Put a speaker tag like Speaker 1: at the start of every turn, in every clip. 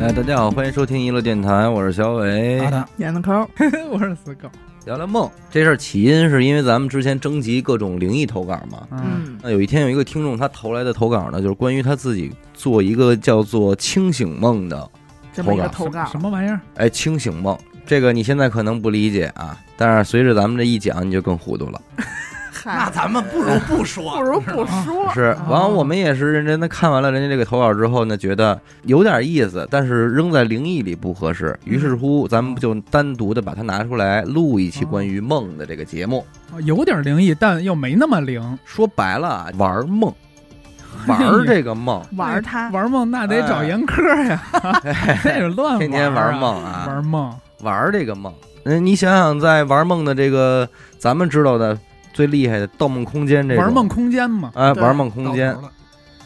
Speaker 1: 哎，大家好，欢迎收听娱乐电台，我是小伟。
Speaker 2: 好的，
Speaker 3: 演哎的抠，
Speaker 2: 我是死狗。
Speaker 1: 聊聊梦这事儿起因是因为咱们之前征集各种灵异投稿嘛。
Speaker 2: 嗯，
Speaker 3: 嗯，
Speaker 1: 那有一天有一个听众他投来的投稿呢，就是关于他自己做一个叫做清醒梦的，
Speaker 3: 这么一个
Speaker 1: 投
Speaker 3: 投
Speaker 2: 什
Speaker 3: 稿，
Speaker 2: 什么玩意儿？
Speaker 1: 哎，清醒梦这个你现在可能不理解啊，但是随着咱们这一讲你就更糊涂了。
Speaker 3: 嗨，
Speaker 4: 咱们不如不说
Speaker 3: 不如不说，
Speaker 1: 是，
Speaker 3: 啊
Speaker 1: 完了我们也是认真的看完了人家这个投稿之后呢，觉得有点意思，但是扔在灵异里不合适，于是乎咱们就单独的把它拿出来录一期关于梦的这个节目。
Speaker 2: 哦有点灵异，但又没那么灵。
Speaker 1: 说白了啊，玩梦， 玩这个梦，
Speaker 3: 玩儿它，
Speaker 2: 玩梦那得找严科
Speaker 3: 哎
Speaker 2: 呀， 那 是乱玩啊
Speaker 1: 天天玩梦啊
Speaker 2: 玩梦。
Speaker 1: 玩这个梦。嗯，你想想，在玩梦的这个咱们知道的最厉害的《盗梦空间》这种
Speaker 2: 玩梦空间嘛，
Speaker 1: 啊，
Speaker 3: 对
Speaker 1: 玩梦空间
Speaker 4: 到头。了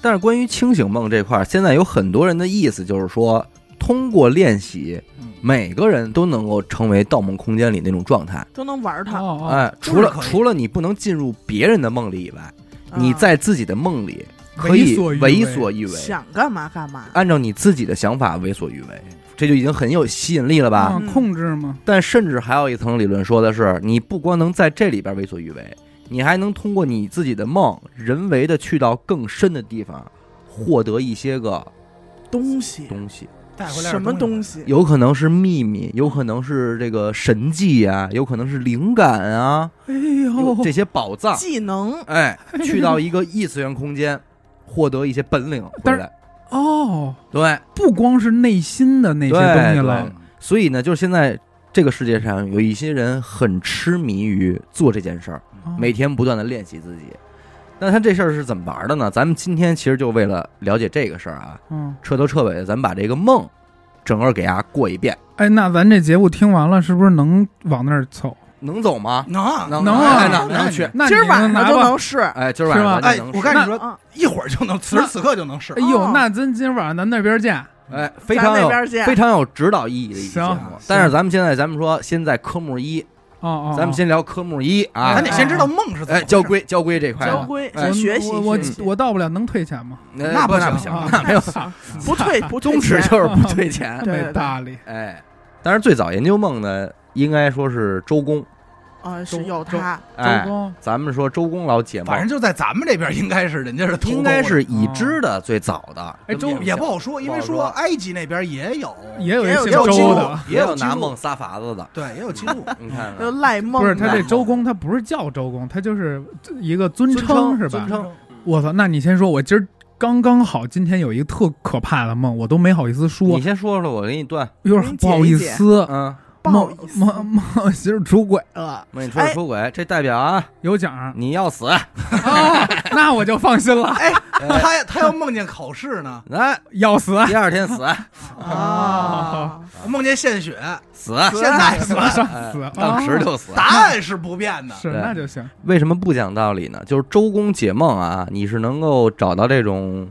Speaker 1: 但是关于清醒梦这块儿，现在有很多人的意思就是说，通过练习，
Speaker 2: 嗯
Speaker 1: 每个人都能够成为《盗梦空间》里那种状态。
Speaker 3: 都能玩儿它。
Speaker 2: 哦哦，
Speaker 1: 哎，除了除了你不能进入别人的梦里以外，你
Speaker 3: 啊
Speaker 1: 在自己的梦里可
Speaker 2: 为
Speaker 1: 以
Speaker 2: 所欲
Speaker 1: 为
Speaker 2: 为
Speaker 1: 所欲为，啊
Speaker 3: 想干嘛干嘛，
Speaker 1: 按照你自己的想法为所欲为，这就已经很有吸引力了吧？
Speaker 2: 啊
Speaker 3: 嗯
Speaker 2: 控制嘛，
Speaker 1: 但甚至还有一层理论说的是，你不光能在这里边为所欲为，你还能通过你自己的梦，人为的去到更深的地方，获得一些个
Speaker 3: 东西
Speaker 1: 东西，
Speaker 4: 带回来
Speaker 3: 什么
Speaker 4: 东
Speaker 3: 东
Speaker 4: 西？
Speaker 3: 西，
Speaker 1: 有可能是秘密，有可能是这个神迹啊，有可能是灵感啊，
Speaker 2: 哎呦，
Speaker 1: 这些宝藏，
Speaker 3: 技能
Speaker 1: 哎，去到一个异次元空间，获得一些本领回
Speaker 2: 但是
Speaker 1: 来，
Speaker 2: 哦，
Speaker 1: 对。
Speaker 2: 不光是内心的那些东西
Speaker 1: 对
Speaker 2: 了，
Speaker 1: 所以呢，就是现在这个世界上有一些人很痴迷于做这件事儿，
Speaker 2: 哦
Speaker 1: 每天不断的练习自己。那他这事儿是怎么玩的呢？咱们今天其实就为了了解这个事儿啊，
Speaker 2: 嗯，
Speaker 1: 彻头彻尾的，咱们把这个梦整个给大家过一遍，
Speaker 2: 哎，那咱这节目听完了，是不是能往那儿凑？
Speaker 1: 能走吗？
Speaker 4: 能
Speaker 1: 能
Speaker 2: 能啊
Speaker 1: 哎能能去。
Speaker 2: 那
Speaker 3: 今儿
Speaker 2: 你
Speaker 3: 晚
Speaker 2: 拿
Speaker 3: 上就
Speaker 2: 吧
Speaker 3: 能试。
Speaker 1: 哎，今儿晚上
Speaker 2: 是吧
Speaker 1: 咱
Speaker 4: 哎
Speaker 1: 就能，试
Speaker 4: 我跟你说，
Speaker 3: 嗯，
Speaker 4: 一会儿就能，此时此刻就能试
Speaker 2: 哎。呦
Speaker 3: 哦，
Speaker 2: 那咱今儿晚上咱那边见。
Speaker 1: 哎，非
Speaker 3: 咱
Speaker 1: 常
Speaker 3: 那
Speaker 1: 有
Speaker 3: 边见
Speaker 1: 非常有指导意义的一期节
Speaker 2: 行
Speaker 1: 目
Speaker 2: 行。
Speaker 1: 但是咱们现在，咱们说先在科目一，
Speaker 2: 哦哦，
Speaker 1: 咱们先聊科目一啊
Speaker 4: 咱。得先知道梦是
Speaker 1: 哎，
Speaker 4: 怎么回事。
Speaker 1: 交规交规这块啊，
Speaker 3: 交规，
Speaker 1: 哎
Speaker 3: 先学习
Speaker 2: 我我
Speaker 3: 学习，
Speaker 2: 我到不了，能退钱吗？
Speaker 1: 呃
Speaker 4: 那
Speaker 1: 不
Speaker 4: 不
Speaker 1: 不
Speaker 4: 行
Speaker 1: 行，
Speaker 2: 啊
Speaker 1: 那没有
Speaker 3: 不退不退
Speaker 1: 宗旨
Speaker 3: 钱
Speaker 1: 就是不退钱。
Speaker 3: 对
Speaker 2: 没搭理。
Speaker 1: 哎，但是最早研究梦呢，应该说是周公。
Speaker 3: 啊，是
Speaker 2: 中
Speaker 3: 有
Speaker 2: 中
Speaker 3: 它，
Speaker 2: 周
Speaker 1: 哎，
Speaker 2: 公，
Speaker 1: 咱们说周公老解梦
Speaker 4: 反正，就在咱们这边，应该是人家是偷
Speaker 1: 应该是已知的最早的。
Speaker 2: 哎周
Speaker 1: 也
Speaker 4: 也不好说，因为
Speaker 1: 不
Speaker 4: 说
Speaker 1: 好说
Speaker 4: 埃及那边也有，
Speaker 2: 也有一
Speaker 3: 也有
Speaker 2: 姓
Speaker 3: 也有
Speaker 4: 记
Speaker 2: 周
Speaker 4: 录
Speaker 2: 的，啊
Speaker 1: 也有拿
Speaker 4: 记录
Speaker 1: 梦，撒法子的，
Speaker 4: 对，也 有记录。
Speaker 1: 你看
Speaker 3: 就
Speaker 1: 看
Speaker 3: 赖梦
Speaker 2: 不
Speaker 3: 的。
Speaker 2: 是他这周公，他不是叫周公，他就是一个尊
Speaker 1: 尊称
Speaker 2: 称是
Speaker 1: 尊
Speaker 2: 吧？
Speaker 1: 称
Speaker 2: 我操，那你先说，我今儿刚刚好，今天有一个特可怕的梦，我都没好意思说
Speaker 1: 你，先说说，我给你断。
Speaker 2: 有点不好意思，
Speaker 1: 嗯，
Speaker 3: 不好意
Speaker 2: 梦
Speaker 3: 思
Speaker 2: 梦梦媳妇出轨了，
Speaker 1: 那你
Speaker 3: 哎
Speaker 1: 说是出轨，这代表啊，
Speaker 2: 有 奖啊，
Speaker 1: 你要死。
Speaker 2: 那我就放心了，
Speaker 4: 哎，他他要梦见考试呢，
Speaker 1: 来，
Speaker 2: 要死，啊
Speaker 1: 第二天死，
Speaker 3: 啊，
Speaker 4: 梦见献 血，
Speaker 1: 死，
Speaker 4: 现在死。哦
Speaker 2: 上死，
Speaker 1: 当时
Speaker 2: 啊哦
Speaker 1: 就死。
Speaker 4: 答案是不变的，
Speaker 2: 是
Speaker 1: 哎对
Speaker 2: 那就行，
Speaker 1: 为什么不讲道理呢？就是周公解梦啊，你是能够找到这种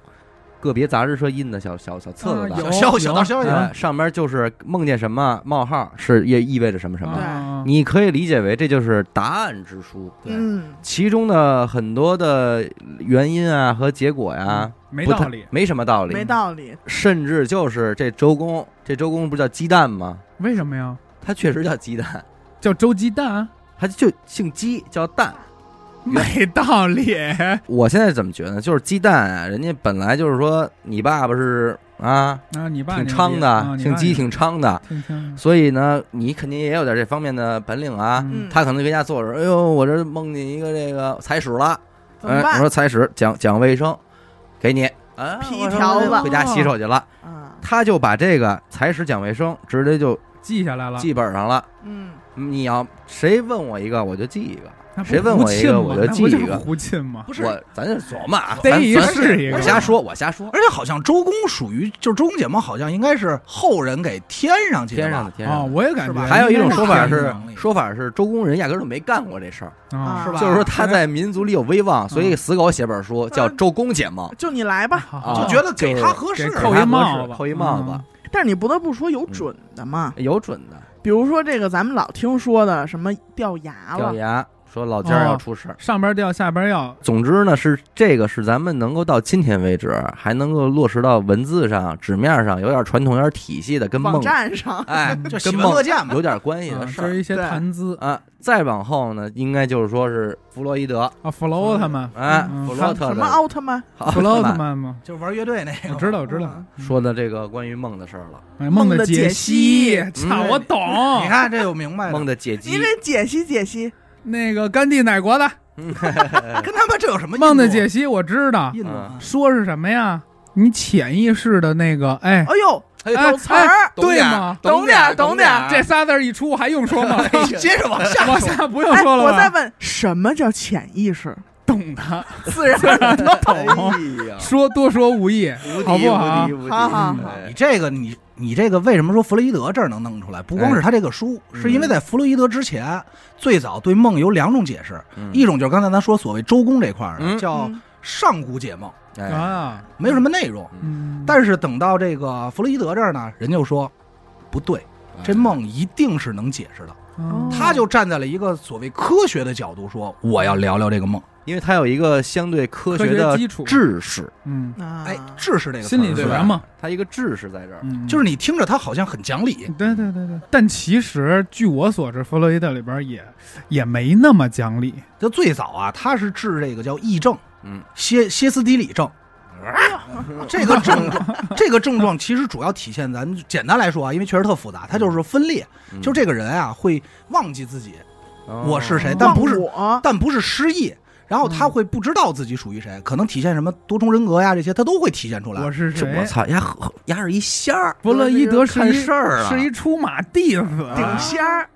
Speaker 1: 个别杂志社印的小小小册子
Speaker 2: 啊
Speaker 1: 的
Speaker 2: 有，
Speaker 4: 小消小道
Speaker 2: 有
Speaker 4: 消息
Speaker 1: 哎上边就是梦见什么冒号是也意味着什么什么，
Speaker 2: 啊
Speaker 1: 你可以理解为这就是答案之书。
Speaker 3: 嗯，
Speaker 1: 其中的很多的原因啊和结果呀、
Speaker 2: 嗯没
Speaker 1: 不太
Speaker 2: 道理，
Speaker 1: 没什么道理，
Speaker 3: 没道理，
Speaker 1: 甚至就是这周公，这周公不叫鸡蛋吗？
Speaker 2: 为什么呀？
Speaker 1: 他确实叫鸡蛋，
Speaker 2: 叫周鸡蛋，
Speaker 1: 他就姓鸡叫蛋。
Speaker 2: 没道理，啊
Speaker 1: 我现在怎么觉得呢？就是鸡蛋啊，人家本来就是说你爸爸是啊，
Speaker 2: 啊，你爸
Speaker 1: 挺
Speaker 2: 牛
Speaker 1: 昌
Speaker 2: 逼
Speaker 1: 的，
Speaker 2: 啊你
Speaker 1: 姓
Speaker 2: 爸
Speaker 1: 鸡
Speaker 2: 牛
Speaker 1: 挺昌的，
Speaker 2: 挺挺
Speaker 1: 所以呢，你肯定也有点这方面的本领啊。
Speaker 2: 嗯
Speaker 1: 他可能跟家坐着，哎呦，我这梦见一个这个踩屎了，
Speaker 3: 怎
Speaker 1: 哎
Speaker 3: 么，
Speaker 1: 我
Speaker 3: 办
Speaker 1: 说踩屎讲讲卫生，给你啊，
Speaker 3: 劈
Speaker 1: 我说
Speaker 3: 条子
Speaker 1: 回家洗手去了。
Speaker 3: 啊？
Speaker 1: 他就把这个踩屎讲卫生直接就
Speaker 2: 记下来了。
Speaker 1: 记本上了。
Speaker 3: 嗯，
Speaker 1: 你要谁问我一个，我就记一个。
Speaker 2: 那不
Speaker 1: 谁问
Speaker 2: 胡
Speaker 1: 我一个
Speaker 2: 沁吗
Speaker 1: 我就
Speaker 2: 那
Speaker 1: 记
Speaker 2: 不
Speaker 1: 一
Speaker 2: 是
Speaker 1: 个
Speaker 2: 胡沁吗？
Speaker 4: 不是
Speaker 1: 我咱就琢磨啊，
Speaker 2: 逮
Speaker 1: 咱
Speaker 2: 一
Speaker 1: 咱
Speaker 2: 是一个
Speaker 1: 我瞎说，我瞎说。
Speaker 4: 而且好像周公属于，就是周公解梦，好像应该是后人给添上去的吧
Speaker 1: 天上的天
Speaker 2: 啊，
Speaker 1: 上的。
Speaker 2: 我也感
Speaker 3: 是
Speaker 2: 觉
Speaker 3: 吧。
Speaker 1: 还有一种说法
Speaker 4: 应该是
Speaker 1: 是
Speaker 4: 天上，的
Speaker 1: 说法是周公人压根儿就没干过这事儿，
Speaker 2: 啊，
Speaker 3: 是吧
Speaker 1: 就是说他在民族里有威望，所以死狗写本书叫《周公解梦》，
Speaker 3: 就你来吧。
Speaker 2: 好
Speaker 1: 啊
Speaker 4: 就觉得给他合适
Speaker 2: 给，
Speaker 1: 给
Speaker 2: 扣
Speaker 1: 他
Speaker 2: 一帽
Speaker 1: 合适
Speaker 2: 子，
Speaker 1: 扣一帽子
Speaker 2: 嗯。
Speaker 3: 但是你不得不说有准的嘛，
Speaker 1: 有准的。
Speaker 3: 比如说这个咱们老听说的什么掉牙
Speaker 1: 掉
Speaker 3: 了，哦
Speaker 1: 牙，说老家儿要出事儿。
Speaker 2: 上边掉下边要，
Speaker 1: 总之呢，是这个是咱们能够到今天为止还能够落实到文字上、纸面上，有点传统、有点体系的，跟
Speaker 3: 网
Speaker 1: 梦
Speaker 3: 站上
Speaker 1: 哎
Speaker 4: 就喜
Speaker 1: 跟
Speaker 4: 闻
Speaker 1: 梦
Speaker 4: 乐见嘛
Speaker 1: 有。点关系
Speaker 2: 嗯
Speaker 1: 的事
Speaker 2: 这
Speaker 1: 儿
Speaker 2: 是一些
Speaker 3: 对
Speaker 2: 谈资
Speaker 1: 啊。再往后呢，应该就是说是弗洛伊德，
Speaker 2: 啊，弗洛特曼，
Speaker 1: 哎
Speaker 2: 嗯，
Speaker 1: 弗洛特的
Speaker 3: 什么奥特曼，
Speaker 1: 奥
Speaker 2: 弗洛特
Speaker 1: 曼
Speaker 2: 曼吗？
Speaker 4: 就玩乐队那个，
Speaker 2: 我知道，我知道
Speaker 3: 嗯，
Speaker 2: 嗯
Speaker 1: 说的这个关于梦的事儿了，
Speaker 2: 哎梦
Speaker 3: 梦的
Speaker 2: 解
Speaker 3: 解析
Speaker 1: 嗯
Speaker 2: 操，我懂。
Speaker 4: 你看这有明白
Speaker 1: 梦的
Speaker 4: 的，
Speaker 1: 解
Speaker 3: 你
Speaker 1: 析，
Speaker 3: 得解析解析。
Speaker 2: 那个甘地哪国的？
Speaker 4: 哎跟他妈这有什么？
Speaker 2: 梦的解，析我知道，
Speaker 4: 印度啊
Speaker 2: 说是什么呀？你潜意识的那个，哎，
Speaker 3: 哎呦，
Speaker 1: 哎
Speaker 2: 哎
Speaker 3: 有词 儿，
Speaker 2: 对吗？
Speaker 3: 懂点儿懂点儿
Speaker 2: 这仨字儿一出，我还用说吗？
Speaker 1: 哎
Speaker 4: 你接着往下
Speaker 2: 哎往
Speaker 4: 说，
Speaker 2: 下不用
Speaker 3: 哎，
Speaker 2: 说了
Speaker 3: 我再
Speaker 2: 吧？
Speaker 3: 问，什么叫潜意识？
Speaker 2: 懂的，
Speaker 3: 自然
Speaker 2: 我
Speaker 1: 哎
Speaker 2: 懂，
Speaker 1: 呀，
Speaker 2: 说多说无益。
Speaker 1: 无
Speaker 2: 好
Speaker 1: 敌
Speaker 2: 不好
Speaker 1: 无敌无敌，
Speaker 3: 好好
Speaker 2: 好
Speaker 1: 哎
Speaker 4: 你这个你你这个为什么说弗洛伊德这儿能弄出来？不光是他这个书，
Speaker 1: 哎
Speaker 4: 是因为在弗洛伊德之前，最早对梦有两种解释，
Speaker 1: 嗯
Speaker 4: 一种就是刚才咱说所谓周公这块儿的
Speaker 1: 嗯
Speaker 2: 哦
Speaker 4: 叫
Speaker 3: 嗯
Speaker 4: 上古解梦，
Speaker 1: 哎
Speaker 2: 啊，
Speaker 4: 没有什么内容。
Speaker 2: 嗯，
Speaker 4: 但是等到这个弗洛伊德这儿呢，人就说不对，
Speaker 1: 哎
Speaker 4: 这梦一定是能解释的。
Speaker 2: 嗯
Speaker 4: 他就站在了一个所谓科学的角度说，我要聊聊这个梦。
Speaker 1: 因为它有一个相对科
Speaker 2: 科
Speaker 1: 学的
Speaker 2: 基础，
Speaker 1: 知识，
Speaker 2: 嗯，
Speaker 3: 啊，
Speaker 4: 哎，知识这个词儿
Speaker 2: 心理
Speaker 4: 对
Speaker 2: 学
Speaker 4: 吧
Speaker 1: 吧
Speaker 2: 嘛，
Speaker 1: 它一个知识在这儿，
Speaker 2: 嗯
Speaker 4: 就是你听着它好像很讲理，
Speaker 3: 嗯
Speaker 2: 对对对对，但其实据我所知，弗洛伊德里边也也没那么讲理。
Speaker 4: 就最早啊，他是治这个叫癔症，
Speaker 1: 嗯，哎
Speaker 4: 歇歇斯底里症。这个症状， 这个症状其实主要体现咱简单来说啊，因为确实特复杂，它就是分裂，
Speaker 1: 嗯
Speaker 4: 就这个人啊会忘记自己，
Speaker 1: 哦
Speaker 4: 我是谁，
Speaker 2: 哦
Speaker 4: 但不是，
Speaker 3: 忘我，嗯
Speaker 4: 但不是失忆，然后他会不知道自己属于谁，可能体现什么多重人格呀这些，他都会体现出
Speaker 2: 我
Speaker 4: 来。
Speaker 2: 是
Speaker 1: 这
Speaker 2: 谁
Speaker 1: 哦我？操，牙和牙是一仙儿，
Speaker 2: 弗洛伊德是
Speaker 1: 看
Speaker 2: 一
Speaker 1: 事儿啊
Speaker 2: 是一出马啊弟子，
Speaker 3: 顶仙
Speaker 2: 嗯
Speaker 3: 儿，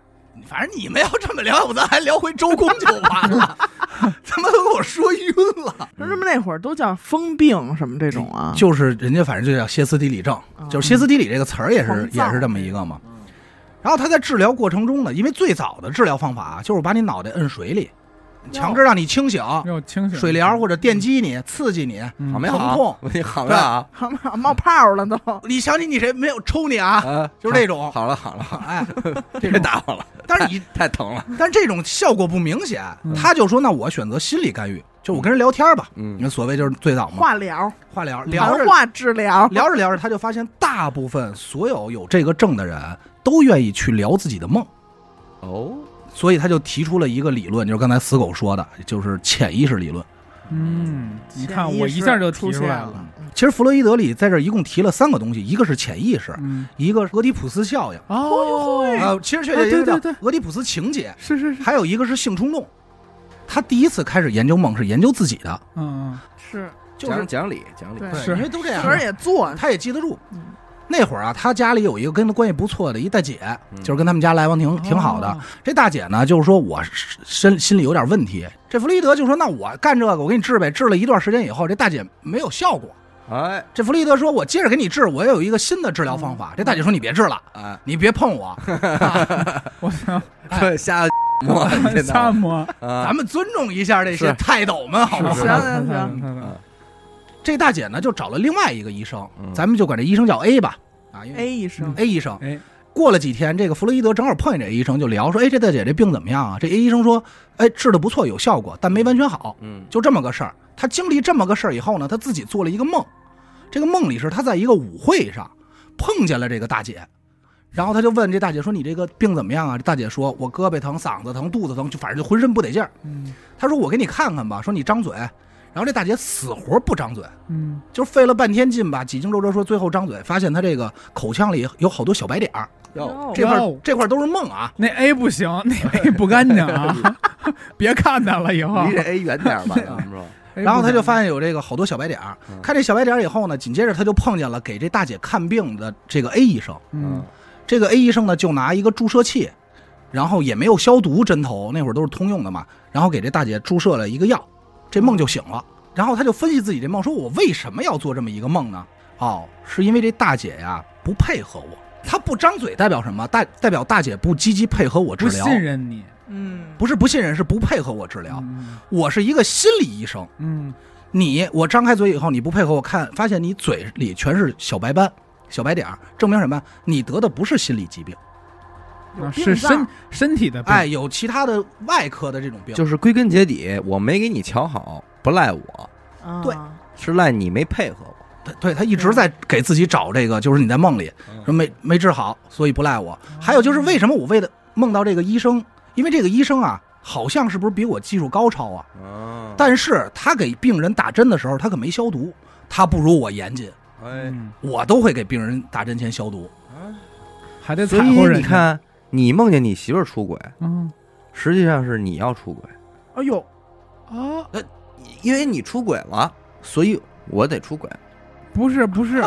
Speaker 4: 反正你们要这么聊，我咱还聊回周公就完了， 他妈都给我说晕了。
Speaker 3: 说什么那会儿都叫疯病什么这种啊，
Speaker 2: 哎
Speaker 4: 就是人家反正就叫歇斯底里症，
Speaker 3: 啊
Speaker 4: 就是歇斯底里这个词儿也是
Speaker 3: 狂躁
Speaker 4: 也是这么一个嘛。然后他在治疗过程中呢，因为最早的治疗方法啊就是把你脑袋摁水里，强制让你清醒，
Speaker 3: 嗯
Speaker 2: 要清醒
Speaker 4: 水疗或者电击你，刺激你。
Speaker 2: 嗯
Speaker 1: 好没啊
Speaker 4: 疼
Speaker 1: 好
Speaker 4: 痛？
Speaker 1: 你好没啊好？
Speaker 3: 好嘛冒泡了都，
Speaker 4: 你想起你谁没有抽你啊？
Speaker 1: 啊，
Speaker 4: 就是这种，
Speaker 1: 好了好了，
Speaker 3: 啊
Speaker 4: 哎，
Speaker 1: 别打我了，
Speaker 4: 但是你
Speaker 1: 太疼了。
Speaker 4: 但这种效果不明显
Speaker 2: 嗯，
Speaker 4: 他就说那我选择心理干预，就我跟人聊天吧，你
Speaker 1: 嗯
Speaker 4: 们所谓就是最早嘛，
Speaker 3: 化疗、
Speaker 4: 话聊聊着
Speaker 3: 谈话治疗，
Speaker 4: 聊着聊着，他就发现大部分所有有这个症的人都愿意去聊自己的梦，
Speaker 1: 哦，
Speaker 4: 所以他就提出了一个理论，就是刚才死狗说的，就是潜意识理论。
Speaker 2: 嗯，你看
Speaker 3: 潜意识
Speaker 2: 我一下就提
Speaker 3: 出
Speaker 2: 出
Speaker 3: 现
Speaker 2: 来了，
Speaker 3: 了，
Speaker 4: 其实弗洛伊德里在这儿一共提了三个东西，一个是潜意识，
Speaker 2: 嗯，
Speaker 4: 一个是俄狄浦斯效应，
Speaker 2: 哦，
Speaker 4: 呃，其实确
Speaker 2: 啊
Speaker 4: 切
Speaker 2: 对
Speaker 4: 也叫
Speaker 2: 对对
Speaker 4: 俄狄浦斯情节，
Speaker 2: 是是是，
Speaker 4: 还有一个是性冲动。他第一次开始研究梦是研究自己的，
Speaker 2: 嗯
Speaker 3: 是，
Speaker 4: 就
Speaker 1: 讲
Speaker 4: 是
Speaker 1: 讲理讲理，
Speaker 3: 对
Speaker 4: 对
Speaker 2: 是
Speaker 4: 因为都这样
Speaker 3: 时，候也做，
Speaker 4: 他也记得住。
Speaker 3: 嗯
Speaker 4: 那会儿啊，他家里有一个跟他关系不错的一大姐，
Speaker 1: 嗯
Speaker 4: 就是跟他们家来往挺
Speaker 2: 嗯，
Speaker 4: 挺好的。
Speaker 2: 哦，
Speaker 4: 这大姐呢，就是说我是身心里有点问题。这弗洛伊德就说：“那我干这个，我给你治呗。”治了一段时间以后，这大姐没有效果。
Speaker 1: 哎
Speaker 4: 这弗洛伊德说：“我接着给你治，我也有一个新的治疗方法。”这大姐说：“你别治了，
Speaker 1: 哎，
Speaker 4: 你别碰我，
Speaker 2: 我想
Speaker 1: 这 瞎摸真的
Speaker 2: 萨摩，
Speaker 1: 啊
Speaker 4: 咱们尊重一下这些
Speaker 1: 是
Speaker 4: 泰斗们，好不
Speaker 3: 是
Speaker 4: 好
Speaker 3: 行是行行
Speaker 1: 嗯
Speaker 4: 这大姐呢，就找了另外一个医生，
Speaker 1: 嗯
Speaker 4: 咱们就管这医生叫 A 吧，啊，因为
Speaker 3: ，A 医生，
Speaker 4: A 医生。
Speaker 2: 哎，
Speaker 4: 过了几天，这个弗洛伊德正好碰见这 A 医生，就聊说：“哎，这大姐这病怎么样啊？”这 A 医生说：“哎，治的不错，有效果，但没完全好。”
Speaker 1: 嗯
Speaker 4: 就这么个事儿。他经历这么个事儿以后呢，他自己做了一个梦，这个梦里是他在一个舞会上碰见了这个大姐，然后他就问这大姐说：“你这个病怎么样啊？”这大姐说：“我胳膊疼，嗓子疼，肚子疼，就反正就浑身不得劲儿。
Speaker 2: 嗯”
Speaker 4: 他说：“我给你看看吧。”说：“你张嘴。”然后这大姐死活不张嘴，
Speaker 2: 嗯，
Speaker 4: 就费了半天劲吧，几经周折说最后张嘴，发现他这个口腔里有好多小白点儿，
Speaker 2: 嗯
Speaker 3: 哎
Speaker 2: 哦
Speaker 1: 哟，
Speaker 4: 这块儿
Speaker 2: 哟
Speaker 4: 这块儿都是梦啊。
Speaker 2: 那 A 不行，那 A 不干净啊， 别看他了，以后
Speaker 1: 离这 A 远点儿 吧，咱们说，
Speaker 2: A
Speaker 4: 然后他
Speaker 2: 哎
Speaker 4: 就
Speaker 2: 不行
Speaker 4: 发现有这个好多小白点儿
Speaker 1: 嗯，
Speaker 4: 看这小白点儿以后呢，紧接着他就碰见了给这大姐看病的这个 A 医生。
Speaker 2: 嗯，
Speaker 4: 这个 A 医生呢，就拿一个注射器，然后也没有消毒针头，那会儿都是通用的嘛，然后给这大姐注射了一个药，这梦就醒了。然后他就分析自己这梦，说我为什么要做这么一个梦呢？哦，是因为这大姐呀不配合我，她不张嘴代表什么？代代表大姐不积极配合我嗯治
Speaker 2: 不
Speaker 4: 疗，
Speaker 2: 信任你，
Speaker 3: 嗯，
Speaker 4: 不是不信任，是不配合我治疗。
Speaker 2: 嗯
Speaker 4: 我是一个心理医生，
Speaker 2: 嗯，
Speaker 4: 你我张开嘴以后你不配合我看，发现你嘴里全是小白斑、小白点儿，证明什么？你得的不是心理疾病。
Speaker 3: 有
Speaker 2: 啊
Speaker 3: 病
Speaker 2: 是
Speaker 3: 灶
Speaker 2: 身身体的病，
Speaker 4: 哎，有其他的外科的这种病，
Speaker 1: 就是归根结底，我没给你瞧好，不赖我，
Speaker 3: 啊
Speaker 4: 对
Speaker 1: 是赖你没配合我。
Speaker 4: 对对他一直在给自己找这个，就是你在梦里
Speaker 1: 嗯
Speaker 4: 说没没治好，所以不赖我。还有就是为什么我为了梦到这个医生，因为这个医生啊，好像是不是比我技术高超啊？
Speaker 1: 哦
Speaker 4: 但是他给病人打针的时候，他可没消毒，他不如我严谨，
Speaker 1: 哎，啊
Speaker 2: 嗯，
Speaker 4: 我都会给病人打针前消毒。
Speaker 2: 还得
Speaker 1: 所
Speaker 2: 踩过
Speaker 1: 以
Speaker 2: 人。
Speaker 1: 你，看，你梦见你媳妇儿出轨，
Speaker 2: 嗯
Speaker 1: 实际上是你要出轨，
Speaker 3: 哎呦，
Speaker 2: 啊，
Speaker 1: 因为你出轨了，所以我得出轨。
Speaker 2: 不是不是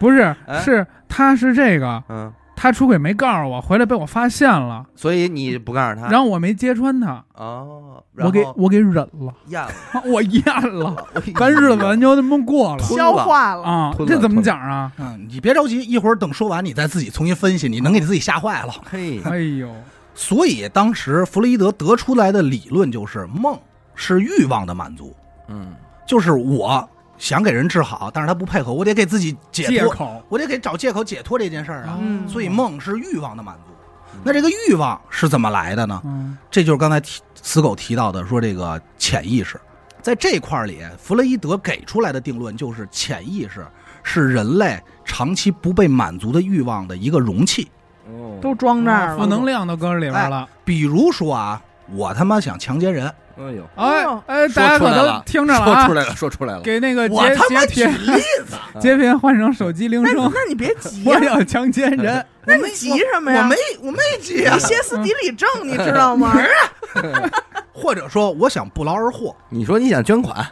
Speaker 2: 不是
Speaker 1: 哎，
Speaker 2: 是他是这个，
Speaker 1: 嗯，
Speaker 2: 他出轨没告诉我，回来被我发现了，
Speaker 1: 所以你不告诉他，
Speaker 2: 然后我没揭穿他，
Speaker 1: 哦，啊然
Speaker 2: 我
Speaker 1: 后
Speaker 2: 给我给忍了，
Speaker 1: 咽了，
Speaker 2: 我咽了，
Speaker 1: 干
Speaker 2: 干日子咱就这么过了
Speaker 1: 吞
Speaker 3: 消
Speaker 1: 了
Speaker 3: 化了，
Speaker 2: 啊
Speaker 1: 吞，了
Speaker 2: 这怎么讲啊？
Speaker 4: 嗯，你别着急，一会儿等说完你再自己重新分析，你能给你自己吓坏了。
Speaker 1: 嘿，
Speaker 2: 哎呦，
Speaker 4: 所以当时弗洛伊德得出来的理论就是，梦是欲望的满足，
Speaker 1: 嗯，
Speaker 4: 就是我想给人治好，但是他不配合，我得给自己解
Speaker 2: 借
Speaker 4: 脱，
Speaker 2: 口
Speaker 4: 我得给找借口解脱这件事儿啊。
Speaker 3: 嗯
Speaker 4: 所以，梦是欲望的满足。那这个欲望是怎么来的呢？
Speaker 2: 嗯
Speaker 4: 这就是刚才提死狗提到的，说这个潜意识，在这块儿里，弗洛伊德给出来的定论就是，潜意识是人类长期不被满足的欲望的一个容器。
Speaker 1: 哦
Speaker 3: 都装这儿了，
Speaker 2: 负能量都搁里边了，
Speaker 4: 比如说啊，我他妈想强奸人，
Speaker 1: 哎呦，
Speaker 2: 哎
Speaker 3: 哦
Speaker 2: 哎，
Speaker 1: 说
Speaker 2: 大家
Speaker 1: 出来
Speaker 2: 可
Speaker 1: 了
Speaker 2: 都，听着
Speaker 1: 说
Speaker 2: 啊
Speaker 1: 出，来了，说出来了，
Speaker 2: 给那个
Speaker 4: 我
Speaker 2: 截
Speaker 4: 他妈
Speaker 2: 截
Speaker 4: 举
Speaker 2: 屏
Speaker 4: 例子，
Speaker 2: 截屏换成手机铃
Speaker 3: 那
Speaker 2: 声
Speaker 3: 你，那你别急
Speaker 2: 我
Speaker 3: 呀，
Speaker 2: 要强奸 人，
Speaker 3: 那你急什么
Speaker 4: 我
Speaker 3: 呀？
Speaker 4: 没我没急啊
Speaker 3: 你，歇斯底里症，你知道吗？
Speaker 4: 或者说我想不劳而获，
Speaker 1: 你说你想捐款，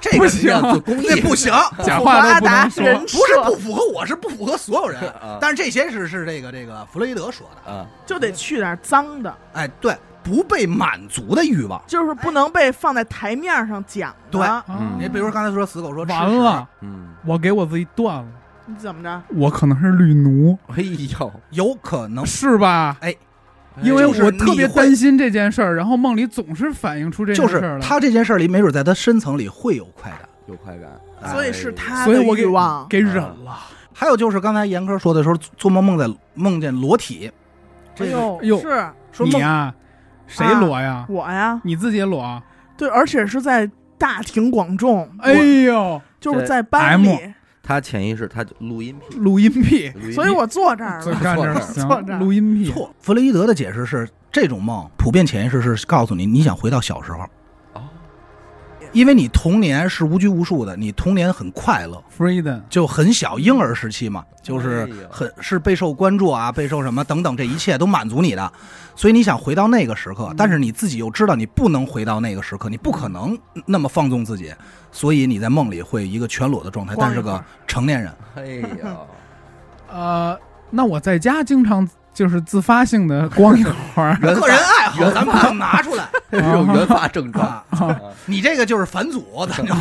Speaker 4: 这个
Speaker 2: 不行
Speaker 1: 要做公益
Speaker 4: 那不 行，
Speaker 2: 假
Speaker 3: 普
Speaker 2: 话
Speaker 3: 拉
Speaker 2: 都不
Speaker 3: 达
Speaker 2: 能说
Speaker 3: 人。
Speaker 4: 不是
Speaker 3: 设
Speaker 4: 不符合我，是不符合所 有人
Speaker 1: 啊。
Speaker 4: 但是这些是是这个这个弗洛伊德说的，
Speaker 1: 啊，
Speaker 3: 就得去点脏的，
Speaker 4: 哎，对，不被满足的欲望。
Speaker 3: 就是不能被放在台面上讲的。
Speaker 4: 对
Speaker 2: 啊
Speaker 1: 嗯
Speaker 4: 你比如说刚才说死狗说吃
Speaker 2: 完
Speaker 4: 屎
Speaker 2: 了，
Speaker 1: 嗯，
Speaker 2: 我给我自己断了，
Speaker 3: 你怎么着？
Speaker 2: 我可能是绿奴，
Speaker 1: 哎呦，
Speaker 4: 有可能
Speaker 2: 是吧？因为
Speaker 4: 哎就是
Speaker 2: 我
Speaker 4: 你
Speaker 2: 特别
Speaker 4: 会
Speaker 2: 担心这件事儿，然后梦里总是反映出这件
Speaker 4: 就
Speaker 2: 事儿
Speaker 4: 是
Speaker 2: 来。
Speaker 4: 他这件事儿里，没准在他深层里会有快感。
Speaker 1: 有快感，
Speaker 4: 哎
Speaker 3: 所以是他
Speaker 2: 所以
Speaker 3: 的
Speaker 2: 我
Speaker 3: 欲
Speaker 2: 给
Speaker 3: 望，
Speaker 2: 给忍
Speaker 4: 嗯
Speaker 2: 了，
Speaker 4: 还有就是刚才严科说的时候，做梦梦在梦见裸体，
Speaker 3: 哎
Speaker 4: 这个
Speaker 3: 呦
Speaker 2: 哎，呦
Speaker 3: 是
Speaker 4: 说
Speaker 2: 你
Speaker 4: 梦
Speaker 2: 呀，谁
Speaker 3: 啊
Speaker 2: 裸呀？我
Speaker 3: 我呀，
Speaker 2: 你自己裸？
Speaker 3: 对，而且是在大庭广众，
Speaker 2: 哎呦，
Speaker 3: 就是
Speaker 1: 这
Speaker 3: 在班
Speaker 2: M
Speaker 3: 里，
Speaker 1: 他潜意识他就录音癖，
Speaker 2: 录音癖，
Speaker 1: 录音癖
Speaker 3: 所以我坐这儿
Speaker 2: 就
Speaker 3: 了。
Speaker 2: 干这儿
Speaker 3: 坐这
Speaker 2: 行，
Speaker 3: 儿
Speaker 2: 录音癖。
Speaker 4: 错。弗洛伊德的解释是，这种梦普遍潜意识是告诉你，你想回到小时候，
Speaker 1: 哦
Speaker 4: 因为你童年是无拘无束的，你童年很快乐，
Speaker 2: Freedom，
Speaker 4: 就很小婴儿时期嘛，就是
Speaker 1: 哎呀
Speaker 4: 很是备受关注啊，备受什么等等，这一切都满足你的，所以你想回到那个时刻
Speaker 2: 嗯，
Speaker 4: 但是你自己又知道你不能回到那个时刻，你不可能那么放纵自己，所以你在梦里会一个全裸的状态，
Speaker 3: 晃
Speaker 4: 但
Speaker 3: 一
Speaker 4: 是
Speaker 3: 会
Speaker 4: 个
Speaker 3: 儿
Speaker 4: 成年人。
Speaker 1: 哎呀，，
Speaker 2: 呃，那我在家经常就是自发性的光一会儿
Speaker 1: 原
Speaker 4: 个人爱好，咱不能拿出来
Speaker 1: 这是有原发症状
Speaker 4: 啊，！你这个就是返祖，咱就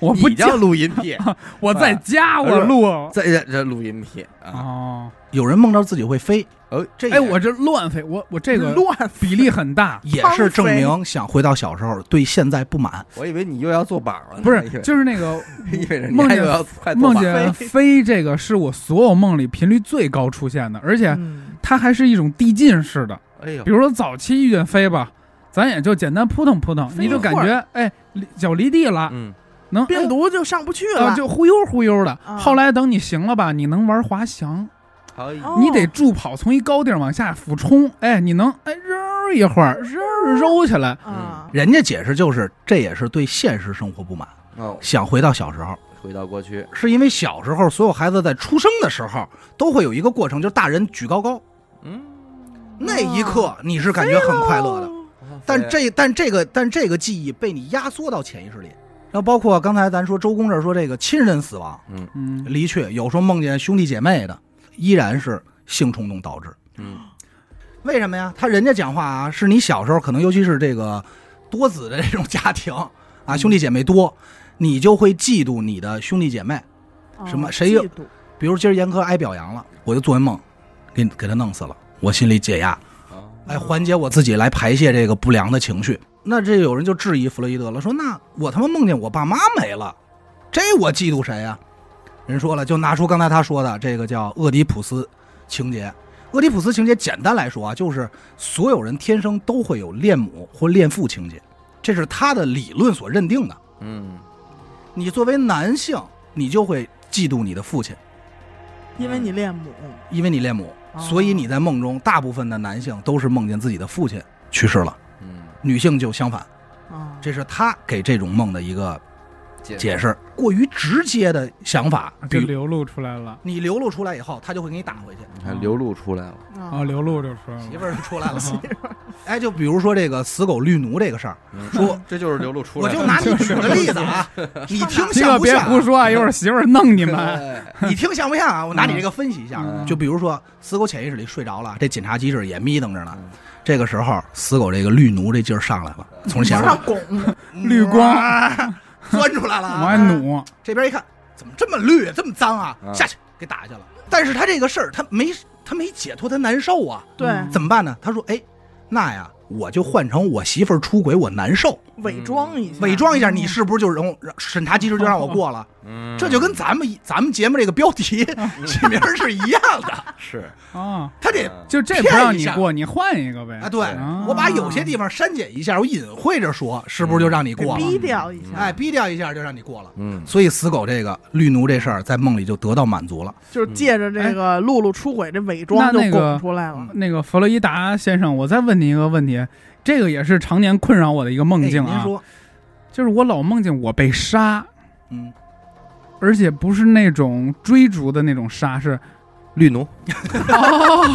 Speaker 2: 我啊不
Speaker 1: 你
Speaker 2: 讲
Speaker 1: 叫，录音癖，
Speaker 2: 我在
Speaker 4: 啊
Speaker 2: 家
Speaker 1: 不
Speaker 2: 我
Speaker 1: 是
Speaker 2: 录。
Speaker 1: 在这这录音癖
Speaker 4: 哎
Speaker 1: 啊，
Speaker 2: 哦，
Speaker 4: 有人梦到自己会飞，
Speaker 1: 哦，
Speaker 4: 这也，
Speaker 2: 哎，我这乱飞，我我这个
Speaker 3: 乱
Speaker 2: 比例很大
Speaker 4: 也是证明想回到小时候，对现在不满。
Speaker 1: 我以为你又要做榜了呢，
Speaker 2: 不
Speaker 1: 以
Speaker 4: 哎
Speaker 2: 是
Speaker 1: 为，
Speaker 2: 就是那个
Speaker 1: 以为人
Speaker 2: 梦
Speaker 1: 家
Speaker 2: 见
Speaker 1: 又要快做
Speaker 2: 梦
Speaker 1: 榜
Speaker 2: 见 飞这个是我所有梦里频率最高出现的，而且
Speaker 3: 嗯
Speaker 2: 它还是一种递进式的。
Speaker 1: 哎呦
Speaker 2: 比，如说早期遇见飞吧，咱也就简单扑腾扑腾，
Speaker 3: 飞
Speaker 2: 你就
Speaker 3: 一会
Speaker 2: 感
Speaker 3: 儿
Speaker 2: 觉哎离脚离地了，
Speaker 1: 嗯，
Speaker 2: 能
Speaker 3: 病毒就上不去
Speaker 2: 哎啊
Speaker 3: 了，
Speaker 2: 就忽悠忽悠的。
Speaker 3: 啊
Speaker 2: 后来等你行了吧，你能玩滑翔，
Speaker 1: 好，
Speaker 3: 哦
Speaker 2: 你得助跑，从一高地儿往下俯冲，哎，你能哎揉一会儿，揉揉起来。
Speaker 4: 嗯
Speaker 3: 啊，
Speaker 4: 人家解释就是，这也是对现实生活不满，
Speaker 1: 哦，
Speaker 4: 想回到小时候。
Speaker 1: 回到过去，
Speaker 4: 是因为小时候所有孩子在出生的时候都会有一个过程，就是大人举高高
Speaker 1: 嗯，
Speaker 4: 那一刻，你是感觉很快乐
Speaker 3: 啊
Speaker 4: 的。但这但这个但这个记忆被你压缩到潜意识里，然后包括刚才咱说周公这儿说这个亲人死亡
Speaker 2: 嗯，
Speaker 4: 离去，有时候梦见兄弟姐妹的，依然是性冲动导致。
Speaker 1: 嗯，
Speaker 4: 为什么呀？他人家讲话啊，是你小时候可能尤其是这个多子的这种家庭啊，
Speaker 2: 嗯
Speaker 4: 兄弟姐妹多，你就会嫉妒你的兄弟姐妹。
Speaker 3: 哦
Speaker 4: 什么谁有
Speaker 3: 嫉妒
Speaker 4: 比如今儿严科挨表扬了，我就做一梦，给给他弄死了，我心里解压，
Speaker 1: 哦
Speaker 4: 来缓解我自己，来排泄这个不良的情绪。那这有人就质疑弗洛伊德了，说那我他妈梦见我爸妈没了，这我嫉妒谁呀、人说了，就拿出刚才他说的这个叫俄狄浦斯情节，俄狄浦斯情节简单来说啊，就是所有人天生都会有恋母或恋父情节，这是他的理论所认定的。
Speaker 1: 嗯，
Speaker 4: 你作为男性，你就会嫉妒你的父亲，
Speaker 3: 因为你恋母，
Speaker 4: 因为你恋母，
Speaker 3: 哦
Speaker 4: 所以你在梦中，大部分的男性都是梦见自己的父亲去世了，
Speaker 1: 嗯，
Speaker 4: 女性就相反。
Speaker 3: 啊，
Speaker 4: 这是他给这种梦的一个解
Speaker 1: 解释
Speaker 4: 释。过于直接的想法，嗯比
Speaker 2: 啊就
Speaker 4: 如
Speaker 2: 流露出来了。
Speaker 4: 你流露出来以后，他就会给你打回去。
Speaker 1: 还流露出来了，
Speaker 2: 啊，
Speaker 4: 哦
Speaker 3: 啊，
Speaker 2: 流露就出来
Speaker 4: 媳
Speaker 2: 了。
Speaker 4: 妇儿就出来了，
Speaker 2: 啊
Speaker 4: 哎，就比如说这个死狗绿奴这个事儿，
Speaker 2: 嗯
Speaker 1: 嗯说这就是流露出
Speaker 4: 我
Speaker 1: 来
Speaker 4: 就
Speaker 1: 了，
Speaker 4: 拿你举个例子 啊，你听
Speaker 2: 这
Speaker 4: 像
Speaker 2: 个
Speaker 4: 不
Speaker 2: 别
Speaker 4: 像
Speaker 2: 胡
Speaker 4: 啊？
Speaker 2: 说啊，一会儿媳妇儿弄你们。
Speaker 1: 哎
Speaker 4: 你听像不像啊？我拿你这个分析一下
Speaker 1: 嗯，
Speaker 4: 就比如说死狗潜意识里睡着了，这警察机制也眯瞪着呢
Speaker 1: 嗯。
Speaker 4: 这个时候，死狗这个绿奴这劲儿上来了，从前
Speaker 3: 往
Speaker 4: 面
Speaker 3: 上拱，
Speaker 2: 绿光
Speaker 4: 哇钻出来了
Speaker 2: 我
Speaker 4: 啊，
Speaker 2: 还努，
Speaker 4: 这边一看，怎么这么绿啊，这么脏啊
Speaker 1: 嗯，
Speaker 4: 下去给打下去了。但是他这个事儿，他没他没解脱，他难受啊，
Speaker 3: 对
Speaker 2: 嗯，
Speaker 4: 怎么办呢？他说，哎，那呀，我就换成我媳妇儿出轨，我难受，
Speaker 3: 伪装一下，
Speaker 4: 伪装一下，你是不是就容审查机制就让我过了？
Speaker 1: 嗯
Speaker 4: 这就跟咱们咱们节目这个标题起名儿是一样的，
Speaker 1: 是
Speaker 2: 啊，
Speaker 4: 他得。
Speaker 2: 就这不让你过，你换一个呗。
Speaker 4: 啊，对
Speaker 2: 啊
Speaker 4: 我把有些地方删减一下，我隐晦着说，是不是就让你
Speaker 3: 给
Speaker 4: 过了？
Speaker 2: 嗯
Speaker 3: 逼掉一下，
Speaker 4: 哎，，逼掉一下就让你过了。
Speaker 1: 嗯
Speaker 4: 所以死狗这个绿奴这事儿，在梦里就得到满足了。
Speaker 3: 就是借着这个露露出轨这伪装就
Speaker 2: 那那个
Speaker 3: 拱出来了，
Speaker 2: 哎那个弗洛伊达先生，我再问你一个问题，这个也是常年困扰我的一个梦境
Speaker 4: 哎您
Speaker 2: 啊，
Speaker 4: 说，
Speaker 2: 就是我老梦见我被杀，
Speaker 4: 嗯，
Speaker 2: 而且不是那种追逐的那种杀，是
Speaker 1: 绿奴，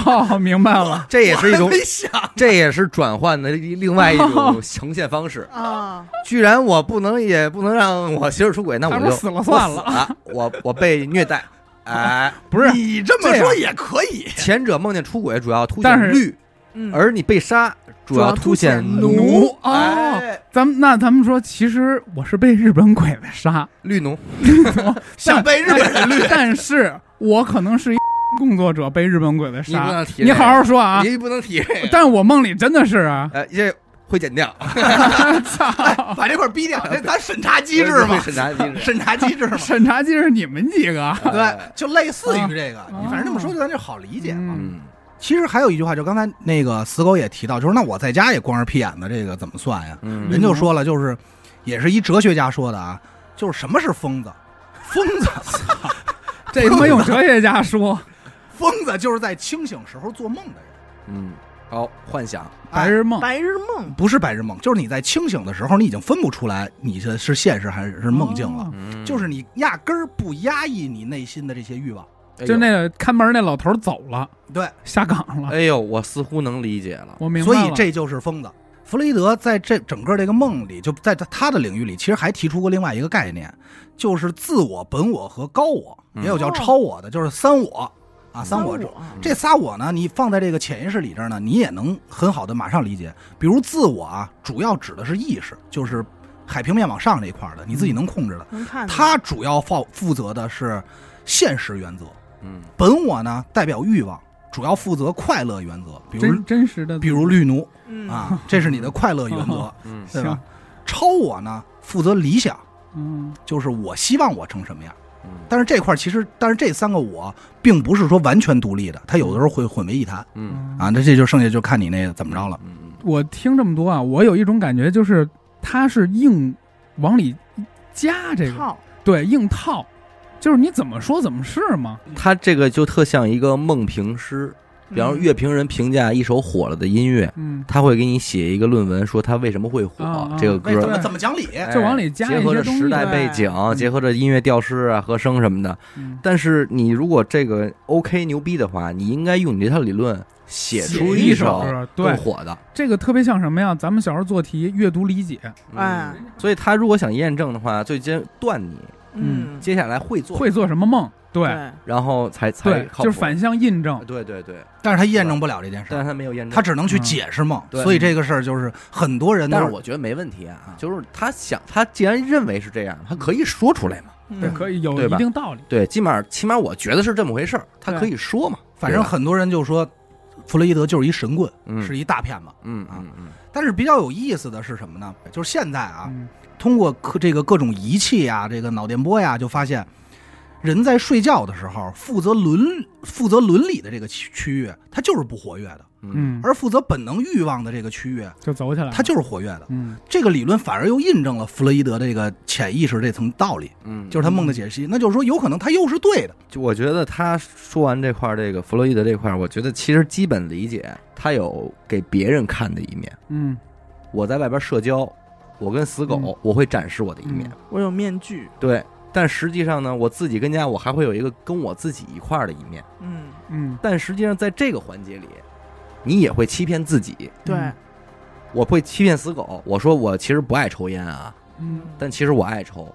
Speaker 2: 哦，明白了，
Speaker 1: 这也是一种
Speaker 4: 我还，没想
Speaker 1: 这也是转换的一另外一
Speaker 2: 哦
Speaker 1: 种呈现方式。
Speaker 3: 啊，
Speaker 1: 居然我不能，也不能让我媳妇儿出轨，那
Speaker 2: 还
Speaker 1: 我
Speaker 2: 不
Speaker 1: 就
Speaker 2: 死了算
Speaker 1: 我
Speaker 2: 了
Speaker 1: 死了，我我被虐待，哎，
Speaker 2: 不是
Speaker 4: 你这么说也可 以，
Speaker 1: 前者梦见出轨主要凸
Speaker 2: 但
Speaker 1: 显
Speaker 2: 是
Speaker 1: 绿，
Speaker 3: 嗯，
Speaker 1: 而你被杀主要凸显
Speaker 3: 主要
Speaker 2: 奴
Speaker 1: 奴，
Speaker 2: 哦
Speaker 1: 哎，
Speaker 2: 咱们那咱们说，其实我是被日本鬼子杀，
Speaker 1: 绿奴，
Speaker 4: 想被日本人绿。
Speaker 2: 但是我可能是一工作者被日本鬼子
Speaker 1: 你不
Speaker 2: 杀，
Speaker 1: 能提这个，
Speaker 2: 你好好说啊，
Speaker 1: 你不能提这个，
Speaker 2: 但我梦里真的是啊，
Speaker 1: 哎，这会剪掉
Speaker 2: 操，
Speaker 4: 把这块儿逼掉，这咱审查机制
Speaker 1: 会，
Speaker 4: 嘛
Speaker 1: 审查机制，
Speaker 4: 审查机制嘛，
Speaker 2: 审查机啊是你们几个，
Speaker 1: 哎
Speaker 4: 对，就类似于这个，你反正这么说就咱就好理解嘛。
Speaker 2: 嗯
Speaker 1: 嗯，
Speaker 4: 其实还有一句话，就刚才那个死狗也提到，就是那我在家也光着屁眼子，这个怎么算呀？
Speaker 1: 嗯
Speaker 4: 人就说了，就是也是一哲学家说的啊，就是什么是疯子？疯子，
Speaker 2: 这他妈用哲学家 说，
Speaker 4: 疯子就是在清醒时候做梦的人，
Speaker 1: 嗯，好，幻想，
Speaker 2: 白
Speaker 4: 哎
Speaker 2: 日梦，
Speaker 3: 白日梦，
Speaker 4: 不是白日梦，就是你在清醒的时候，你已经分不出来你这是现实还是梦境了。
Speaker 2: 哦
Speaker 1: 嗯
Speaker 4: 就是你压根儿不压抑你内心的这些欲望。
Speaker 2: 就那个看门那老头走了，
Speaker 4: 对，
Speaker 2: 下岗
Speaker 1: 哎
Speaker 2: 了
Speaker 1: 呦，，哎呦，我似乎能理解了，
Speaker 2: 我明白
Speaker 4: 所以
Speaker 2: 了。
Speaker 4: 这就是疯子。弗洛伊德在这整个这个梦里，就在他他的领域里，其实还提出过另外一个概念，就是自我、本我和高我，
Speaker 1: 嗯
Speaker 4: 也有叫
Speaker 3: 哦
Speaker 4: 超我的，就是三我啊，
Speaker 1: 嗯
Speaker 4: 三我这。
Speaker 3: 我
Speaker 4: 这仨我呢，你放在这个潜意识里这儿呢，你也能很好的马上理解。比如自我啊，主要指的是意识，就是海平面往上这一块儿的，你自己能控制的。
Speaker 3: 能看见
Speaker 4: 他主要负负责的是现实原则，
Speaker 1: 嗯
Speaker 4: 本我呢代表欲望，主要负责快乐原则，比如
Speaker 2: 真真实的，
Speaker 4: 比如绿奴
Speaker 3: 嗯
Speaker 4: 啊，这是你的快乐原则，
Speaker 1: 嗯
Speaker 2: 行
Speaker 4: 对吧，？超我呢负责理想，
Speaker 2: 嗯，
Speaker 4: 就是我希望我成什么样。
Speaker 1: 嗯
Speaker 4: 但是这块儿其实，但是这三个我并不是说完全独立的，它有的时候会混为一谈
Speaker 1: 嗯
Speaker 4: 啊。那这就剩下就看你那个怎么着了。
Speaker 1: 嗯
Speaker 2: 我听这么多啊，我有一种感觉，就是他是硬往里加这个，
Speaker 3: 套
Speaker 2: 对，硬套，就是你怎么说怎么是嘛。
Speaker 1: 嗯，他这个就特像一个梦评师，
Speaker 3: 嗯
Speaker 1: 比方说乐评人评价一首火了的音乐，
Speaker 2: 嗯，
Speaker 1: 他会给你写一个论文，说他为什么会火、
Speaker 2: 啊啊
Speaker 1: 这个
Speaker 4: 为什么
Speaker 1: 歌。
Speaker 4: 怎么讲理？
Speaker 1: 哎
Speaker 2: 就往里加
Speaker 1: 结
Speaker 2: 一
Speaker 1: 合
Speaker 2: 些
Speaker 1: 着
Speaker 2: 东西
Speaker 1: 时代背
Speaker 3: 呗
Speaker 1: 景，结合着音乐调式啊、和声什么的。
Speaker 2: 嗯
Speaker 1: 但是你如果这个 OK 牛逼的话，你应该用你这套理论写出
Speaker 2: 一
Speaker 1: 首
Speaker 2: 歌，
Speaker 1: 更
Speaker 2: 对，
Speaker 1: 火的。
Speaker 2: 这个特别像什么呀？咱们小时候做题阅读理解，
Speaker 1: 嗯
Speaker 3: 哎，
Speaker 1: 所以他如果想验证的话，最先断你，
Speaker 2: 嗯
Speaker 3: 嗯，
Speaker 1: 接下来会做，
Speaker 2: 会做什么梦？对
Speaker 3: 对，
Speaker 1: 然后才才
Speaker 2: 对，
Speaker 1: 靠
Speaker 2: 就是
Speaker 1: 谱
Speaker 2: 反向印证。
Speaker 1: 对对对，
Speaker 4: 但是他验证不了这件事
Speaker 1: 但
Speaker 4: 儿，
Speaker 1: 是他没有验证，
Speaker 4: 他只能去
Speaker 2: 嗯
Speaker 4: 解释梦。
Speaker 1: 对
Speaker 4: 所以这个事儿就是很多人都
Speaker 1: 但
Speaker 4: 是
Speaker 1: 是我觉得没问题啊，就是他想，他既然认为是这样，他可以说出来嘛。
Speaker 2: 这
Speaker 3: 嗯
Speaker 2: 可以有
Speaker 1: 对
Speaker 2: 一
Speaker 1: 吧
Speaker 2: 定道理。
Speaker 1: 对，起码起码我觉得是这么回事儿，他可以说嘛。
Speaker 4: 反正
Speaker 1: 对吧
Speaker 4: 很多人就说弗洛伊德就是一神棍，
Speaker 1: 嗯
Speaker 4: 是一大骗子。
Speaker 1: 嗯
Speaker 4: 啊
Speaker 1: 嗯嗯
Speaker 4: 但是比较有意思的是什么呢？就是现在啊，
Speaker 2: 嗯
Speaker 4: 通过各这个各种仪器呀、这个脑电波呀，就发现人在睡觉的时候，负责伦负责伦理的这个区区域，它就是不活跃的；
Speaker 2: 嗯，
Speaker 4: 而负责本能欲望的这个区域，
Speaker 2: 就走起来了，
Speaker 4: 它就是活跃的。
Speaker 2: 嗯
Speaker 4: 这个理论反而又印证了弗洛伊德这个潜意识这层道理，
Speaker 1: 嗯，
Speaker 4: 就是他梦的解析。那就是说，有可能他又是对的。
Speaker 1: 就我觉得他说完这块儿，这个弗洛伊德这块儿，我觉得其实基本理解，他有给别人看的一面。
Speaker 2: 嗯
Speaker 1: 我在外边社交，我跟死狗，
Speaker 2: 嗯
Speaker 1: 我会展示我的一面。
Speaker 3: 我有面具，
Speaker 1: 对，但实际上呢，我自己跟家，我还会有一个跟我自己一块儿的一面。
Speaker 3: 嗯，
Speaker 2: 嗯，
Speaker 1: 但实际上，在这个环节里，你也会欺骗自己。
Speaker 3: 对，
Speaker 1: 我会欺骗死狗，我说我其实不爱抽烟啊，
Speaker 2: 嗯，
Speaker 1: 但其实我爱抽。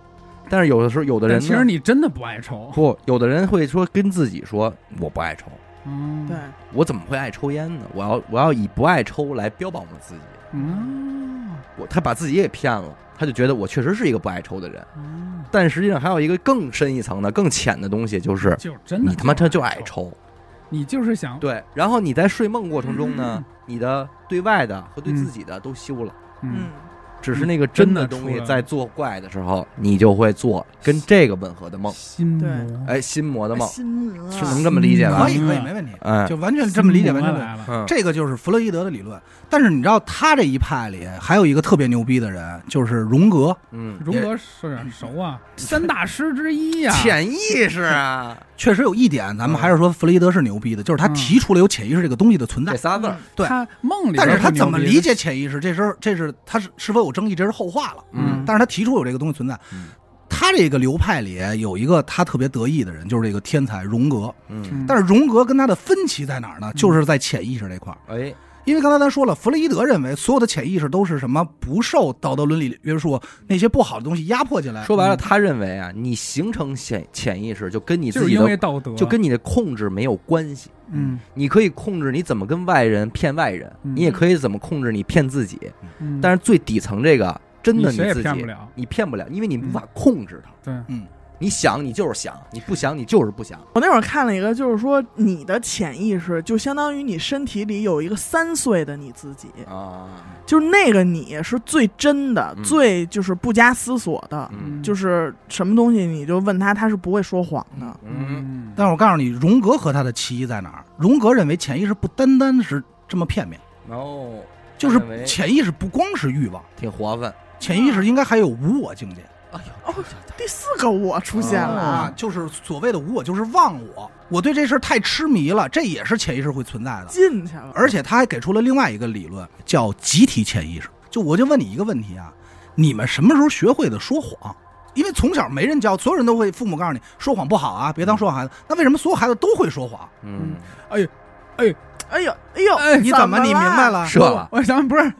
Speaker 1: 但是有的时候，有的
Speaker 2: 但
Speaker 1: 人
Speaker 2: 其
Speaker 1: 呢
Speaker 2: 实你真的不爱抽，
Speaker 1: 不，有的人会说跟自己说我不爱抽，
Speaker 2: 嗯，
Speaker 3: 对，，
Speaker 1: 我怎么会爱抽烟呢？我要我要以不爱抽来标榜我自己。
Speaker 2: 嗯
Speaker 1: 我他把自己也骗了，他就觉得我确实是一个不爱抽的人。
Speaker 2: 哦，
Speaker 1: 但实际上还有一个更深一层的、更浅的东西，就是
Speaker 2: 就真的
Speaker 1: 你他妈这就爱
Speaker 2: 爱，
Speaker 1: 抽。
Speaker 2: 你就是想
Speaker 1: 对，然后你在睡梦过程中呢，你的对外的和对自己的都修了，
Speaker 2: 嗯
Speaker 3: 嗯，
Speaker 1: 只是那个真的
Speaker 2: 真
Speaker 1: 东
Speaker 2: 的出
Speaker 1: 西
Speaker 2: 来了
Speaker 1: 在作怪的时候，你就会做跟这个吻合的梦，
Speaker 2: 心魔，
Speaker 1: 哎，心魔
Speaker 4: 嗯
Speaker 1: 的梦
Speaker 3: 心魔
Speaker 1: 是能这么理解吧
Speaker 4: 可？以，
Speaker 2: 嗯
Speaker 4: 可以，没问题，
Speaker 1: 哎，
Speaker 4: 就完全这么理解，完全对。
Speaker 2: 来了，
Speaker 1: 嗯，
Speaker 4: 这个就是弗洛伊德的理论。但是你知道，他这一派里还有一个特别牛逼的人，就是荣格。
Speaker 1: 嗯，
Speaker 2: 荣格是熟啊，三大师之一呀，
Speaker 1: 潜意识 啊，
Speaker 4: 确实有一点，咱们
Speaker 1: 嗯
Speaker 4: 还是说弗洛伊德是牛逼的，就是他
Speaker 2: 嗯
Speaker 4: 提出了有潜意识这个东西的存在
Speaker 1: 这。仨字儿，
Speaker 4: 对
Speaker 2: 他梦里边
Speaker 4: 但是他
Speaker 2: 牛
Speaker 4: 怎么
Speaker 2: 逼
Speaker 4: 理解潜意识，这是这是他是是否有争议，这是后话了。
Speaker 2: 嗯
Speaker 4: 但是他提出有这个东西存在
Speaker 1: 嗯。
Speaker 4: 他这个流派里有一个他特别得意的人，就是这个天才荣格。
Speaker 1: 嗯，
Speaker 4: 但
Speaker 2: 是
Speaker 4: 是荣格跟他的分歧在哪儿呢？就是在潜意识这块儿。
Speaker 1: 哎，
Speaker 4: 因为刚才咱说了，弗洛伊德认为所有的潜意识都是什么不受道德伦理约束，那些不好的东西压迫进来。
Speaker 1: 说
Speaker 2: 嗯
Speaker 1: 白了，他认为啊，你形成潜潜意识就跟你
Speaker 2: 就
Speaker 1: 自
Speaker 2: 是
Speaker 1: 己
Speaker 2: 因为
Speaker 1: 的
Speaker 2: 道德，
Speaker 1: 就跟你的控制没有关系。
Speaker 2: 嗯
Speaker 1: 你可以控制你怎么跟外人骗外人，
Speaker 2: 嗯
Speaker 1: 你也可以怎么控制你骗自己。
Speaker 2: 嗯，
Speaker 1: 但是最底层这个，真的
Speaker 2: 你谁也
Speaker 1: 自
Speaker 2: 骗不
Speaker 1: 己，
Speaker 2: 了，嗯
Speaker 1: 你骗不了，因为你无法控制它。
Speaker 2: 对，
Speaker 1: 你想，你就是想；你不想，你就是不想。
Speaker 3: 我那会儿看了一个，就是说你的潜意识就相当于你身体里有一个三岁的你自己，
Speaker 1: 啊，
Speaker 3: 就是那个你是最真的，
Speaker 1: 嗯
Speaker 3: 最就是不加思索的，
Speaker 1: 嗯
Speaker 3: 就是什么东西你就问他，他是不会说谎的。
Speaker 1: 嗯，
Speaker 4: 但是我告诉你，荣格和他的歧义在哪儿？荣格认为潜意识不单单是这么片面，
Speaker 1: 然后
Speaker 4: 就
Speaker 1: 他认
Speaker 4: 是
Speaker 1: 为
Speaker 4: 潜意识不光是欲望，
Speaker 1: 挺活泛。
Speaker 4: 潜意识应该还有无我境界
Speaker 1: 哎
Speaker 3: 哦第四个我出现了
Speaker 4: 啊
Speaker 3: 啊，，
Speaker 4: 就是所谓的无我，就是忘我。我对这事儿太痴迷了，这也是潜意识会存在的。
Speaker 3: 进去了，
Speaker 4: 哦而且他还给出了另外一个理论，叫集体潜意识。就我就问你一个问题啊，你们什么时候学会的说谎？因为从小没人教，所有人都会，父母告诉你说谎不好啊，别当说谎孩子。那为什么所有孩子都会说谎？
Speaker 1: 嗯，
Speaker 3: 哎呦哎呦，
Speaker 2: 哎
Speaker 4: 你
Speaker 3: 怎
Speaker 4: 怎么
Speaker 3: 么
Speaker 4: 你明
Speaker 3: 了
Speaker 4: 白了？
Speaker 1: 射了，
Speaker 2: 我想不是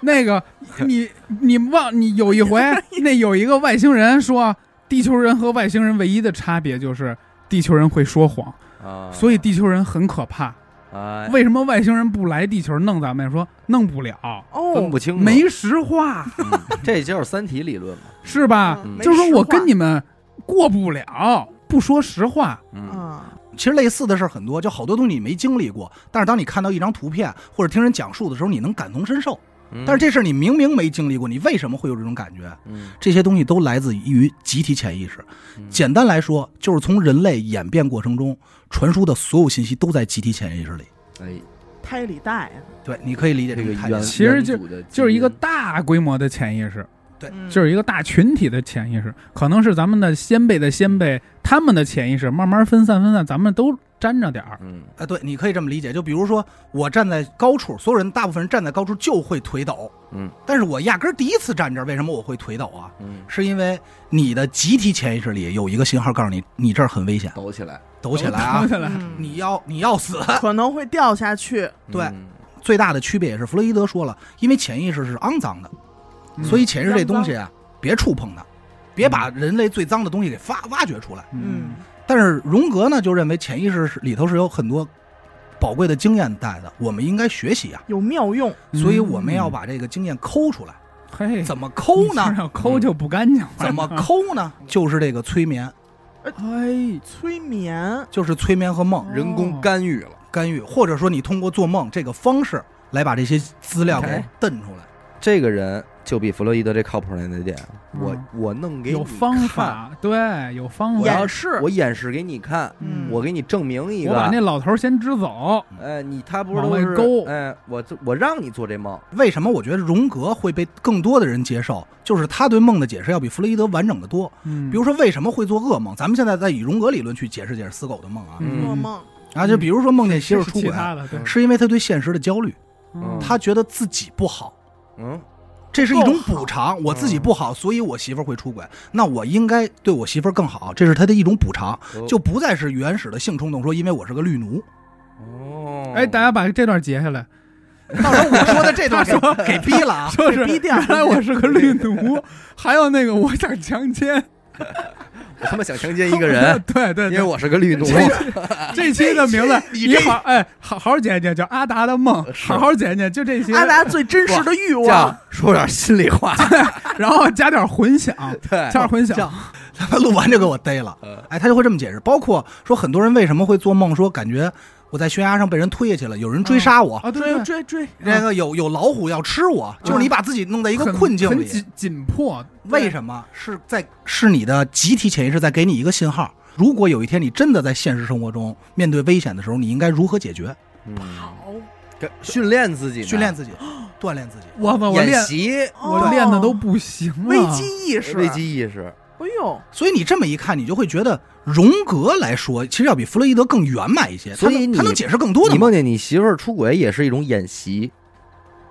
Speaker 2: 那个，你你忘你有一回， 那有一个外星人说，地球人和外星人唯一的差别就是地球人会说谎，
Speaker 1: 啊，
Speaker 2: 所以地球人很可怕。
Speaker 1: 哎
Speaker 2: 为什么外星人不来地球弄咱们？说弄不了，
Speaker 1: 分
Speaker 3: 哦，
Speaker 1: 不清楚，
Speaker 2: 没实话
Speaker 1: 嗯，这就是三体理论嘛。
Speaker 2: 是吧？
Speaker 1: 嗯
Speaker 2: 啊就是说我跟
Speaker 3: 你
Speaker 2: 你们过不了，不说实话。
Speaker 1: 嗯
Speaker 3: 啊，
Speaker 4: 其实类似的事儿很多，就好多东西你没经历过，但是当你看到一张图片或者听人讲述的时候，你能感同身受。
Speaker 1: 嗯，
Speaker 4: 但是这事儿你明明没经历过，你为什么会有这种感觉？
Speaker 1: 嗯，
Speaker 4: 这些东西都来自于集体潜意识。
Speaker 1: 嗯
Speaker 4: 简单来说，就是从人类演变过程中传输的所有信息都在集体潜意识里。
Speaker 1: 哎，
Speaker 3: 胎里带，啊
Speaker 4: 对，你可以理解
Speaker 1: 这
Speaker 4: 这
Speaker 1: 个
Speaker 4: 个概
Speaker 1: 原
Speaker 4: 念。
Speaker 2: 其实
Speaker 1: 原祖的基
Speaker 2: 就是一个
Speaker 1: 因
Speaker 2: 大规模的潜意识，
Speaker 3: 嗯
Speaker 2: 就是一个大群体的潜意识，可能是咱们的先辈的先辈，他们的潜意识慢慢分散分散，咱们都沾着点儿。
Speaker 1: 嗯
Speaker 4: 啊，对，你可以这么理解。就比如说，我站在高处，所有人大部分人站在高处就会腿抖，
Speaker 1: 嗯，
Speaker 4: 但是我压根儿第一次站这儿，为什么我会腿抖啊？
Speaker 1: 嗯，
Speaker 4: 是因为你的集体潜意识里有一个信号告诉你，你这儿很危险，
Speaker 1: 抖起来，
Speaker 4: 抖起来啊
Speaker 2: 抖！起来，
Speaker 3: 嗯
Speaker 4: 你要你要死。
Speaker 3: 可能会掉下去，
Speaker 4: 对
Speaker 1: 嗯，
Speaker 4: 最大的区别也是弗洛伊德说了，因为潜意识是肮脏的，
Speaker 2: 嗯
Speaker 4: 所以潜意识这东西啊，别触碰它，别把人类最脏的东西给发挖掘出来。
Speaker 2: 嗯，
Speaker 4: 但是荣格呢，就认为潜意识是里头是有很多宝贵的经验带的，我们应该学习啊，
Speaker 3: 有妙用，
Speaker 2: 嗯
Speaker 4: 所以我们要把这个经验抠出来。
Speaker 2: 嘿
Speaker 4: 怎么抠 呢？？
Speaker 2: 抠就不干净了。
Speaker 4: 怎么？抠呢？就是这个催眠，
Speaker 2: 哎，
Speaker 3: 催眠，
Speaker 4: 就是催眠和
Speaker 2: 哦
Speaker 4: 梦
Speaker 1: 人工干预了，
Speaker 4: 干预，或者说你通过做梦这个方式来把这些资料给
Speaker 1: 哎
Speaker 4: 瞪出来。
Speaker 1: 这个人就比弗洛伊德这靠谱那点，我
Speaker 2: 嗯
Speaker 1: 我弄给你
Speaker 2: 有方
Speaker 1: 看，
Speaker 2: 法，对，有方
Speaker 1: 我要
Speaker 2: 法。
Speaker 3: 演示，
Speaker 1: 我演示给你看，
Speaker 3: 嗯
Speaker 1: 我给你证明一
Speaker 2: 我把
Speaker 1: 个
Speaker 2: 那。老头儿先支走，
Speaker 1: 哎，你他不是
Speaker 2: 往
Speaker 1: 都
Speaker 2: 外
Speaker 1: 是
Speaker 2: 勾
Speaker 1: 哎，我做我让你做这梦，
Speaker 4: 为什么我觉得荣格会被更多的人接受？就是他对梦的解释要比弗洛伊德完整的多。
Speaker 2: 嗯，
Speaker 4: 比如说，为什么会做噩梦？咱们现在在以荣格理论去解释解释死狗的梦啊。
Speaker 2: 嗯
Speaker 3: 做梦，
Speaker 4: 啊，就比如说梦见媳妇
Speaker 2: 是
Speaker 4: 儿出
Speaker 2: 其
Speaker 4: 轨，啊
Speaker 2: 他的，对，
Speaker 4: 是因为他对现实的焦虑，
Speaker 1: 嗯
Speaker 4: 他觉得自己不好，
Speaker 1: 嗯，
Speaker 4: 这是一种
Speaker 3: 够
Speaker 4: 补
Speaker 3: 好
Speaker 4: 偿。我自己不好，所以我媳妇儿会出轨，那我应该对我媳妇儿更好，这是他的一种补偿，
Speaker 1: 哦
Speaker 4: 就不再是原始的性冲动，说因为我是个绿奴。
Speaker 1: 哦，
Speaker 2: 哎，大家把这段截下来，
Speaker 4: 到时候我说的这 段给给逼了啊！
Speaker 2: 就是
Speaker 3: 逼掉
Speaker 2: 原来我是个绿奴，还有那个我想强奸
Speaker 1: 我他妈想强奸一个人，
Speaker 2: 对对
Speaker 1: 因
Speaker 2: 对
Speaker 1: 为，我是个绿奴，
Speaker 2: 这期的名字，
Speaker 4: 你
Speaker 2: 你
Speaker 4: 这
Speaker 2: 好，哎，好好剪剪，叫《阿达的梦》，
Speaker 1: 呃是
Speaker 2: 好好剪剪，就这些，
Speaker 3: 阿达最真实的欲望
Speaker 1: 叫，说点心里话，
Speaker 2: 然后加点混响，
Speaker 1: 对
Speaker 2: 加，点混响，
Speaker 4: 他们录完就给我逮了
Speaker 1: 嗯，
Speaker 4: 哎，他就会这么解释。包括说很多人为什么会做梦，说感觉我在悬崖上被人推下去了，有人追杀我，
Speaker 2: 啊，对
Speaker 3: 追
Speaker 2: 对，
Speaker 3: 追追，
Speaker 4: 那个有有老虎要吃我，就是你把自己弄在一个
Speaker 2: 很
Speaker 4: 困境
Speaker 2: 很
Speaker 4: 里。
Speaker 2: 紧紧迫，
Speaker 4: 为什么是在是你的集体潜意识在给你一个信号？如果有一天你真的在现实生活中面对危险的时候，你应该如何解决？
Speaker 1: 嗯
Speaker 3: 好，
Speaker 1: 跟训练自己呢，
Speaker 4: 训 练自己，锻炼自己。
Speaker 2: 我操，我
Speaker 1: 演
Speaker 2: 练
Speaker 1: 习，
Speaker 2: 我练的都不行了，
Speaker 3: 危机意识，
Speaker 1: 危，机意识，
Speaker 3: 哎呦，
Speaker 4: 所以你这么一看，你就会觉得荣格来说，其实要比弗洛伊德更圆满一些，
Speaker 1: 所以
Speaker 4: 他能
Speaker 1: 你
Speaker 4: 他能解释更多的
Speaker 1: 你
Speaker 4: 梦。
Speaker 1: 梦见你媳妇儿出轨也是一种演习，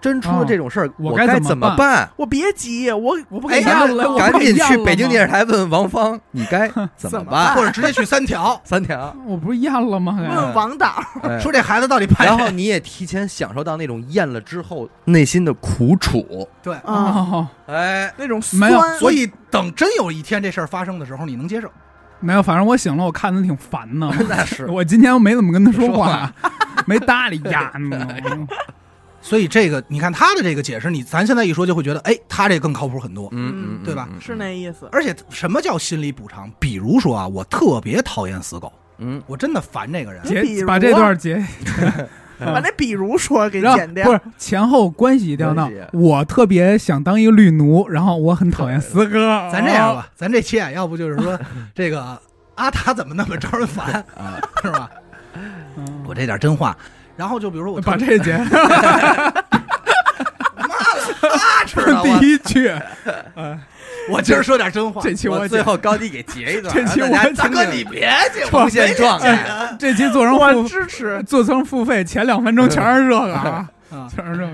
Speaker 1: 真出了这种事儿，
Speaker 2: 啊我
Speaker 1: 我
Speaker 2: 该
Speaker 1: 该
Speaker 2: 怎
Speaker 1: 怎
Speaker 2: 么
Speaker 1: 么办？
Speaker 3: 我别急，我
Speaker 2: 我不
Speaker 4: 哎
Speaker 2: 给
Speaker 4: 呀
Speaker 2: 压了，我
Speaker 1: 赶
Speaker 2: 不给
Speaker 1: 紧
Speaker 2: 压
Speaker 1: 去
Speaker 2: 了
Speaker 1: 北京
Speaker 2: 吗
Speaker 1: 电视台问问王芳，你 该怎
Speaker 3: 怎么
Speaker 1: 么
Speaker 3: 办
Speaker 1: 办？，
Speaker 4: 或者直接去三条
Speaker 1: 三条，
Speaker 2: 我不是压了吗？
Speaker 1: 嗯
Speaker 2: 哎
Speaker 3: 问王导，
Speaker 1: 哎
Speaker 4: 说这孩子到底怕
Speaker 1: 然后你也提前享受到那种咽了之后内心的苦楚，
Speaker 4: 对，
Speaker 3: 啊，
Speaker 2: 哦，
Speaker 1: 哎，
Speaker 3: 那种
Speaker 2: 没有
Speaker 3: 酸，
Speaker 4: 所以等真有一天这事儿发生的时候，你能接受。
Speaker 2: 没有，反正我醒了，我看他挺烦呢，
Speaker 1: 那是
Speaker 2: 我今天没怎么跟他说
Speaker 1: 说
Speaker 2: 话，没搭理呀，嗯
Speaker 4: 所以这个，你看他的这个解释，你咱现在一说就会觉得，哎，他这更靠谱很多。
Speaker 1: 嗯嗯，
Speaker 4: 对吧
Speaker 1: 嗯
Speaker 3: 是，那意思，
Speaker 4: 而且什么叫心理补偿？比如说啊，我特别讨厌死狗，
Speaker 1: 嗯，
Speaker 4: 我真的烦这个人。
Speaker 3: 比
Speaker 2: 截
Speaker 3: 如啊
Speaker 2: 把这段截，
Speaker 3: 把那比如说给
Speaker 2: 然后
Speaker 3: 剪掉
Speaker 2: 不，是前后关系一定要闹
Speaker 1: 关系。
Speaker 2: 我特别想当一个绿奴，然后我很讨厌四哥。
Speaker 4: 咱这样，吧，咱这期啊，要不就是说这个阿达怎么那么招人烦，啊是吧？
Speaker 2: 嗯
Speaker 4: 我这点真话。然后就比如说我
Speaker 2: 哦把这截
Speaker 4: 他吃 了，
Speaker 2: 第
Speaker 4: 我
Speaker 2: 一句，
Speaker 4: 我今儿说点真话。
Speaker 2: 这期
Speaker 1: 我
Speaker 2: 我
Speaker 1: 最
Speaker 2: 剪
Speaker 1: 后高低给截一段，
Speaker 2: 这期
Speaker 1: 让大
Speaker 2: 我
Speaker 1: 家大哥
Speaker 2: 听听
Speaker 1: 你别这无限状
Speaker 2: 哎
Speaker 1: 态， 啊
Speaker 2: 这期做成
Speaker 3: 我
Speaker 2: 付
Speaker 3: 支持，
Speaker 2: 做成付费前两分钟全是这个啊，
Speaker 4: 啊
Speaker 2: 全是这个。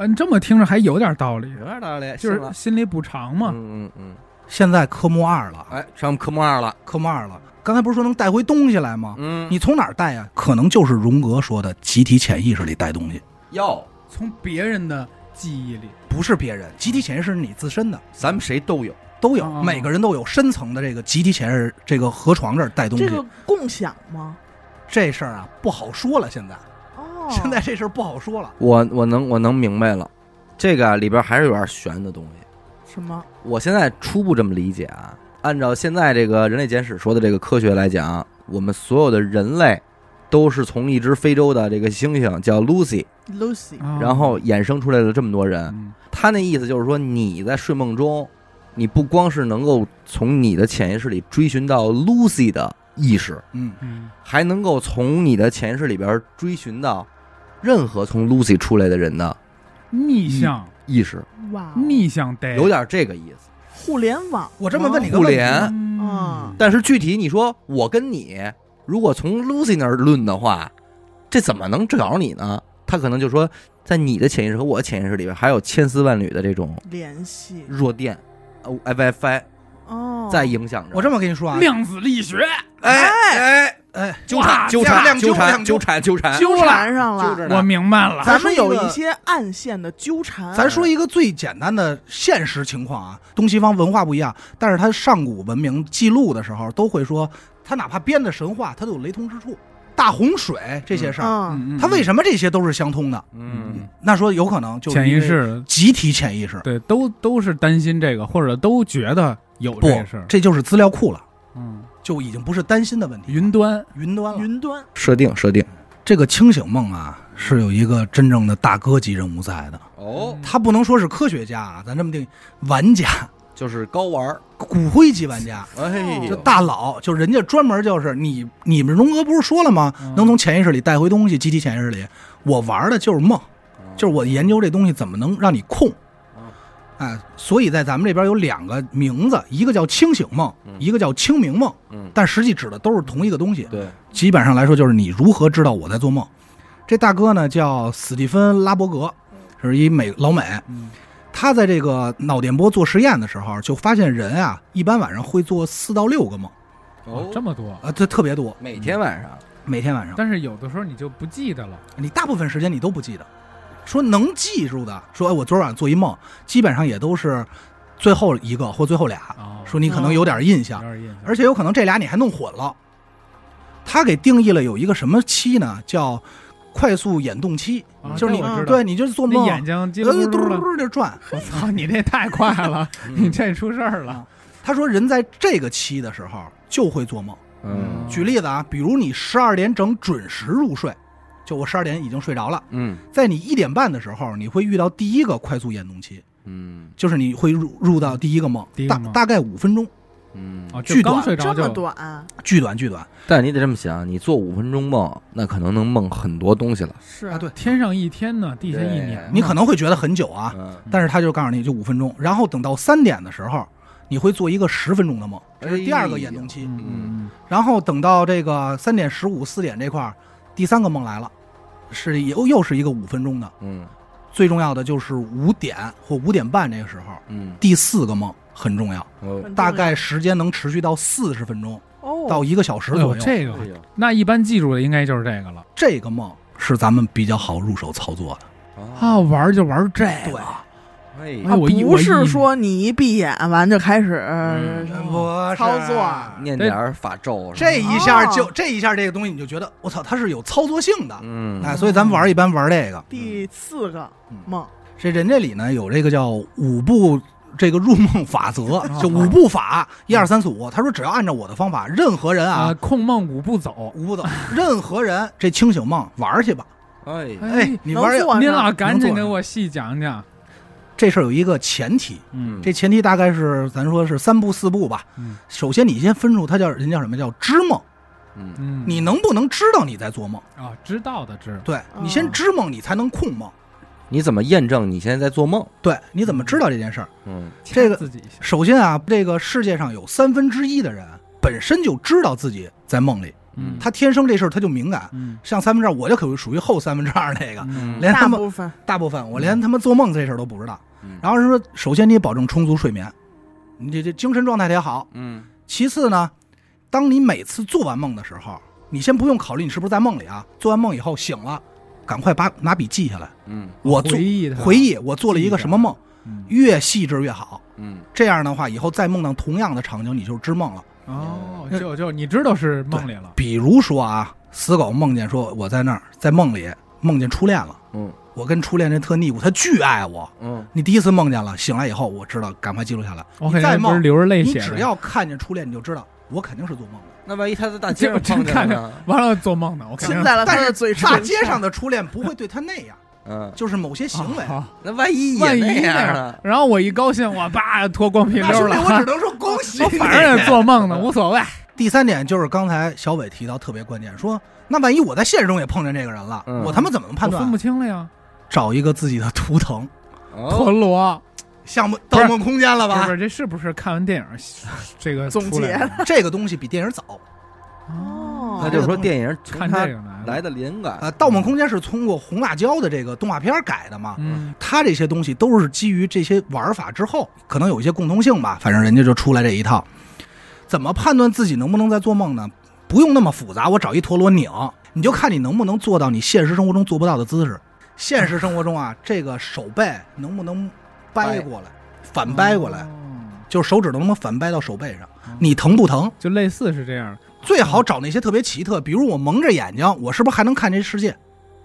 Speaker 2: 嗯，这么听着还有点道理，啊
Speaker 1: 有点道理，
Speaker 2: 就是是
Speaker 1: 吧
Speaker 2: 心理补偿嘛。
Speaker 1: 哎嗯嗯嗯，
Speaker 4: 现在科目二了，
Speaker 1: 哎，上科目二了，
Speaker 4: 科目二了。刚才不是说能带回东西来吗？
Speaker 1: 嗯，
Speaker 4: 你从哪儿带呀、可能就是荣格说的集体潜意识里带东西，
Speaker 1: 哟，
Speaker 2: 从别人的记忆里，
Speaker 4: 不是别人，集体潜意识是你自身的，
Speaker 1: 咱们谁都有，
Speaker 4: 都有，
Speaker 2: 哦
Speaker 4: 每个人都有深层的这个集体潜意识，这个河床这儿带东西。
Speaker 3: 这个共享吗？
Speaker 4: 这事儿啊不好说了，现在、
Speaker 3: 哦，
Speaker 4: 现在这事儿不好说了。
Speaker 1: 我我能我能明白了，这个啊里边还是有点玄的东西。
Speaker 3: 什么？
Speaker 1: 我现在初步这么理解啊，按照现在这个人类简史说的这个科学来讲，我们所有的人类都是从一只非洲的这个猩猩叫 Lucy，
Speaker 3: Lucy，
Speaker 1: 然后衍生出来了这么多人。
Speaker 2: 哦嗯
Speaker 1: 他那意思就是说，你在睡梦中，你不光是能够从你的潜意识里追寻到 Lucy 的意识，
Speaker 4: 嗯，
Speaker 2: 嗯，
Speaker 1: 还能够从你的潜意识里边追寻到任何从 Lucy 出来的人的
Speaker 2: 逆向
Speaker 1: 意识，
Speaker 3: 哇，哦
Speaker 2: 逆向逮
Speaker 1: 有点这个意思。
Speaker 3: 互联网，
Speaker 4: 我这么问你个
Speaker 1: 互
Speaker 4: 问题
Speaker 1: 联
Speaker 4: 啊，
Speaker 2: 嗯
Speaker 3: 啊，
Speaker 1: 但是具体你说我跟你，如果从 Lucy 那儿论的话，这怎么能找你呢？他可能就说，在你的潜意识和我的潜意识里边，还有千丝万缕的这种
Speaker 3: 联系
Speaker 1: 弱电，呃，WiFi
Speaker 3: 哦，
Speaker 1: 在影响着。
Speaker 4: 我这么跟你说啊，
Speaker 2: 量子力学
Speaker 1: 哎哎
Speaker 4: 哎，
Speaker 1: 纠缠纠
Speaker 4: 加
Speaker 1: 缠
Speaker 4: 量
Speaker 1: 纠缠
Speaker 4: 量
Speaker 1: 纠缠纠缠，
Speaker 2: 揪了，
Speaker 3: 缠上
Speaker 1: 纠
Speaker 3: 了。
Speaker 1: 着
Speaker 2: 我
Speaker 1: 呢。
Speaker 2: 明白了。
Speaker 3: 咱们有
Speaker 4: 咱说一
Speaker 3: 一
Speaker 4: 个
Speaker 3: 些暗线的纠缠，
Speaker 4: 咱说一个最简单的现实情况啊，东西方文化不一样，但是它上古文明记录的时候都会说，它哪怕编的神话，它都有雷同之处。大洪水这些事儿，
Speaker 2: 嗯
Speaker 3: 嗯，
Speaker 4: 它为什么这些都是相通的？
Speaker 1: 嗯，
Speaker 4: 那说有可能就是
Speaker 2: 潜意
Speaker 4: 因为
Speaker 2: 识
Speaker 4: 集体潜意识，
Speaker 2: 对都都是担心这个，或者都觉得有
Speaker 4: 不
Speaker 2: 这事儿，。
Speaker 4: 这就是资料库了，
Speaker 2: 嗯，
Speaker 4: 就已经不是担心的问题，
Speaker 2: 云端
Speaker 4: 云端了。
Speaker 3: 云端
Speaker 1: 设定设定，
Speaker 4: 这个清醒梦啊，是有一个真正的大哥级人物在的。
Speaker 1: 哦，
Speaker 4: 他不能说是科学家啊，咱这么定义，玩家，
Speaker 1: 就是高玩儿，
Speaker 4: 骨灰级玩家，
Speaker 1: 哎呦，
Speaker 4: 就大佬，就人家专门就是你，你们荣哥不是说了吗？能从潜意识里带回东西，集体潜意识里，我玩的就是梦，就是我研究这东西怎么能让你控
Speaker 1: 哦。
Speaker 4: 哎，所以在咱们这边有两个名字，一个叫清醒梦
Speaker 1: 嗯，
Speaker 4: 一个叫清明梦，
Speaker 1: 嗯，
Speaker 4: 但实际指的都是同一个东西。
Speaker 1: 对，
Speaker 4: 基本上来说就是你如何知道我在做梦。这大哥呢叫史蒂芬拉伯格，是一美老美。
Speaker 2: 嗯
Speaker 4: 他在这个脑电波做实验的时候，就发现人啊，一般晚上会做四到六个梦，
Speaker 2: 哦，这么多，
Speaker 4: 啊，这特别多，
Speaker 1: 每天晚上，
Speaker 4: 每天晚上。
Speaker 2: 但是有的时候你就不记得了，
Speaker 4: 你大部分时间你都不记得，说能记住的，说哎我昨儿晚上做一梦，基本上也都是最后一个或最后俩，
Speaker 2: 啊，
Speaker 4: 说你可能有点印象
Speaker 2: 有，点印象，
Speaker 4: 而且有可能这俩你还弄混了。他给定义了有一个什么期呢？叫快速眼动期，
Speaker 2: 啊
Speaker 4: 就是你
Speaker 2: 这我知道
Speaker 4: 对你就是做
Speaker 2: 那
Speaker 4: 梦，
Speaker 2: 眼睛叽
Speaker 4: 呃
Speaker 2: 里咕噜
Speaker 4: 嘟嘟
Speaker 2: 了
Speaker 4: 嘟就转。
Speaker 2: 我操，你这太快了，你
Speaker 1: 嗯
Speaker 2: 这出事儿了。
Speaker 4: 他说人在这个期的时候就会做梦。
Speaker 1: 嗯
Speaker 4: 举例子啊，比如你十二点整准时入睡，就我十二点已经睡着了，
Speaker 1: 嗯
Speaker 4: 在你一点半的时候，你会遇到第一个快速眼动期，
Speaker 1: 嗯
Speaker 4: 就是你会入入到第一个梦，
Speaker 2: 第一个
Speaker 4: 大
Speaker 2: 梦
Speaker 4: 大概五分钟，
Speaker 1: 嗯
Speaker 2: 啊，就
Speaker 4: 巨
Speaker 2: 刚
Speaker 4: 短
Speaker 2: 睡着
Speaker 3: 这么
Speaker 2: 就
Speaker 3: 短，
Speaker 4: 巨短巨短
Speaker 1: 但你得这么想，你做五分钟梦，那可能能梦很多东西了。
Speaker 3: 是
Speaker 4: 啊，对，
Speaker 2: 天上一天呢，地下一年呢，
Speaker 4: 你可能会觉得很久啊，
Speaker 1: 嗯，
Speaker 4: 但是他就告诉你就五分钟，然后等到三点的时候，你会做一个十分钟的梦，这是第二个眼动期，
Speaker 2: 嗯，
Speaker 4: 然后等到这个三点十五、四点这块儿，第三个梦来了，是又又是一个五分钟的，
Speaker 1: 嗯
Speaker 4: 最重要的就是五点或五点半这个时候，
Speaker 1: 嗯，
Speaker 4: 第四个梦很重要，
Speaker 1: 哦
Speaker 3: 很
Speaker 4: 大
Speaker 3: 重
Speaker 4: 概时间能持续到四十分钟
Speaker 3: 哦，
Speaker 4: 到一个小时
Speaker 2: 哎呦
Speaker 4: 左右，
Speaker 2: 这个那一般记住的应该就是这个了
Speaker 4: 这个梦是咱们比较好入手操作的。
Speaker 2: 啊，，玩就玩这
Speaker 4: 对
Speaker 2: 个，，
Speaker 1: 哦哎
Speaker 2: 啊我一
Speaker 3: 不
Speaker 2: 我一，
Speaker 3: 是说你一闭眼完就开始，
Speaker 1: 嗯
Speaker 4: 不
Speaker 3: 操作
Speaker 1: 念点儿法咒是吧，
Speaker 4: 这一下就这一下这个东西，你就觉得我操，它是有操作性的。
Speaker 1: 嗯
Speaker 4: 哎，所以咱们玩一般玩这个。
Speaker 3: 第四个梦，
Speaker 4: 这人这里呢有这个叫五步这个入梦法则就五步法，一二三四五。他说只要按照我的方法，任何人
Speaker 2: 啊，
Speaker 4: 啊，
Speaker 2: 控梦五步走，
Speaker 4: 五步走，任何人这清醒梦玩去吧。
Speaker 1: 哎，
Speaker 2: 哎
Speaker 4: 哎，，你
Speaker 3: 能
Speaker 4: 玩去
Speaker 3: 做上
Speaker 2: 您老赶紧
Speaker 4: 能做
Speaker 2: 给我细讲讲，
Speaker 4: 这事儿有一个前提，
Speaker 2: 嗯
Speaker 4: 这前提大概是咱说是三步四步吧。
Speaker 2: 嗯
Speaker 4: 首先你先分出它叫人叫什么叫知梦，
Speaker 1: 嗯
Speaker 2: 嗯，
Speaker 4: 你能不能知道你在做梦？
Speaker 2: 啊，知道的知，
Speaker 4: 对
Speaker 3: 哦
Speaker 4: 你先知梦，你才能控梦。
Speaker 1: 你怎么验证你现在在做梦？
Speaker 4: 对，你怎么知道这件事儿？
Speaker 1: 嗯
Speaker 4: 这个
Speaker 2: 掐自己一下，
Speaker 4: 首先啊，这个世界上有三分之一的人本身就知道自己在梦里，
Speaker 2: 嗯
Speaker 4: 他天生这事儿他就敏感。
Speaker 2: 嗯，
Speaker 4: 像三分之二，我就可属于后三分之二那个，
Speaker 2: 嗯
Speaker 4: 连
Speaker 3: 大
Speaker 4: 他们
Speaker 3: 部分
Speaker 4: 大部分我连他们做梦这事儿都不知道。
Speaker 1: 嗯
Speaker 4: 然后是说，首先你得保证充足睡眠，你这这精神状态得好。
Speaker 1: 嗯
Speaker 4: 其次呢，当你每次做完梦的时候，你先不用考虑你是不是在梦里啊，做完梦以后醒了，赶快把拿笔记下来，
Speaker 1: 嗯
Speaker 4: 我做
Speaker 2: 回忆它
Speaker 4: 回，忆我做了一个什么梦，
Speaker 2: 嗯
Speaker 4: 越细致越好。
Speaker 1: 嗯
Speaker 4: 这样的话，以后再梦到同样的场景，你就是知梦了。
Speaker 2: 哦，
Speaker 4: 那
Speaker 2: 就就你知道是梦里了，
Speaker 4: 比如说啊，死狗梦见说我在那儿，在梦里梦见初恋了，
Speaker 1: 嗯
Speaker 4: 我跟初恋这特腻咕，他巨爱我。
Speaker 1: 嗯
Speaker 4: 你第一次梦见了，醒来以后，我知道，赶快记录下来。
Speaker 2: 我
Speaker 4: 你
Speaker 2: 肯
Speaker 4: 再
Speaker 2: 定不是
Speaker 4: 梦，
Speaker 2: 流着泪
Speaker 4: 你
Speaker 2: 写的，
Speaker 4: 只要看见初恋，你就知道我肯定是做 梦了。
Speaker 1: 那万一他在大街
Speaker 2: 就
Speaker 1: 上碰
Speaker 2: 真
Speaker 1: 见了
Speaker 2: 看
Speaker 1: 呢
Speaker 2: 着？完了做梦呢，我肯定
Speaker 3: 亲在了他
Speaker 4: 但
Speaker 3: 的
Speaker 4: 是
Speaker 3: 嘴唇
Speaker 4: 大街上的初恋不会对他那 样，
Speaker 1: 嗯，
Speaker 4: 就是某些行为。
Speaker 2: 啊
Speaker 1: 那万一也
Speaker 2: 万一
Speaker 1: 那
Speaker 2: 那
Speaker 1: 样啊
Speaker 2: 样
Speaker 1: 呢？，
Speaker 2: 然后我一高兴，我叭脱光屁
Speaker 4: 那
Speaker 2: 溜
Speaker 4: 兄弟，我只
Speaker 2: 了，
Speaker 4: 能说嗯恭喜
Speaker 2: 我
Speaker 4: 你。
Speaker 2: 反正也做梦呢，无所谓。
Speaker 4: 第三点就是刚才小伟提到特别关键，说那万一我在现实中也碰见这个人了，
Speaker 1: 嗯
Speaker 4: 我他妈怎么能判
Speaker 2: 我分不
Speaker 4: 断？啊
Speaker 2: 清了呀。
Speaker 4: 找一个自己的图腾，
Speaker 1: 哦，
Speaker 2: 陀螺，
Speaker 4: 像《盗梦空间》了
Speaker 2: 不是
Speaker 4: 吧
Speaker 2: 不？是，这是不是看完电影这个
Speaker 3: 总
Speaker 2: 出来的？
Speaker 4: 这个东西比电影早。
Speaker 2: 哦，
Speaker 1: 那就是说电影从
Speaker 2: 看
Speaker 1: 他
Speaker 2: 这个来
Speaker 1: 来的灵感
Speaker 4: 呃，《盗梦空间》是通过红辣椒的这个动画片改的嘛？
Speaker 2: 嗯，
Speaker 4: 它这些东西都是基于这些玩法之后，可能有一些共通性吧。反正人家就出来这一套。怎么判断自己能不能在做梦呢？不用那么复杂，我找一陀螺拧，你就看你能不能做到你现实生活中做不到的姿势。现实生活中啊，这个手背能不能掰过来，反掰过来，
Speaker 2: 哦，
Speaker 4: 就手指头能不能反掰到手背上
Speaker 2: 嗯？
Speaker 4: 你疼不疼？
Speaker 2: 就类似是这样。
Speaker 4: 最好找那些特别奇特，比如我蒙着眼睛，我是不是还能看这世界？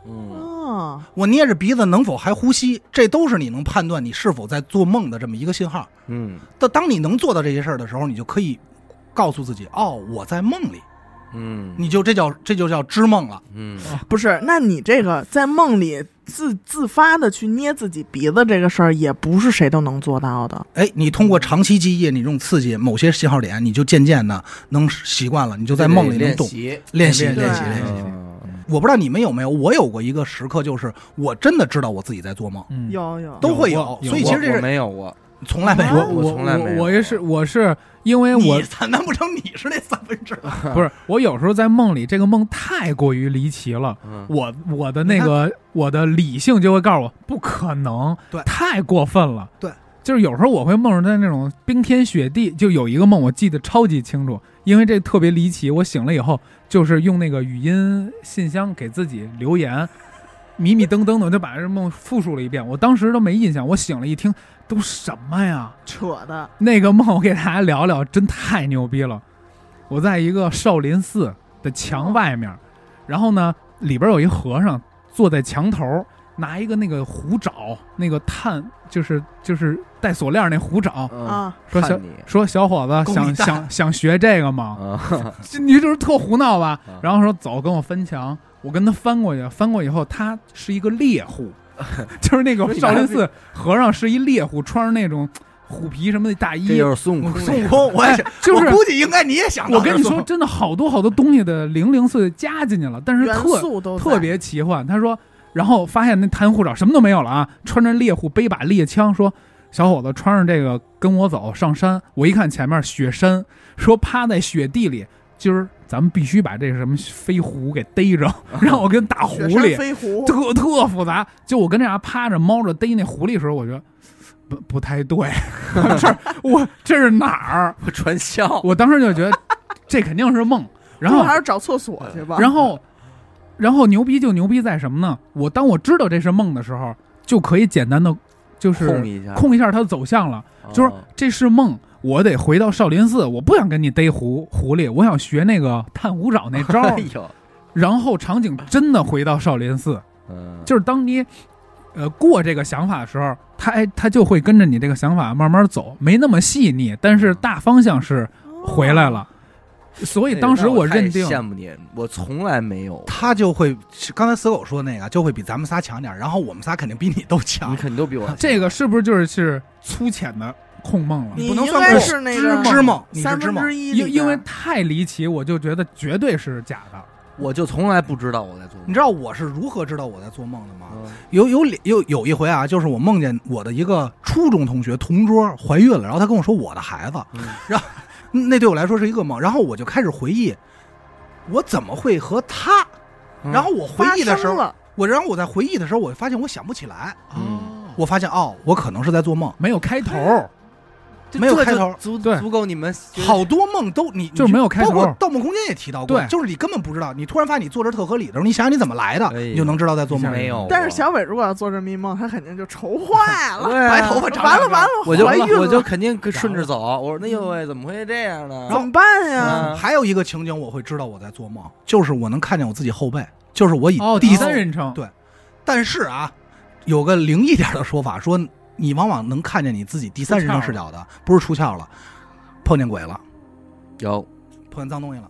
Speaker 1: 嗯
Speaker 3: 哦，
Speaker 4: 我捏着鼻子能否还呼吸？这都是你能判断你是否在做梦的这么一个信号。
Speaker 1: 嗯
Speaker 4: 但当你能做到这些事儿的时候，你就可以告诉自己，哦，我在梦里。
Speaker 1: 嗯
Speaker 4: 你就这叫这就叫知梦了。
Speaker 1: 嗯
Speaker 3: 不是，那你这个在梦里自自发的去捏自己鼻子这个事儿，也不是谁都能做到的。
Speaker 4: 哎，你通过长期记忆，你这种刺激某些信号点，你就渐渐的能习惯了，你就在梦里能
Speaker 1: 练
Speaker 4: 懂。
Speaker 1: 习
Speaker 4: 练习
Speaker 3: 对
Speaker 4: 练习
Speaker 3: 对
Speaker 4: 练习。
Speaker 1: 嗯
Speaker 4: 我不知道你们有没有，我有过一个时刻，就是我真的知道我自己在做梦，
Speaker 2: 嗯，
Speaker 3: 有有
Speaker 4: 都会
Speaker 2: 有过有
Speaker 4: 所以其实这
Speaker 1: 我我
Speaker 4: 是
Speaker 1: 没有我
Speaker 4: 从来没
Speaker 2: 哎我
Speaker 4: 有。
Speaker 1: 我
Speaker 2: 我
Speaker 1: 从来没有
Speaker 2: 我也是我是因为我
Speaker 4: 啊你难不成你是那三分之二？
Speaker 2: 不是我有时候在梦里这个梦太过于离奇了。
Speaker 1: 嗯
Speaker 2: 我我的那个我的理性就会告诉我不可能，
Speaker 4: 对
Speaker 2: 太过分了，
Speaker 4: 对，
Speaker 2: 就是有时候我会梦着在那种冰天雪地，就有一个梦我记得超级清楚，因为这特别离奇，我醒了以后就是用那个语音信箱给自己留言，迷迷瞪瞪的我就把这梦复述了一遍，我当时都没印象，我醒了一听都什么呀，
Speaker 3: 扯的，
Speaker 2: 那个梦我给大家聊聊，真太牛逼了。我在一个少林寺的墙外面，然后呢，里边有一和尚坐在墙头，拿一个那个虎爪，那个炭，就是就是带锁链那虎爪，
Speaker 1: 嗯
Speaker 3: 啊，
Speaker 2: 说小
Speaker 1: 看你
Speaker 2: 说小 伙子
Speaker 4: 功
Speaker 2: 想
Speaker 4: 力大
Speaker 2: 想想学这个吗？
Speaker 1: 啊
Speaker 2: 这你就是特胡闹吧
Speaker 1: 啊？
Speaker 2: 然后说走，跟我翻墙。我跟他翻过去，翻过以后，他是一个猎 户，就是那个少林寺和尚是一猎户，穿着那种虎皮什么的大衣，
Speaker 1: 这就是孙悟空
Speaker 4: 孙悟空，我也想，
Speaker 2: 就是
Speaker 4: 我估计应该你也想到
Speaker 2: 我跟你
Speaker 4: 这
Speaker 2: 说，
Speaker 4: 孙悟空，
Speaker 2: 真的好多好多东西的零零碎碎加进去了，但是
Speaker 3: 元
Speaker 2: 特
Speaker 3: 素都在
Speaker 2: 特别奇幻。他说，然后发现那贪护爪什么都没有了啊，穿着猎户背把猎枪，说小伙子穿上这个跟我走上山。我一看前面雪山，说趴在雪地里，今儿咱们必须把这什么飞狐给逮着，让我跟打狐
Speaker 3: 雪
Speaker 2: 狸
Speaker 3: 山。飞狐，
Speaker 2: 特特复杂。就我跟那啥趴着猫着逮那狐狸的时候，我觉得不不太对， 这儿我这是哪儿？
Speaker 1: 我传销，
Speaker 2: 我当时就觉得这肯定是梦。然
Speaker 3: 最
Speaker 2: 后
Speaker 3: 后还是找厕所去吧。
Speaker 2: 然后，然后牛逼就牛逼在什么呢？我当我知道这是梦的时候，就可以简单的就是
Speaker 1: 控一下，
Speaker 2: 控一下它的走向了。就是
Speaker 1: 哦
Speaker 2: 这是梦，我得回到少林寺，我不想跟你逮狐狐狸，我想学那个探虎爪那招
Speaker 1: 哎
Speaker 2: 儿。
Speaker 1: 呦，
Speaker 2: 然后场景真的回到少林寺，
Speaker 1: 嗯，
Speaker 2: 就是当你。呃，过这个想法的时候，它哎，它就会跟着你这个想法慢慢走，没那么细腻，但是大方向是回来
Speaker 4: 啊
Speaker 2: 了。所以当时
Speaker 1: 我哎太
Speaker 2: 认定，
Speaker 1: 羡慕你，我从来没有，
Speaker 4: 他就会刚才死狗说的那个就会比咱们仨强点儿，然后我们仨肯定比你都
Speaker 1: 你
Speaker 4: 强。
Speaker 1: 肯定都比我
Speaker 2: 这个是不是就是是粗浅的控梦了？
Speaker 3: 哦你
Speaker 4: 不能
Speaker 3: 应
Speaker 4: 算
Speaker 3: 该
Speaker 4: 够
Speaker 3: 是那
Speaker 2: 知
Speaker 3: 个
Speaker 4: 知梦，你是
Speaker 3: 三
Speaker 4: 知
Speaker 3: 分
Speaker 4: 梦
Speaker 3: 之，一里
Speaker 2: 因
Speaker 3: 边，
Speaker 2: 因为太离奇，我就觉得绝对是假的。
Speaker 1: 我就从来不知道我在做梦，
Speaker 4: 你知道我是如何知道我在做梦的吗？
Speaker 1: 嗯
Speaker 4: 有有两有有一回啊，就是我梦见我的一个初中同学同桌怀孕了，然后他跟我说我的孩子，
Speaker 1: 嗯
Speaker 4: 然后那对我来说是一噩梦，然后我就开始回忆我怎么会和他，
Speaker 1: 嗯
Speaker 4: 然后我回
Speaker 3: 发
Speaker 4: 忆的时
Speaker 3: 生
Speaker 4: 候，
Speaker 3: 了，
Speaker 4: 我然后我在回忆的时候，我就发现我想不起来，
Speaker 1: 嗯
Speaker 4: 我发现哦，我可能是在做梦，
Speaker 2: 没有开头，
Speaker 4: 哎
Speaker 1: 这
Speaker 4: 没有
Speaker 1: 这
Speaker 4: 开
Speaker 1: 就
Speaker 4: 头
Speaker 1: 足
Speaker 2: 对
Speaker 1: 足够你们觉得
Speaker 4: 好多梦都你
Speaker 2: 就是没有开头
Speaker 4: 包括《盗梦空间》也提到过，
Speaker 2: 对
Speaker 4: 就是你根本不知道，你突然发现你坐这特合理的时候，你想想你怎么来的，
Speaker 1: 哎呀
Speaker 4: 你就能知道在做梦。
Speaker 1: 没有，
Speaker 3: 但是小伟如果要做这么一梦，他肯定就愁坏了，
Speaker 1: 对啊
Speaker 4: 白头发长
Speaker 3: 完了
Speaker 4: 两根
Speaker 3: 完了，
Speaker 1: 我就
Speaker 3: 怀孕了，
Speaker 1: 我就肯定跟顺着走，我说那呦喂，怎么会这样呢？
Speaker 3: 怎么办呀？
Speaker 1: 嗯
Speaker 4: 还有一个情景我会知道我在做梦，就是我能看见我自己后背，就是我以
Speaker 2: 哦，
Speaker 4: 第
Speaker 2: 第
Speaker 4: 三
Speaker 2: 三人称，
Speaker 4: 对但是啊，有个灵异点的说法，说你往往能看见你自己第三人称视角的，不是出窍了，碰见鬼了，
Speaker 1: 有
Speaker 4: 碰见脏东西了，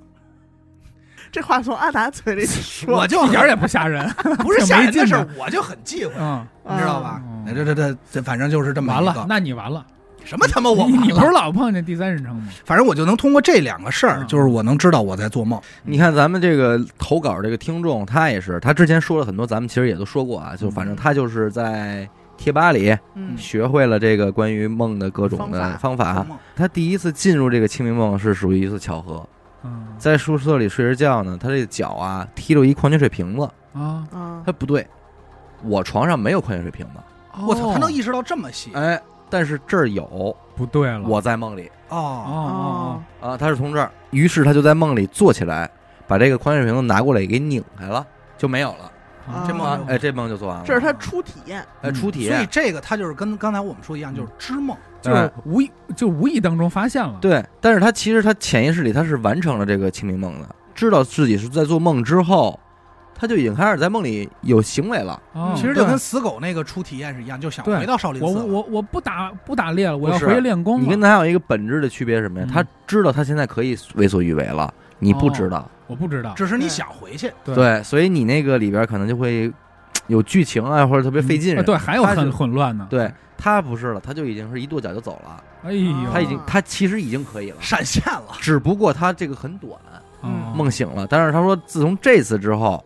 Speaker 3: 这话从阿达嘴里说，
Speaker 4: 我就
Speaker 2: 一点儿也不吓 人。
Speaker 4: 不是吓人的事
Speaker 2: 挺没
Speaker 4: 儿，我就很忌讳，
Speaker 2: 嗯，
Speaker 4: 你知道吧
Speaker 2: 嗯？
Speaker 4: 哎这这这这，反正啊就是这么
Speaker 2: 完
Speaker 4: 一
Speaker 2: 了
Speaker 4: 个，
Speaker 2: 那你完了，
Speaker 4: 什么他妈我
Speaker 2: 你
Speaker 4: 完
Speaker 2: 你不是
Speaker 4: 了，
Speaker 2: 老碰见第三人称吗？
Speaker 4: 反正我就能通过这两个事儿，
Speaker 2: 嗯
Speaker 4: 就是我能知道我在做梦。
Speaker 1: 你看咱们这个投稿这个听众，他也是，他之前说了很多，咱们其实也都说过啊，就反正他就是在贴吧里
Speaker 3: 嗯
Speaker 1: 学会了这个关于梦的各种的方
Speaker 4: 做
Speaker 1: 法。啊
Speaker 4: 梦
Speaker 1: 他第一次进入这个清明梦是属于一次巧合，
Speaker 2: 嗯
Speaker 1: 在宿舍里睡着觉呢，他这个脚啊踢了一矿泉水瓶子，
Speaker 2: 啊，
Speaker 3: 啊
Speaker 1: 他，不对，我床上没有矿泉水瓶子，
Speaker 4: 我操，他能
Speaker 2: 哦
Speaker 4: 意识到这么细
Speaker 1: 哎，但是这儿有，
Speaker 2: 不对了，
Speaker 1: 我在梦里。
Speaker 2: 哦
Speaker 4: 哦，
Speaker 2: 哦
Speaker 3: 哦，
Speaker 1: 啊，他是从这儿，于是他就在梦里坐起来，把这个矿泉水瓶子拿过来给拧开了，就没有了。
Speaker 2: 哦
Speaker 4: 这
Speaker 1: 啊
Speaker 4: 梦，
Speaker 1: 哎，这梦就做完了。
Speaker 3: 这是他初体验，
Speaker 1: 哎出题，哎
Speaker 4: 所以这个他就是跟刚才我们说一样，就是
Speaker 1: 嗯
Speaker 4: 知梦。
Speaker 2: 就是无意就无意当中发现了，
Speaker 1: 对，但是他其实他潜意识里他是完成了这个清明梦的，知道自己是在做梦之后，他就已经开始在梦里有行为了。
Speaker 2: 哦，
Speaker 4: 其实就
Speaker 2: 对
Speaker 4: 跟死狗那个初体验是一样，就想
Speaker 2: 对
Speaker 4: 回到少林寺
Speaker 2: 我
Speaker 4: 了。
Speaker 2: 我我不打不打猎了，我要
Speaker 1: 不是
Speaker 2: 回去练功了。
Speaker 1: 你跟他有一个本质的区别是什么呀？
Speaker 2: 嗯
Speaker 1: 他知道他现在可以为所欲为了，你不知道。
Speaker 2: 我不知道，
Speaker 4: 只是你
Speaker 3: 对
Speaker 4: 想回去，
Speaker 2: 对
Speaker 1: 对，所以你那个里边可能就会嘖有剧情啊，或者特别费劲
Speaker 2: 啊
Speaker 1: 人。
Speaker 2: 对，还有
Speaker 1: 他就
Speaker 2: 很混乱呢。，
Speaker 1: 对他不是了，他就已经是一跺脚就走了，
Speaker 2: 哎呦，
Speaker 1: 他已经他其实已经可以了，
Speaker 4: 闪现了。
Speaker 1: 只不过他这个很短，
Speaker 2: 哦
Speaker 1: 梦醒了。但是他说自从这次之后，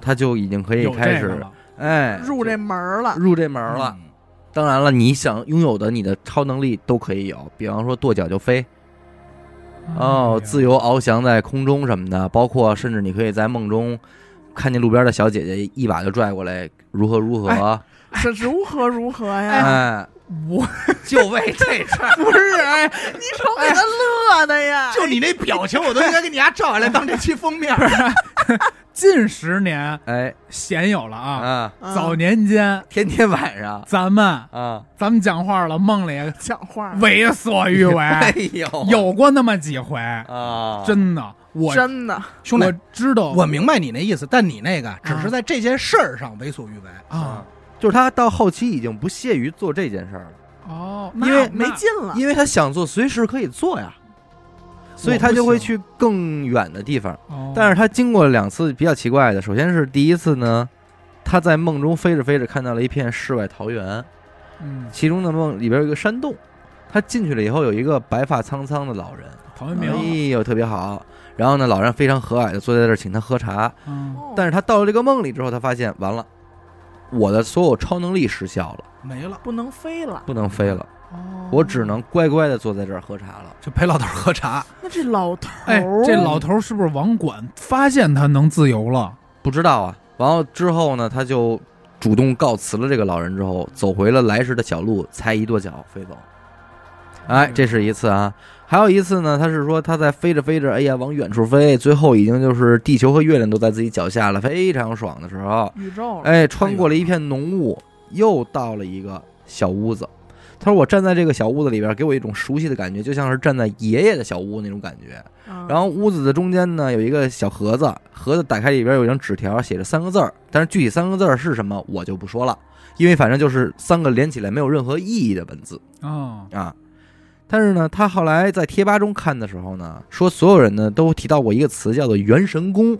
Speaker 1: 他就已经可以
Speaker 2: 有
Speaker 1: 开
Speaker 2: 这个
Speaker 1: 始
Speaker 2: 了，
Speaker 1: 哎
Speaker 3: 入这门儿了，
Speaker 1: 入这门了。
Speaker 4: 嗯，
Speaker 1: 当然了，你想拥有的你的超能力都可以有，比方说跺脚就飞哦，自
Speaker 2: 由
Speaker 1: 由翱翔在空中什么的，包括甚至你可以在梦中看见路边的小姐姐，一把就拽过来，如何如何。
Speaker 3: 是如何如何呀？
Speaker 1: 哎，
Speaker 2: 我
Speaker 1: 就为这事儿，
Speaker 3: 不是，哎你瞅给他乐的呀！
Speaker 4: 就你那表情，我都应该给你家照下来当这期封面。
Speaker 2: 近十年
Speaker 1: 哎
Speaker 2: 鲜有了啊，
Speaker 1: 啊，
Speaker 3: 嗯
Speaker 2: 早年间
Speaker 1: 天天晚上
Speaker 2: 咱们
Speaker 1: 啊，
Speaker 2: 咱们讲话了，梦里
Speaker 3: 讲话，
Speaker 2: 为所欲 为，
Speaker 1: 哎呦，
Speaker 2: 有过那么几回，
Speaker 1: 啊，
Speaker 2: 真的，我
Speaker 3: 真的
Speaker 4: 兄弟
Speaker 2: 我，知道
Speaker 4: 我明白你那意思，但你那个只
Speaker 2: 嗯
Speaker 4: 是在这件事儿上为所欲为。
Speaker 2: 啊，
Speaker 1: 就是他到后期已经不屑于做这件事儿了，
Speaker 2: 哦，
Speaker 1: 因为
Speaker 3: 没
Speaker 2: 见
Speaker 3: 劲了。
Speaker 1: 因为他想做随时可以做呀，所以他就会去更远的地方。
Speaker 2: 哦
Speaker 1: 但是他经过两次比较奇怪的，首先是第一次呢，他在梦中飞着飞着看到了一片世外桃源，
Speaker 2: 嗯，
Speaker 1: 其中的梦里边有一个山洞，他进去了以后有一个白发苍苍的老人，
Speaker 2: 陶渊
Speaker 1: 哎
Speaker 2: 明，
Speaker 1: 呦特别好。然后呢，老人非常和蔼的坐在这儿请他喝茶，
Speaker 3: 哦
Speaker 2: 嗯，
Speaker 1: 但是他到了这个梦里之后，他发现完了，我的所有超能力失效了，
Speaker 4: 没了，
Speaker 3: 不能飞了，
Speaker 1: 不能飞了，
Speaker 2: 哦
Speaker 1: 我只能乖乖的坐在这儿喝茶了。
Speaker 4: 就陪老头儿喝茶。
Speaker 3: 那这老头
Speaker 2: 哎，
Speaker 3: 儿，
Speaker 2: 这老头儿是不是网管发现他能自由了？
Speaker 1: 不知道啊，完了之后呢，他就主动告辞了这个老人，之后走回了来时的小路，才一跺脚飞走。哎，这是一次啊，还有一次呢，他是说他在飞着飞着，哎呀，往远处飞，最后已经就是地球和月亮都在自己脚下了，非常爽的时候，
Speaker 3: 宇宙了，
Speaker 1: 哎，穿过了一片浓雾，又到了一个小屋子。他说：“我站在这个小屋子里边，给我一种熟悉的感觉，就像是站在爷爷的小屋那种感觉。
Speaker 3: 嗯
Speaker 1: 然后屋子的中间呢，有一个小盒子，盒子打开里边有一张纸条，写着三个字儿，但是具体三个字儿是什么我就不说了，因为反正就是三个连起来没有任何意义的文字
Speaker 2: 哦，
Speaker 1: 啊。但是呢，他后来在贴吧中看的时候呢，说所有人呢都提到过一个词叫做“元神宫”，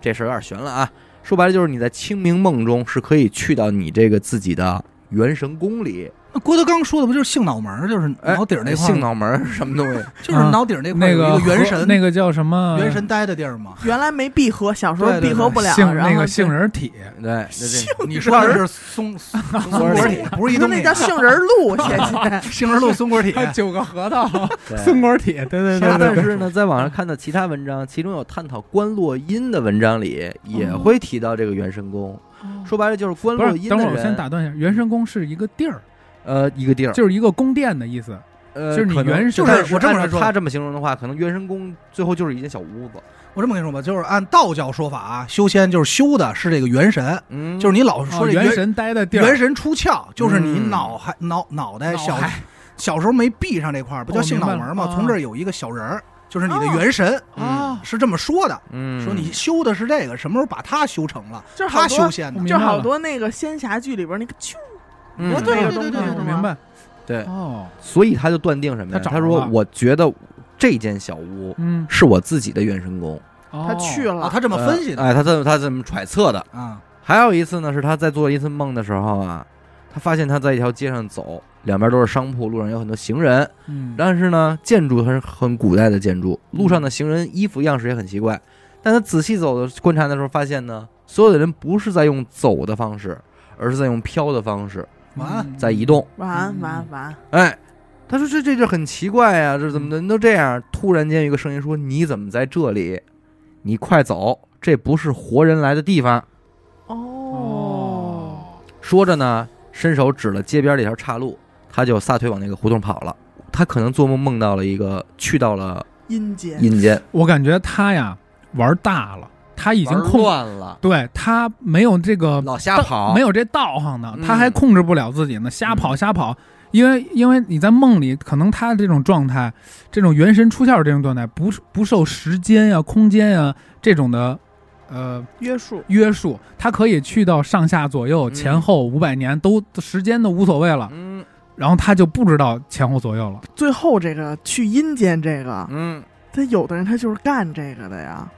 Speaker 1: 这事儿有点悬了啊。说白了就是你在清明梦中是可以去到你这个自己的元神宫里，
Speaker 4: 那郭德纲说的不就是性脑门儿，就是
Speaker 1: 哎
Speaker 4: 脑顶儿那块儿吗，
Speaker 1: 性脑门儿是什么东西？
Speaker 4: 就是脑顶儿那
Speaker 2: 嗯
Speaker 4: 块儿
Speaker 2: 那
Speaker 4: 有一
Speaker 2: 个
Speaker 4: 个元
Speaker 2: 和
Speaker 4: 神，
Speaker 2: 那个叫什么
Speaker 4: 元神待的地 儿吗？
Speaker 3: 原来没闭合，小时候
Speaker 4: 对对
Speaker 3: 闭合不了，
Speaker 2: 杏
Speaker 3: 然后
Speaker 2: 那个
Speaker 3: 就
Speaker 2: 杏仁 体，
Speaker 1: 对，就这
Speaker 4: 你说的是松松
Speaker 1: 果
Speaker 4: 果
Speaker 1: 儿
Speaker 4: 体，不是一
Speaker 3: 不是
Speaker 4: 东
Speaker 3: 那
Speaker 4: 西。啊哎
Speaker 3: 叫杏仁露，姐姐
Speaker 4: 杏仁露松 果体，
Speaker 2: 九个核桃，
Speaker 1: 对
Speaker 2: 松果体，对对对对
Speaker 1: 但
Speaker 2: 对，
Speaker 1: 是呢，在网上看到其他文章，其中有探讨关洛音的文章里，也会提到这个元神宫。
Speaker 3: 啊
Speaker 1: 说白了就是关
Speaker 2: 不
Speaker 1: 洛
Speaker 2: 是，
Speaker 1: 音
Speaker 2: 等会
Speaker 1: 的
Speaker 2: 儿我先
Speaker 1: 人，
Speaker 2: 打断一下，元神宫是一个地儿，
Speaker 1: 呃，一个地儿，
Speaker 2: 就是一个宫殿的意思，
Speaker 1: 呃，
Speaker 2: 就是你
Speaker 1: 可能
Speaker 2: 原始
Speaker 1: 但
Speaker 4: 就是我这么
Speaker 1: 按照
Speaker 4: 说
Speaker 1: 他这么形容的话，可能元神宫最后就是一间小屋子。
Speaker 4: 我这么跟你说吧，就是按道教说法啊，修仙就是修的是这个元神，
Speaker 1: 嗯，
Speaker 4: 就是你老
Speaker 2: 哦
Speaker 4: 说这
Speaker 2: 元神待的地儿，
Speaker 4: 元神出窍，就是你
Speaker 1: 嗯
Speaker 4: 脑海脑脑袋
Speaker 2: 脑
Speaker 4: 小
Speaker 2: 海
Speaker 4: 小时候没闭上这块儿，不叫
Speaker 2: 哦
Speaker 4: 性脑
Speaker 2: 明白
Speaker 4: 门
Speaker 2: 了
Speaker 4: 吗？
Speaker 2: 啊
Speaker 4: 从这儿有一个小人儿，就是你的
Speaker 3: 哦
Speaker 4: 元神，
Speaker 2: 啊，
Speaker 4: 是这么说的，
Speaker 1: 嗯，
Speaker 4: 说你修的是这个，什么时候把它修成了？
Speaker 3: 就是好
Speaker 4: 他
Speaker 3: 多
Speaker 4: 修，仙
Speaker 2: 我
Speaker 4: 的
Speaker 2: 明，
Speaker 3: 就是
Speaker 2: 白
Speaker 3: 好
Speaker 2: 了
Speaker 3: 多那个仙侠剧里边那个啾，
Speaker 1: 嗯
Speaker 3: 不对
Speaker 4: 对
Speaker 3: 的
Speaker 4: 对
Speaker 3: 东西
Speaker 4: 对对
Speaker 2: 哦我
Speaker 3: 是
Speaker 2: 明
Speaker 3: 吗？
Speaker 2: 白，
Speaker 1: 对，
Speaker 2: 哦，
Speaker 1: 所以他就断定什么呀？
Speaker 2: 他找
Speaker 1: 他
Speaker 2: 着
Speaker 1: 说
Speaker 2: 了，
Speaker 1: 我觉得这间小屋
Speaker 2: 嗯，
Speaker 1: 是我自己的元神宫。
Speaker 2: 哦
Speaker 3: 他去
Speaker 4: 啊，
Speaker 3: 了，
Speaker 4: 他这么分析的
Speaker 1: 呃哎，他这么他这么揣测的。
Speaker 4: 啊，
Speaker 1: 还有一次呢，是他在做一次梦的时候啊，他发现他在一条街上走，两边都是商铺，路上有很多行人，
Speaker 2: 嗯，
Speaker 1: 但是呢，建筑它是很古代的建筑，路上的行人衣服样式也很奇怪。但他仔细走的观察的时候，发现呢，所有的人不是在用走的方式，而是在用飘的方式
Speaker 4: 完
Speaker 2: 嗯
Speaker 1: 在移动。
Speaker 3: 完
Speaker 2: 嗯
Speaker 3: 完完，
Speaker 1: 哎，他说这这就很奇怪呀、这怎么的人都这样？突然间有一个声音说：“你怎么在这里？你快走，这不是活人来的地方。”
Speaker 3: 哦，
Speaker 2: 哦，
Speaker 1: 说着呢，伸手指了街边的一条岔路，他就撒腿往那个胡同跑了。他可能做梦梦到了一个，去到了
Speaker 3: 阴间，
Speaker 1: 阴间，
Speaker 2: 我感觉他呀玩大了，他已经
Speaker 1: 玩
Speaker 2: 控，
Speaker 1: 乱了，
Speaker 2: 对他没有这个
Speaker 1: 老瞎跑，
Speaker 2: 没有这道行呢
Speaker 1: 嗯，
Speaker 2: 他还控制不了自己呢，瞎跑瞎跑。因为因为你在梦里，可能他这种状态，这种元神出窍这种状态，不不受时间呀、空间呀这种的呃
Speaker 3: 约束，
Speaker 2: 约束，他可以去到上下左
Speaker 1: 嗯
Speaker 2: 右、前后五百年都时间都无所谓了，
Speaker 1: 嗯
Speaker 2: 然后他就不知道前后左右了。
Speaker 3: 最后这个去阴间这个
Speaker 1: 嗯，
Speaker 3: 他有的人他就是干这个的呀，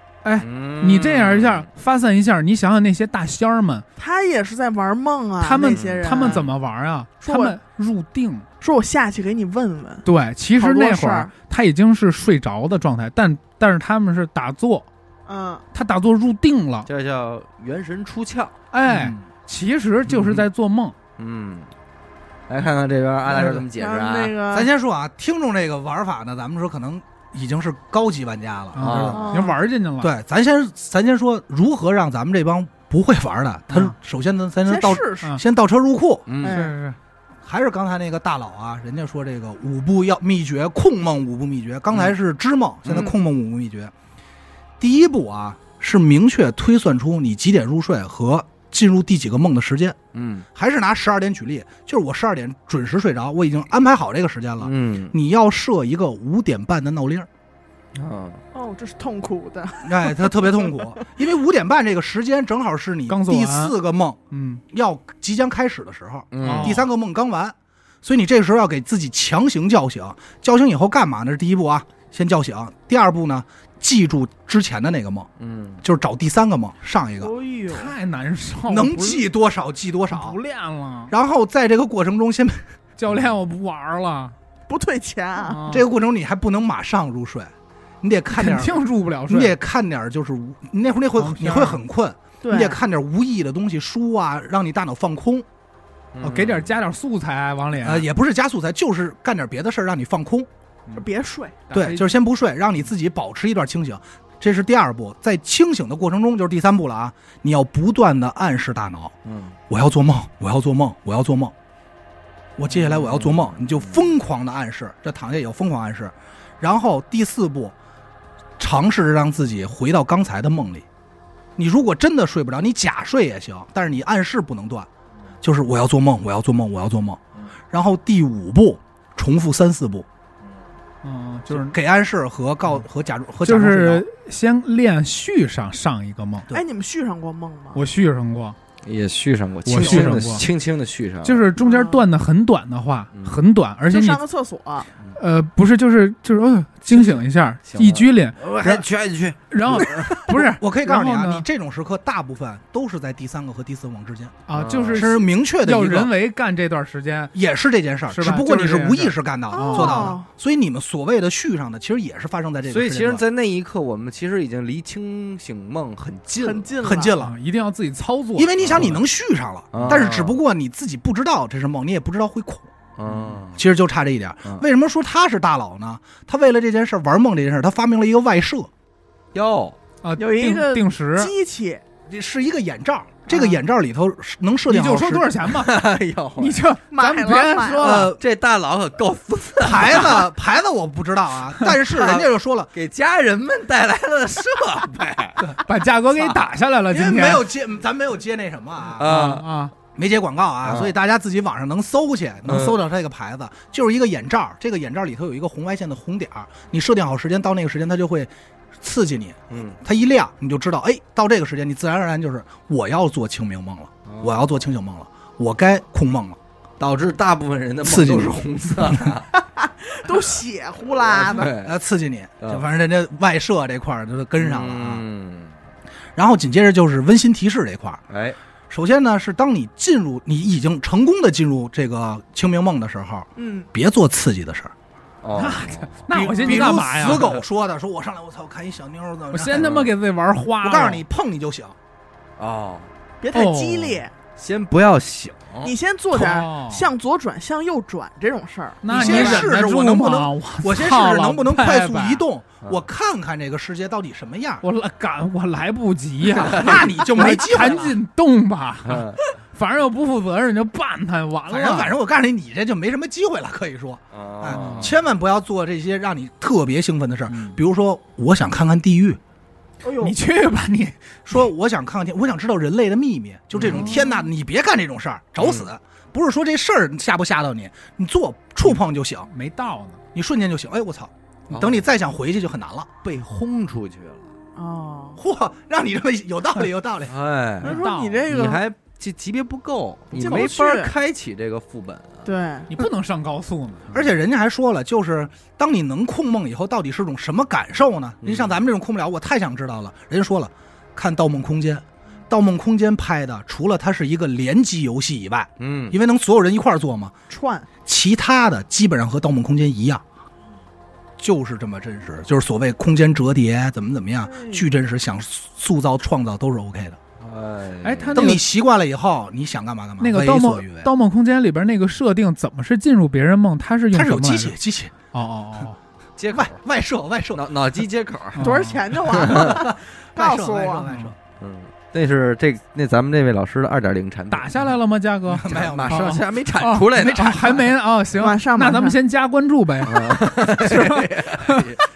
Speaker 2: 你这样一
Speaker 1: 嗯
Speaker 2: 下发散一下，你想想那些大仙儿们，
Speaker 3: 他也是在玩梦啊。
Speaker 2: 他们
Speaker 3: 那些人，
Speaker 2: 他们怎么玩啊？
Speaker 3: 说
Speaker 2: 他
Speaker 3: 我
Speaker 2: 们入定。
Speaker 3: 说？我下去给你问问。
Speaker 2: 对，其
Speaker 3: 好
Speaker 2: 实
Speaker 3: 多
Speaker 2: 那
Speaker 3: 事
Speaker 2: 会儿
Speaker 3: 儿，
Speaker 2: 他已经是睡着的状态，但但是他们是打坐，
Speaker 3: 嗯，
Speaker 2: 他打坐入定了。
Speaker 1: 这叫元神出窍。
Speaker 2: 哎，
Speaker 4: 嗯
Speaker 2: 其实就是在做梦。
Speaker 1: 嗯，来看看这边阿大师怎么解释
Speaker 3: 然
Speaker 1: 啊
Speaker 3: 后？那个
Speaker 4: 咱先说啊，听众这个玩法呢，咱们说可能已经是高级玩家了。
Speaker 1: 啊
Speaker 2: 你玩进去了，
Speaker 4: 嗯对，咱先咱先说如何让咱们这帮不会玩的，
Speaker 2: 嗯
Speaker 4: 他首先咱咱先倒
Speaker 3: 先试试
Speaker 2: 嗯，
Speaker 4: 先倒车入库。
Speaker 1: 嗯
Speaker 3: 哎
Speaker 2: 是是，
Speaker 4: 还是刚才那个大佬啊，人家说这个五步要秘诀，控梦五步秘诀。刚
Speaker 2: 嗯
Speaker 4: 才是知梦，现在控梦五步秘诀。第一步啊，是明确推算出你几点入睡和进入第几个梦的时间。
Speaker 1: 嗯
Speaker 4: 还是拿十二点举例，就是我十二点准时睡着，我已经安排好这个时间了。
Speaker 1: 嗯
Speaker 4: 你要设一个五点半的闹铃儿，
Speaker 2: 哎
Speaker 1: 嗯
Speaker 3: 哦，这是痛苦的，
Speaker 4: 哎，它特别痛苦， 因为五点半这个时间正好是你
Speaker 2: 刚做完
Speaker 4: 第四个梦
Speaker 2: 嗯，
Speaker 4: 要即将开始的时候，
Speaker 1: 嗯，
Speaker 4: 第三个梦刚完，所以你这个时候要给自己强行叫醒。叫醒以后干嘛呢？这是第一步啊，先叫醒。第二步呢，记住之前的那个梦，
Speaker 1: 嗯
Speaker 4: 就是找第三个梦，上一
Speaker 3: 哎
Speaker 4: 个，
Speaker 3: 呦，
Speaker 2: 太难受，
Speaker 4: 能
Speaker 2: 不是
Speaker 4: 记多少记多少
Speaker 2: 不。练了，
Speaker 4: 然后在这个过程中，先
Speaker 2: 教练我不玩了，
Speaker 3: 不退钱啊，
Speaker 2: 啊
Speaker 4: 这个过程中你还不能马上入睡，你得看点
Speaker 2: 肯
Speaker 4: 儿，
Speaker 2: 定入不了
Speaker 4: 你得
Speaker 2: 睡，哦
Speaker 4: 看点儿，就是无你那会儿那会
Speaker 2: 黄片
Speaker 4: 你
Speaker 2: 儿
Speaker 4: 会很困，
Speaker 3: 对
Speaker 4: 嗯你得看点儿无意义的东西，书啊，让你大脑放空。
Speaker 1: 嗯
Speaker 2: 哦给点加点素材往里，啊
Speaker 4: 呃，也不是加素材，就是干点别的事儿让你放空。
Speaker 3: 别睡，
Speaker 2: 啊
Speaker 4: 对，就是先不睡，让你自己保持一段清醒。这是第二步，在清醒的过程中就是第三步了啊！你要不断的暗示大脑，
Speaker 1: 嗯
Speaker 4: 我要做梦，我要做梦，我要做梦，我接下来我要做梦，你就疯狂的暗示，这躺下也要疯狂暗示。然后第四步，尝试着让自己回到刚才的梦里。你如果真的睡不着，你假睡也行，但是你暗示不能断，就是我要做梦，我要做梦，我要做梦
Speaker 1: 嗯。
Speaker 4: 然后第五步，重复三四步，
Speaker 2: 嗯，就是
Speaker 4: 给暗示和告和假装和假
Speaker 2: 就
Speaker 4: 装睡着
Speaker 2: 是先练续上上一个梦，
Speaker 4: 对
Speaker 3: 哎，你们续上过梦吗？
Speaker 2: 我续上过，
Speaker 4: 啊
Speaker 1: 也续上过，
Speaker 2: 我
Speaker 1: 轻轻
Speaker 2: 续上
Speaker 1: 的
Speaker 2: 过
Speaker 1: 轻轻的续上，
Speaker 2: 就是中间断的很短的话
Speaker 1: 嗯，
Speaker 2: 很短，而且
Speaker 3: 就
Speaker 2: 你
Speaker 3: 上个厕所，
Speaker 2: 呃不是就是就是呃惊醒一下，
Speaker 1: 醒了
Speaker 2: 一拘脸，
Speaker 1: 我还去还去，
Speaker 2: 然后 不是
Speaker 4: 我可以告诉你
Speaker 2: 然
Speaker 4: 啊
Speaker 2: 后，呢
Speaker 4: 你这种时刻大部分都是在第三个和第四个梦之间，
Speaker 2: 啊，就
Speaker 4: 这是
Speaker 2: 是
Speaker 4: 明确的
Speaker 2: 要
Speaker 4: 一个
Speaker 2: 人为干这段时间，
Speaker 4: 也是这件事儿，
Speaker 2: 是吧
Speaker 4: 只不过你
Speaker 2: 就是这件
Speaker 4: 无意识干到的、
Speaker 2: 哦
Speaker 4: 做到的
Speaker 3: 哦，
Speaker 4: 所以你们所谓的续上的，其实也是发生在这个
Speaker 1: 所以
Speaker 4: 时
Speaker 1: 其
Speaker 4: 间
Speaker 1: 实，
Speaker 4: 段。
Speaker 1: 在那一刻，我们其实已经离清醒梦很近了
Speaker 3: 很，近
Speaker 4: 很近了，
Speaker 2: 啊一定要自己操作，
Speaker 4: 因为你想你能续上了，
Speaker 1: 哦
Speaker 4: 但是只不过你自己不知道这是梦，你也不知道会恐，
Speaker 1: 嗯
Speaker 4: 其实就差这一点
Speaker 1: 嗯。
Speaker 4: 为什么说他是大佬呢？他为了这件事儿玩梦这件事儿，他发明了一个外设，
Speaker 1: 哟，
Speaker 2: 啊
Speaker 3: 有一
Speaker 2: 定
Speaker 3: 个
Speaker 2: 定时，
Speaker 3: 机器，
Speaker 4: 是一个眼罩，这个眼罩里头是能设
Speaker 2: 嗯你
Speaker 4: 定好
Speaker 2: 就说
Speaker 4: 时
Speaker 2: 多少钱 吧，
Speaker 1: 哎呦，
Speaker 2: 你就咱
Speaker 3: 买
Speaker 2: 们
Speaker 3: 了
Speaker 2: 别
Speaker 3: 买
Speaker 2: 说了，
Speaker 4: 呃，
Speaker 1: 这大佬可够疯
Speaker 4: 牌子牌子我不知道啊，但是人家就说了，
Speaker 1: 给家人们带来了设备啊
Speaker 2: 把价格给打下来了，
Speaker 4: 因
Speaker 2: 今
Speaker 4: 为
Speaker 2: 天
Speaker 4: 没有接，咱没有接那什么
Speaker 2: 啊
Speaker 4: 啊，
Speaker 1: 啊，
Speaker 2: 啊，
Speaker 4: 没接广告啊，
Speaker 1: 啊
Speaker 4: 所以大家自己网上能搜去，能
Speaker 1: 嗯
Speaker 4: 搜到这个牌子，就是一个眼罩，这个眼罩里头有一个红外线的红点儿，你设定好时间，到那个时间它就会刺激你，
Speaker 1: 嗯，
Speaker 4: 它一亮你就知道，哎，到这个时间你自然而然就是我要做清明梦了，
Speaker 1: 嗯
Speaker 4: 我要做清醒梦了，我该控梦了，
Speaker 1: 啊导致大部分人的
Speaker 4: 刺
Speaker 1: 梦
Speaker 4: 激
Speaker 1: 都
Speaker 4: 你
Speaker 1: 是红色的，
Speaker 3: 都血呼啦 的，
Speaker 1: 对，
Speaker 4: 呃，刺激你，
Speaker 1: 嗯
Speaker 4: 就反正人家外设这块儿就是跟上了啊。
Speaker 1: 嗯，
Speaker 4: 然后紧接着就是温馨提示这块儿，
Speaker 1: 哎，
Speaker 4: 首先呢，是当你进入你已经成功的进入这个清明梦的时候，
Speaker 3: 嗯，
Speaker 4: 别做刺激的事儿。
Speaker 1: 哦，
Speaker 2: 那我
Speaker 4: 比
Speaker 2: 先去干嘛呀
Speaker 4: 比如？死狗说的，说我上来我操，看一小妞儿，
Speaker 2: 我先他妈给自己玩花
Speaker 4: 我
Speaker 2: 了，
Speaker 4: 告诉你，碰你就醒，
Speaker 1: 哦，
Speaker 3: 别太激烈，
Speaker 1: 先不要醒，
Speaker 3: 你先做点
Speaker 2: 哦
Speaker 3: 向左转、向右转这种事儿。
Speaker 2: 那
Speaker 4: 你
Speaker 2: 忍
Speaker 4: 先试
Speaker 2: 得
Speaker 4: 试
Speaker 2: 住
Speaker 4: 我能不
Speaker 2: 吗
Speaker 4: 能
Speaker 2: 我
Speaker 4: 我先试
Speaker 2: 操
Speaker 4: 试
Speaker 2: 老
Speaker 4: 能不能
Speaker 2: 太
Speaker 4: 快速
Speaker 2: 太
Speaker 4: 移动，
Speaker 1: 嗯
Speaker 4: 我看看这个世界到底什么样。
Speaker 2: 我来赶，我来不及 呀、
Speaker 4: 那你就没机会
Speaker 2: 哎赶
Speaker 4: 了。
Speaker 2: 紧动吧，
Speaker 1: 嗯
Speaker 2: 反正又不负责任就办他完了。
Speaker 4: 反正反正我告诉你，你这就没什么机会了，可以说，哎
Speaker 1: 哦，
Speaker 4: 千万不要做这些让你特别兴奋的事儿，
Speaker 2: 嗯
Speaker 4: 比如说我想看看地狱，
Speaker 3: 哎呦
Speaker 2: 你，去吧你，
Speaker 4: 说我想看看天，我想知道人类的秘密，就这种
Speaker 2: 嗯
Speaker 4: 天呐，你别干这种事儿，找死！
Speaker 1: 嗯
Speaker 4: 不是说这事儿吓不吓到你，你做触碰就醒，
Speaker 2: 没到呢，
Speaker 4: 你瞬间就醒。哎，我操！
Speaker 1: 哦
Speaker 4: 等你再想回去就很难了。
Speaker 1: 被轰出去了，
Speaker 3: 哦，
Speaker 4: 嚯，让你这么有道理，有道理。
Speaker 1: 哎
Speaker 3: 所以说你这
Speaker 1: 你
Speaker 3: 个
Speaker 1: 还级级别不够，你
Speaker 3: 进不
Speaker 1: 没法儿
Speaker 3: 去
Speaker 1: 开启这个副本啊。
Speaker 3: 对，
Speaker 2: 你不能上高速呢。
Speaker 4: 而且人家还说了，就是当你能控梦以后，到底是种什么感受呢？
Speaker 1: 嗯
Speaker 4: 您像咱们这种控不了，我太想知道了。人家说了，看《盗梦空间》，《盗梦空间》拍的除了它是一个联机游戏以外，
Speaker 1: 嗯，
Speaker 4: 因为能所有人一块儿做嘛，
Speaker 3: 串
Speaker 4: 其他的基本上和《盗梦空间》一样，就是这么真实，就是所谓空间折叠怎么怎么
Speaker 2: 啊
Speaker 4: 样，
Speaker 3: 哎
Speaker 2: 嗯
Speaker 4: 巨真实，想塑造创造都是 OK 的。
Speaker 1: 嗯
Speaker 2: 哎，他那
Speaker 4: 等
Speaker 2: 个
Speaker 4: 你习惯了以后，你想干嘛干嘛，
Speaker 2: 那个
Speaker 4: 为
Speaker 2: 《盗
Speaker 4: 所
Speaker 2: 梦
Speaker 4: 欲为。
Speaker 2: 盗梦空间》里边那个设定怎么是进入别人梦？它是用
Speaker 4: 它是
Speaker 2: 什
Speaker 4: 有
Speaker 2: 么来
Speaker 4: 机
Speaker 2: 着
Speaker 4: 器，机器
Speaker 2: 哦哦
Speaker 1: 接口
Speaker 4: 外外设外设，
Speaker 1: 脑脑机接口儿。
Speaker 2: 哦哦，
Speaker 3: 多少钱就完 了，告诉
Speaker 4: 外设
Speaker 3: 我
Speaker 4: 外设
Speaker 1: 嗯，那是这那咱们这位老师的二点零产品
Speaker 2: 打下来了吗，嘉 哥？
Speaker 4: 没有
Speaker 1: 马
Speaker 2: 哦
Speaker 1: 上
Speaker 2: 哦
Speaker 1: 现在还没产出来呢
Speaker 2: 没。 查还没呢啊，行，
Speaker 3: 马上
Speaker 2: 那
Speaker 3: 马上
Speaker 2: 咱们先加关注呗，
Speaker 4: 嗯
Speaker 2: 是吧？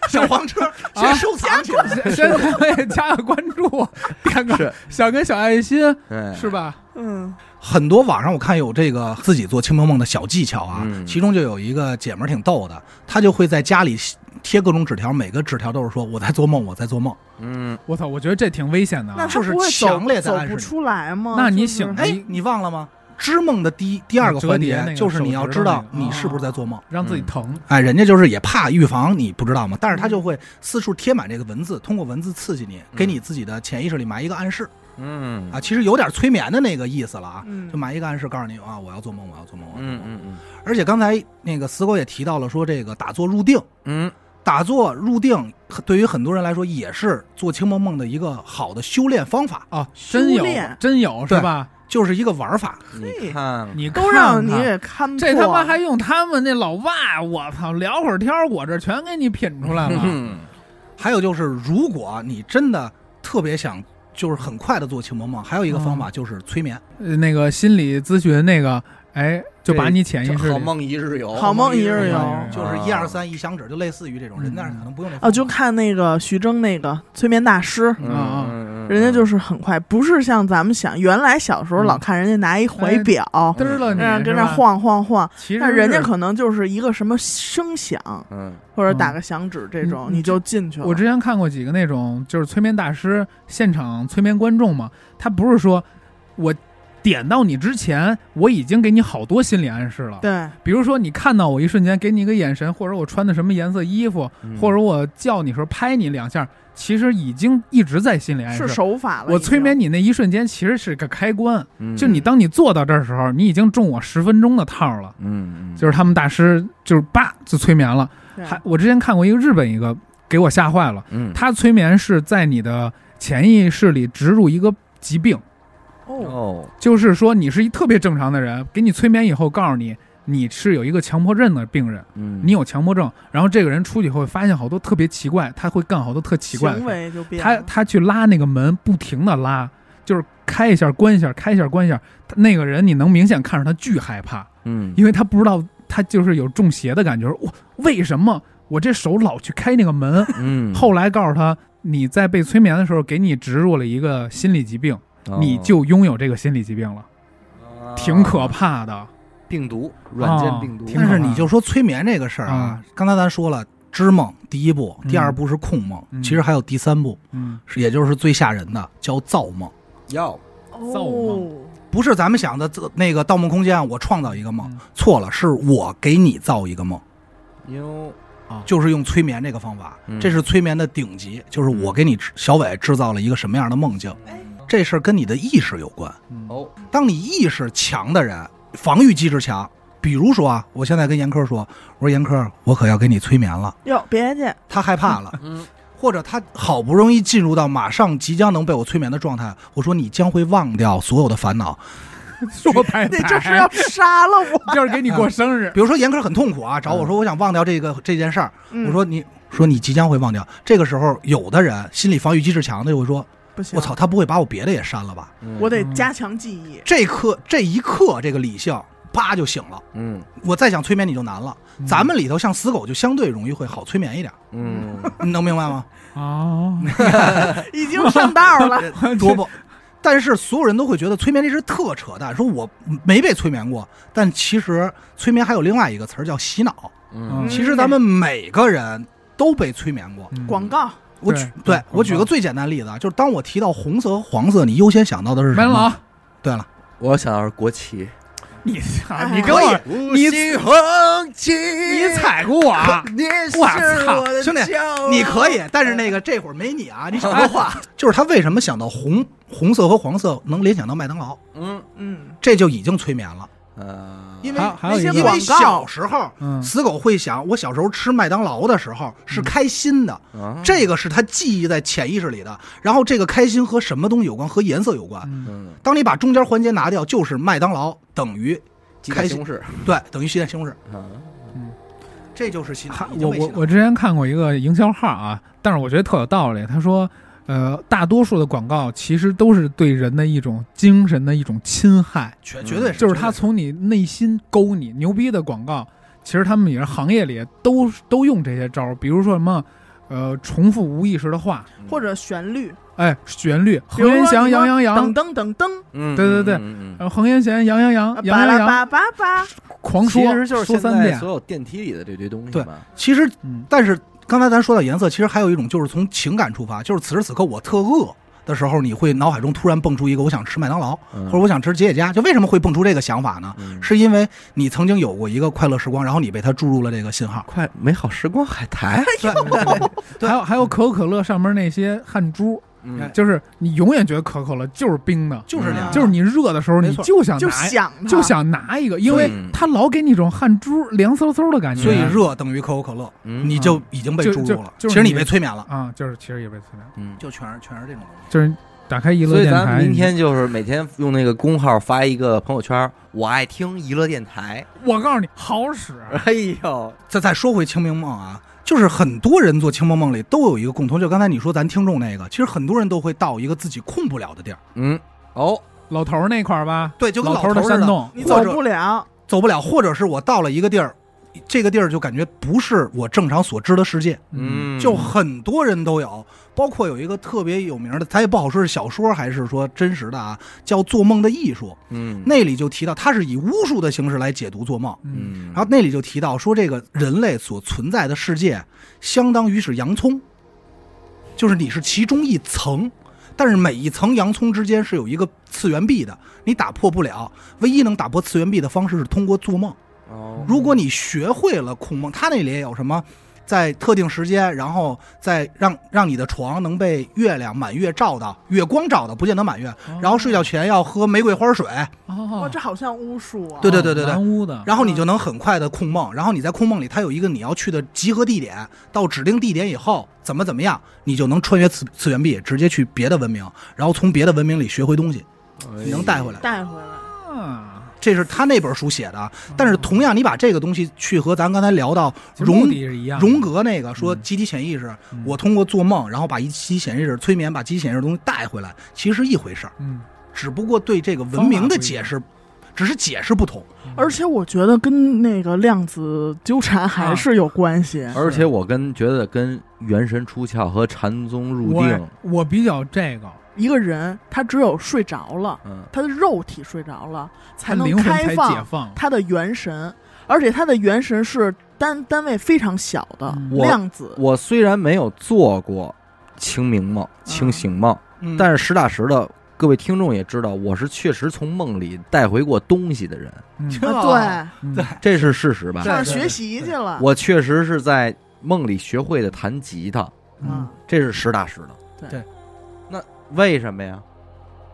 Speaker 4: 小黄车先收藏起来。
Speaker 2: 先先对加个关注，点个
Speaker 1: 是
Speaker 2: 小跟小爱心，
Speaker 1: 哎
Speaker 2: 是吧？
Speaker 3: 嗯，
Speaker 4: 很多网上我看有这个自己做清明梦的小技巧啊，
Speaker 1: 嗯
Speaker 4: 其中就有一个姐们儿挺逗的，她就会在家里贴各种纸条，每个纸条都是说我在做梦，我在做梦。
Speaker 1: 嗯，
Speaker 2: 我操，我觉得这挺危险的啊。
Speaker 3: 那他
Speaker 4: 就是
Speaker 3: 不会走
Speaker 4: 强烈地
Speaker 3: 走
Speaker 4: 暗示
Speaker 3: 不
Speaker 4: 你
Speaker 3: 出来吗？
Speaker 2: 那你
Speaker 3: 就是
Speaker 2: 醒了
Speaker 4: 哎
Speaker 2: 你，
Speaker 4: 你忘了吗？织梦的第一第二个环
Speaker 2: 嗯折叠那
Speaker 4: 节
Speaker 2: 个
Speaker 4: 就是你要知道
Speaker 2: 手指头那个啊
Speaker 4: 你是不是在做梦。
Speaker 2: 让自己疼，
Speaker 4: 哎，人家就是也怕预防你不知道嘛，但是他就会四处贴满这个文字，通过文字刺激你，给
Speaker 2: 嗯
Speaker 4: 你自己的潜意识里埋一个暗示
Speaker 1: 嗯
Speaker 4: 啊，其实有点催眠的那个意思了啊，
Speaker 2: 哎
Speaker 3: 嗯
Speaker 4: 就埋一个暗示告诉你啊，我要做梦，我要做梦，我要做
Speaker 1: 嗯
Speaker 4: 梦。
Speaker 1: 嗯
Speaker 4: 而且刚才那个死狗也提到了，说这个打坐入定，
Speaker 1: 嗯
Speaker 4: 打坐入定对于很多人来说也是做清梦梦的一个好的修炼方法，
Speaker 2: 哦，真
Speaker 3: 修
Speaker 2: 有
Speaker 3: 炼
Speaker 2: 真有是吧？
Speaker 4: 就是一个玩法。
Speaker 1: 嗯，你看
Speaker 2: 你
Speaker 3: 都让
Speaker 2: 看
Speaker 3: 你
Speaker 2: 看
Speaker 3: 给看
Speaker 2: 这
Speaker 3: 破
Speaker 2: 他妈还用他们那老外，我操，聊会儿天儿，我这全给你品出来了。
Speaker 1: 嗯
Speaker 4: 还有就是，如果你真的特别想，就是很快的做清梦梦，还有一个方法就是催眠。
Speaker 2: 呃那个心理咨询那个，哎，就把你潜意识
Speaker 1: 这好
Speaker 2: 里
Speaker 1: 梦一日游，
Speaker 3: 好梦一日游啊
Speaker 2: 好梦一日游
Speaker 4: 就是一二三一响指，就类似于这种人，
Speaker 2: 嗯
Speaker 4: 但是可能不用这
Speaker 3: 啊，就看那个徐峥那个催眠大师，
Speaker 1: 嗯
Speaker 2: 啊啊
Speaker 1: 嗯嗯
Speaker 3: 人家就是是很快，不是像咱们想，原来小时候老看人家拿一怀表，
Speaker 2: 嘚儿了你，
Speaker 3: 让人跟
Speaker 2: 嗯哎是
Speaker 3: 那
Speaker 2: 吧，
Speaker 3: 晃晃晃，
Speaker 2: 其实
Speaker 3: 那人家
Speaker 2: 是
Speaker 3: 可能就是一个什么声响
Speaker 1: 嗯
Speaker 3: 或者打个响指这种，
Speaker 2: 嗯
Speaker 3: 你就进去了。
Speaker 2: 我之前看过几个那种就是催眠大师现场催眠观众嘛，他不是说我点到你之前，我已经给你好多心理暗示了。
Speaker 3: 对，
Speaker 2: 比如说你看到我一瞬间，给你一个眼神，或者我穿的什么颜色衣服，
Speaker 1: 嗯
Speaker 2: 或者我叫你时候拍你两下，其实已经一直在心理暗
Speaker 3: 是
Speaker 2: 示。
Speaker 3: 手法了。
Speaker 2: 哎我催眠，你那一瞬间其实是个开关，
Speaker 1: 嗯
Speaker 2: 就你当你做到这儿的时候，你已经中我十分钟的套了。
Speaker 1: 嗯嗯
Speaker 2: 就是他们大师就是叭就催眠了。还
Speaker 3: 对
Speaker 2: 我之前看过一个日本一个，给我吓坏了。
Speaker 1: 嗯
Speaker 2: 他催眠是在你的潜意识里植入一个疾病，
Speaker 3: 哦，
Speaker 1: 哦
Speaker 2: 就是说你是一特别正常的人，给你催眠以后告诉你你是有一个强迫症的病人，
Speaker 1: 嗯
Speaker 2: 你有强迫症，然后这个人出去会发现好多特别奇怪，他会干好多特奇怪的
Speaker 3: 行
Speaker 2: 事。
Speaker 3: 为就变
Speaker 2: 他
Speaker 3: 了
Speaker 2: 他去拉那个门，不停的拉，就是开一下关一下，开一下关一下。他那个人你能明显看着他巨害怕，
Speaker 1: 嗯
Speaker 2: 因为他不知道他就是有中邪的感觉，我为什么我这手老去开那个门？
Speaker 1: 嗯
Speaker 2: 后来告诉他，你在被催眠的时候给你植入了一个心理疾病，
Speaker 1: 哦
Speaker 2: 你就拥有这个心理疾病
Speaker 3: 哦
Speaker 2: 了，挺可怕的。
Speaker 1: 病毒软件病毒，
Speaker 2: 哦挺
Speaker 4: 但
Speaker 2: 好
Speaker 4: 是你就说催眠这个事儿啊，刚才咱说了，织梦第一步，第二步是控梦，
Speaker 2: 嗯
Speaker 4: 其实还有第三步，
Speaker 2: 嗯，
Speaker 4: 是也就是最吓人的，叫造梦。
Speaker 1: 要
Speaker 2: 造
Speaker 3: 哦
Speaker 2: 梦，
Speaker 4: 不是咱们想的这那个《盗梦空间》，我创造一个梦，
Speaker 2: 嗯
Speaker 4: 错了，是我给你造一个梦，
Speaker 1: 哟
Speaker 4: 就是用催眠这个方法，
Speaker 1: 嗯
Speaker 4: 这是催眠的顶级，就是我给你制小伟制造了一个什么样的梦境
Speaker 3: 哎，
Speaker 4: 这事儿跟你的意识有关。
Speaker 2: 嗯
Speaker 1: 哦
Speaker 4: 当你意识强的人，防御机制强，比如说啊，我现在跟严科说，我说严科，我可要给你催眠了，
Speaker 3: 哟，别介，
Speaker 4: 他害怕了。
Speaker 1: 嗯
Speaker 4: 或者他好不容易进入到马上即将能被我催眠的状态，我说你将会忘掉所有的烦恼。
Speaker 2: 说白
Speaker 3: 那这是要杀了 我。
Speaker 2: 就是给你过生 日。
Speaker 4: 比如说严科很痛苦啊，找我说我想忘掉这个这件事儿，
Speaker 3: 嗯
Speaker 4: 我说你说你即将会忘掉。这个时候，有的人心理防御机制强的就会说：“
Speaker 3: 不行，
Speaker 4: 我操，，他不会把我别的也删了吧
Speaker 1: 嗯
Speaker 3: 我
Speaker 2: 嗯
Speaker 3: 得加强记忆？”。
Speaker 4: 这刻这一刻，这个理性啪就醒了。
Speaker 1: 嗯
Speaker 4: 我再想催眠你就难了。
Speaker 2: 嗯
Speaker 4: 咱们里头像死狗就相对容易会好催眠一点，
Speaker 1: 嗯
Speaker 4: 你能明 白吗？
Speaker 2: 哦，
Speaker 3: 已经上道了。
Speaker 4: 多不？但是所有人都会觉得催眠这事特扯淡，说我没被催眠过。但其实催眠还有另外一个词儿叫洗脑。
Speaker 1: 嗯
Speaker 4: 其实咱们每个人都被催眠过。
Speaker 2: 嗯
Speaker 3: 广告，
Speaker 4: 我
Speaker 2: 对
Speaker 4: 举
Speaker 2: 对
Speaker 4: 对我举
Speaker 2: 广告嗯
Speaker 4: 个最简单的例子啊，就是当我提到红色和黄色，你优先想到的是什
Speaker 2: 麦
Speaker 4: 么？
Speaker 2: 当劳
Speaker 4: 对了，
Speaker 1: 我想要是国旗，
Speaker 2: 嗯你啊
Speaker 3: 哎
Speaker 2: 你跟我你
Speaker 1: 红旗，
Speaker 2: 你踩过我 啊？
Speaker 1: 你是
Speaker 2: 我操
Speaker 1: 的
Speaker 4: 兄弟
Speaker 1: 骄傲
Speaker 4: 你可以，但是那个这会儿没你啊，你少说
Speaker 2: 哎
Speaker 4: 话。就是他为什么想到红红色和黄色能联想到麦当劳，
Speaker 1: 嗯
Speaker 3: 嗯，
Speaker 4: 这就已经催眠了。
Speaker 1: 呃，
Speaker 4: 因为
Speaker 2: 还还有一个
Speaker 4: 因为
Speaker 3: 广告
Speaker 4: 小时候，
Speaker 2: 嗯
Speaker 4: 死狗会想，我小时候吃麦当劳的时候是开心的，
Speaker 2: 嗯
Speaker 1: 啊
Speaker 4: 这个是他记忆在潜意识里的。然后这个开心和什么东西有关？和颜色有关。
Speaker 2: 嗯
Speaker 1: 嗯，
Speaker 4: 当你把中间环节拿掉，就是麦当劳等于
Speaker 1: 鸡
Speaker 4: 开
Speaker 1: 蛋
Speaker 4: 心
Speaker 1: 西红柿
Speaker 4: 对等于西点西红柿，
Speaker 1: 啊，
Speaker 4: 这就是洗脑
Speaker 2: 还。
Speaker 4: 已经
Speaker 2: 我
Speaker 4: 被
Speaker 2: 我
Speaker 4: 洗脑
Speaker 2: 我之前看过一个营销号啊，但是我觉得特有道理。他说，呃，大多数的广告其实都是对人的一种精神的一种侵害，
Speaker 4: 绝绝嗯对是，
Speaker 2: 就是
Speaker 4: 绝对
Speaker 2: 他从你内心勾你。牛逼的广告，其实他们也是行业里都都用这些招儿，比如说什么，呃，重复无意识的话，
Speaker 3: 或者旋律，
Speaker 2: 哎，旋律，恒
Speaker 3: 比如说
Speaker 2: 源祥
Speaker 3: 什么
Speaker 2: 杨洋杨，
Speaker 3: 噔噔噔噔，
Speaker 1: 嗯，
Speaker 2: 对对对
Speaker 1: 嗯嗯嗯
Speaker 2: 呃，恒源祥杨洋杨
Speaker 3: 啊
Speaker 2: 杨
Speaker 3: 巴
Speaker 2: 洋
Speaker 3: 拉
Speaker 2: 杨，
Speaker 3: 巴巴巴，
Speaker 2: 狂说
Speaker 1: 其实就是
Speaker 2: 说
Speaker 1: 现
Speaker 2: 三
Speaker 1: 在
Speaker 2: 遍
Speaker 1: 所，有电梯里的这堆东西
Speaker 4: 对
Speaker 1: 嘛，
Speaker 4: 其实
Speaker 2: 嗯，
Speaker 4: 但是刚才咱说到颜色，其实还有一种就是从情感出发，就是此时此刻我特饿的时候，你会脑海中突然蹦出一个我想吃麦当劳，
Speaker 1: 嗯
Speaker 4: 或者我想吃吉野家。就为什么会蹦出这个想法呢？
Speaker 1: 嗯
Speaker 4: 是因为你曾经有过一个快乐时光，然后你被它注入了这个信号。
Speaker 1: 快美好时光海苔，
Speaker 4: 对，对
Speaker 2: 还有还有可口可乐上面那些汗珠，
Speaker 1: 嗯
Speaker 2: 就是你永远觉得可口可乐就是冰的，
Speaker 4: 就是这样，
Speaker 2: 就是你热的时候
Speaker 4: 没
Speaker 2: 你
Speaker 4: 错
Speaker 2: 就想
Speaker 3: 就
Speaker 2: 啊拿，
Speaker 3: 想它
Speaker 2: 就，想拿一个，因
Speaker 1: 所以
Speaker 2: 为它老给你一种汗珠凉飕飕的感觉，
Speaker 4: 所以热等于可口可乐，
Speaker 1: 嗯
Speaker 4: 你就已经被注入了。
Speaker 2: 嗯就就就是
Speaker 4: 其实你
Speaker 2: 你
Speaker 4: 被催眠了，
Speaker 2: 啊，就是其实也被催眠，
Speaker 1: 嗯。
Speaker 4: 就全是全是这种东西。
Speaker 2: 就是打开娱乐
Speaker 1: 所以
Speaker 2: 电
Speaker 1: 咱
Speaker 2: 台，
Speaker 1: 们明天就是每天用那个公号发一个朋友圈，我爱听娱乐电台。
Speaker 2: 我告诉你好使，
Speaker 1: 哎呦，
Speaker 4: 再再说回《清明梦》啊，就是很多人做《清明梦》里都有一个共同，就刚才你说咱听众那个，其实很多人都会到一个自己控不了的地儿。
Speaker 1: 嗯，哦，
Speaker 2: 老头儿那块儿吧，
Speaker 4: 对，就跟
Speaker 2: 老头儿
Speaker 4: 头
Speaker 2: 的
Speaker 4: 儿似
Speaker 2: 山
Speaker 4: 的，
Speaker 2: 洞，
Speaker 3: 你
Speaker 4: 或
Speaker 3: 走
Speaker 4: 者
Speaker 3: 不了，
Speaker 4: 走不了，或者是我到了一个地儿，这个地儿就感觉不是我正常所知的世界，
Speaker 2: 嗯，
Speaker 1: 嗯，
Speaker 4: 就很多人都有，包括有一个特别有名的，咱也不好说是小说还是说真实的啊，叫《做梦的艺术》，
Speaker 1: 嗯，
Speaker 4: 那里就提到它是以巫术的形式来解读做梦，
Speaker 2: 嗯，
Speaker 1: 嗯，
Speaker 4: 然后那里就提到说这个人类所存在的世界相当于是洋葱，就是你是其中一层。但是每一层洋葱之间是有一个次元壁的，你打破不了。唯一能打破次元壁的方式是通过做梦。
Speaker 1: 哦，
Speaker 4: 如果你学会了控梦，它那里也有什么，在特定时间，然后再让让你的床能被月亮满月照到，月光照到，不见得满月。然后睡觉前要喝玫瑰花水，
Speaker 2: 嗯哦
Speaker 3: 哇，，这好像巫术啊，
Speaker 4: 对对对对对
Speaker 2: 南屋的，
Speaker 4: 然后你就能很快的控梦。然后你在控梦里，它有一个你要去的集合地点，到指定地点以后怎么怎么样，你就能穿越次次元壁，直接去别的文明，然后从别的文明里学回东西，
Speaker 1: 哎
Speaker 4: 你能带回
Speaker 2: 哎
Speaker 4: 来。
Speaker 3: 带回来，
Speaker 2: 啊，
Speaker 4: 这是他那本书写的啊，但是同样你把这个东西去和咱刚才聊到
Speaker 2: 其实目
Speaker 4: 荣
Speaker 2: 的是一样的，
Speaker 4: 荣格那个说
Speaker 2: 嗯
Speaker 4: 集体潜意识，
Speaker 2: 嗯
Speaker 4: 我通过做梦，然后把一集体潜意识催眠，把集体潜意识的东西带回来，其实是一回事儿，
Speaker 2: 嗯，
Speaker 4: 只不过对这个文明的解释，只是解释不同。
Speaker 2: 嗯，
Speaker 3: 而且我觉得跟那个量子纠
Speaker 2: 啊
Speaker 3: 缠还是有关系，
Speaker 1: 而且我跟觉得跟元神出窍和禅宗入定
Speaker 2: 我，我比较这个，
Speaker 3: 一个人他只有睡着了，
Speaker 1: 嗯，
Speaker 3: 他的肉体睡着了，才
Speaker 2: 他
Speaker 3: 能
Speaker 2: 灵魂才
Speaker 3: 开
Speaker 2: 解
Speaker 3: 放
Speaker 2: 放，
Speaker 3: 他的元神，而且他的元神是单单位非常小的
Speaker 2: 嗯
Speaker 1: 我
Speaker 3: 量子，
Speaker 1: 我虽然没有做过清明梦、清醒梦，
Speaker 4: 嗯
Speaker 1: 但是实打实的，各位听众也知道，我是确实从梦里带回过东西的人，
Speaker 2: 嗯
Speaker 4: 就
Speaker 3: 啊
Speaker 2: 嗯
Speaker 4: 对
Speaker 1: 这是事实吧
Speaker 3: 对，上
Speaker 4: 对对
Speaker 3: 学习去了，
Speaker 1: 我确实是在梦里学会的弹吉他，
Speaker 2: 嗯
Speaker 3: 嗯，
Speaker 1: 这是实打实的。
Speaker 3: 对
Speaker 4: 对，
Speaker 1: 那为什么呀？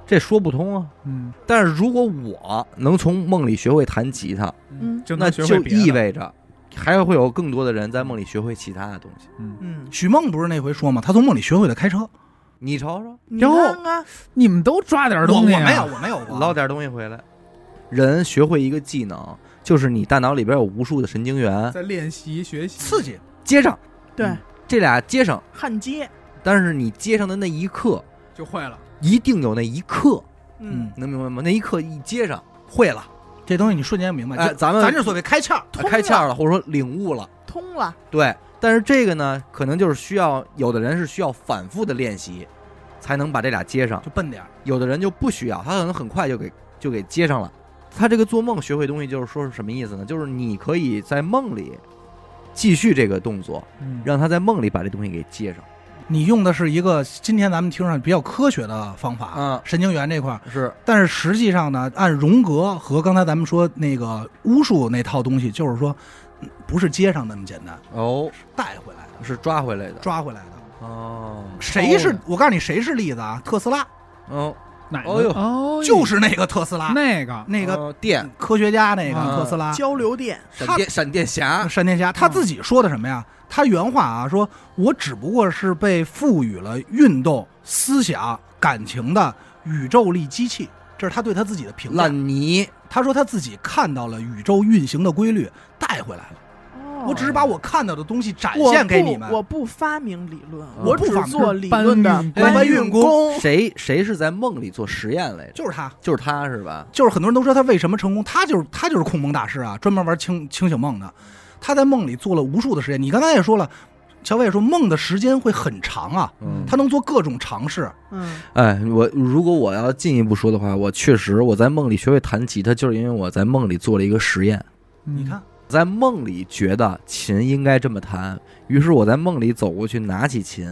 Speaker 1: 这说不通啊。
Speaker 2: 嗯
Speaker 1: 但是如果我能从梦里学会弹吉他，
Speaker 2: 嗯，
Speaker 3: 嗯
Speaker 2: 就
Speaker 1: 那
Speaker 2: 能学会
Speaker 1: 就
Speaker 2: 别的
Speaker 1: 意，味着还会有更多的人在梦里学会其他的东西。
Speaker 2: 嗯，
Speaker 3: 嗯，
Speaker 4: 许梦不是那回说吗？他从梦里学会了开车。
Speaker 1: 你瞅瞅，
Speaker 3: 你
Speaker 2: 然后
Speaker 3: 看看，
Speaker 2: 你们都抓点
Speaker 4: 我我
Speaker 2: 东西啊，
Speaker 4: 没有，我没有过。
Speaker 1: 捞点东西回来。人学会一个技能，就是你大脑里边有无数的神经元
Speaker 2: 在练习学习
Speaker 4: 刺，激，
Speaker 1: 接上，
Speaker 3: 对
Speaker 2: 嗯，
Speaker 1: 这俩接上，
Speaker 3: 焊接，嗯
Speaker 1: 但是你接上的那一刻，
Speaker 2: 就会了。
Speaker 1: 一定有那一刻，
Speaker 3: 嗯，
Speaker 1: 能明白吗？那一刻一接上，
Speaker 4: 会了这东西，你瞬间明白。
Speaker 1: 哎，
Speaker 4: 就
Speaker 1: 咱们
Speaker 4: 咱这所谓开窍，
Speaker 1: 呃开窍了，或者说领悟了。
Speaker 3: 通了，
Speaker 1: 对，但是这个呢，可能就是需要有的人是需要反复的练习，才能把这俩接上；
Speaker 4: 就笨点儿。
Speaker 1: 有的人就不需要，他可能很快就给就给接上了。他这个做梦学会东西，就是说是什么意思呢？就是你可以在梦里继续这个动作，
Speaker 2: 嗯，
Speaker 1: 让他在梦里把这东西给接上。
Speaker 4: 你用的是一个今天咱们听上比较科学的方法，
Speaker 1: 嗯
Speaker 4: 神经元这块儿。
Speaker 1: 是
Speaker 4: 但是实际上呢，按荣格和刚才咱们说那个巫术那套东西，就是说，嗯不是街上那么简单，
Speaker 1: 哦，
Speaker 4: 是带回来的，
Speaker 1: 是抓回来的
Speaker 4: 抓回来的。
Speaker 1: 哦，
Speaker 4: 谁
Speaker 2: 偷
Speaker 4: 是
Speaker 2: 的
Speaker 4: 我告诉你谁是例子啊？特斯拉
Speaker 1: 哦，
Speaker 2: 哪个？啊
Speaker 1: 哦呦
Speaker 2: 哦
Speaker 4: 就是那嗯个特斯拉，
Speaker 2: 那个
Speaker 4: 那个
Speaker 1: 哦电
Speaker 4: 科学家那个
Speaker 1: 啊
Speaker 4: 特斯拉，
Speaker 3: 交流电，
Speaker 1: 闪电闪电
Speaker 3: 啊
Speaker 1: 侠，
Speaker 4: 闪电侠他
Speaker 3: 嗯
Speaker 4: 自己说的什么呀？他原话啊，说我只不过是被赋予了运动、思想、感情的宇宙力机器。这是他对他自己的评价。
Speaker 1: 烂泥，
Speaker 4: 他说他自己看到了宇宙运行的规律，带回来了。我只是把我看到的东西展
Speaker 3: 哦我
Speaker 4: 现给
Speaker 3: 不
Speaker 4: 你们。
Speaker 3: 我不发明理论，
Speaker 1: 我
Speaker 4: 不
Speaker 3: 只
Speaker 4: 发明
Speaker 3: 做理论的
Speaker 2: 搬
Speaker 4: 搬运
Speaker 3: 运工。
Speaker 1: 谁谁是在梦里做实验来着？
Speaker 4: 就是他，
Speaker 1: 就是他是吧？
Speaker 4: 就是很多人都说他为什么成功，他就是他就是控梦大师啊，专门玩清清醒梦的。他在梦里做了无数的实验。你刚才也说了，乔伟也说梦的时间会很长啊，
Speaker 1: 嗯，
Speaker 4: 他能做各种尝试。
Speaker 3: 嗯，
Speaker 1: 哎，我如果我要进一步说的话，我确实我在梦里学会弹吉他，就是因为我在梦里做了一个实验，
Speaker 4: 你
Speaker 2: 你
Speaker 4: 看，
Speaker 1: 在梦里觉得琴应该这么弹，于是我在梦里走过去拿起琴，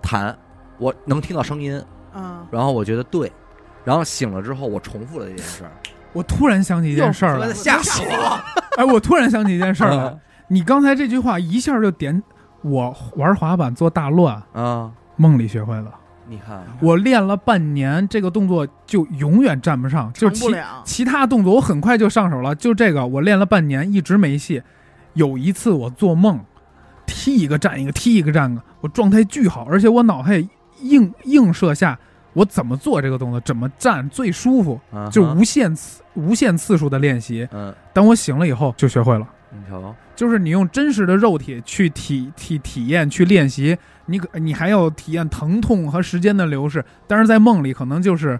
Speaker 1: 弹，我能听到声音，
Speaker 3: 啊，
Speaker 1: 然后我觉得对，然后醒了之后我重复了这件事儿，
Speaker 2: 我突然想起一件事儿来，
Speaker 1: 吓死我！
Speaker 2: 哎，我突然想起一件事儿来
Speaker 1: 嗯，
Speaker 2: 你刚才这句话一下就点我玩滑板做大乱，
Speaker 1: 啊，
Speaker 2: 梦里学会了。
Speaker 1: 你看，啊
Speaker 2: 我练了半年，这个动作就永远站不上，就
Speaker 3: 成
Speaker 2: 是
Speaker 3: 嗯不
Speaker 2: 其
Speaker 3: 了。
Speaker 2: 其他动作我很快就上手了，就这个我练了半年一直没戏。有一次我做梦，踢一个站一个，踢一个站一个，我状态巨好，而且我脑海映映射下我怎么做这个动作，怎么站最舒服，
Speaker 1: 啊哈
Speaker 2: 就无限次无限次数的练习。
Speaker 1: 嗯，
Speaker 2: 当我醒了以后就学会了。
Speaker 1: 你瞧，
Speaker 2: 就是你用真实的肉体去体体体验、去练习，你可你还要体验疼痛和时间的流逝，但是在梦里可能就是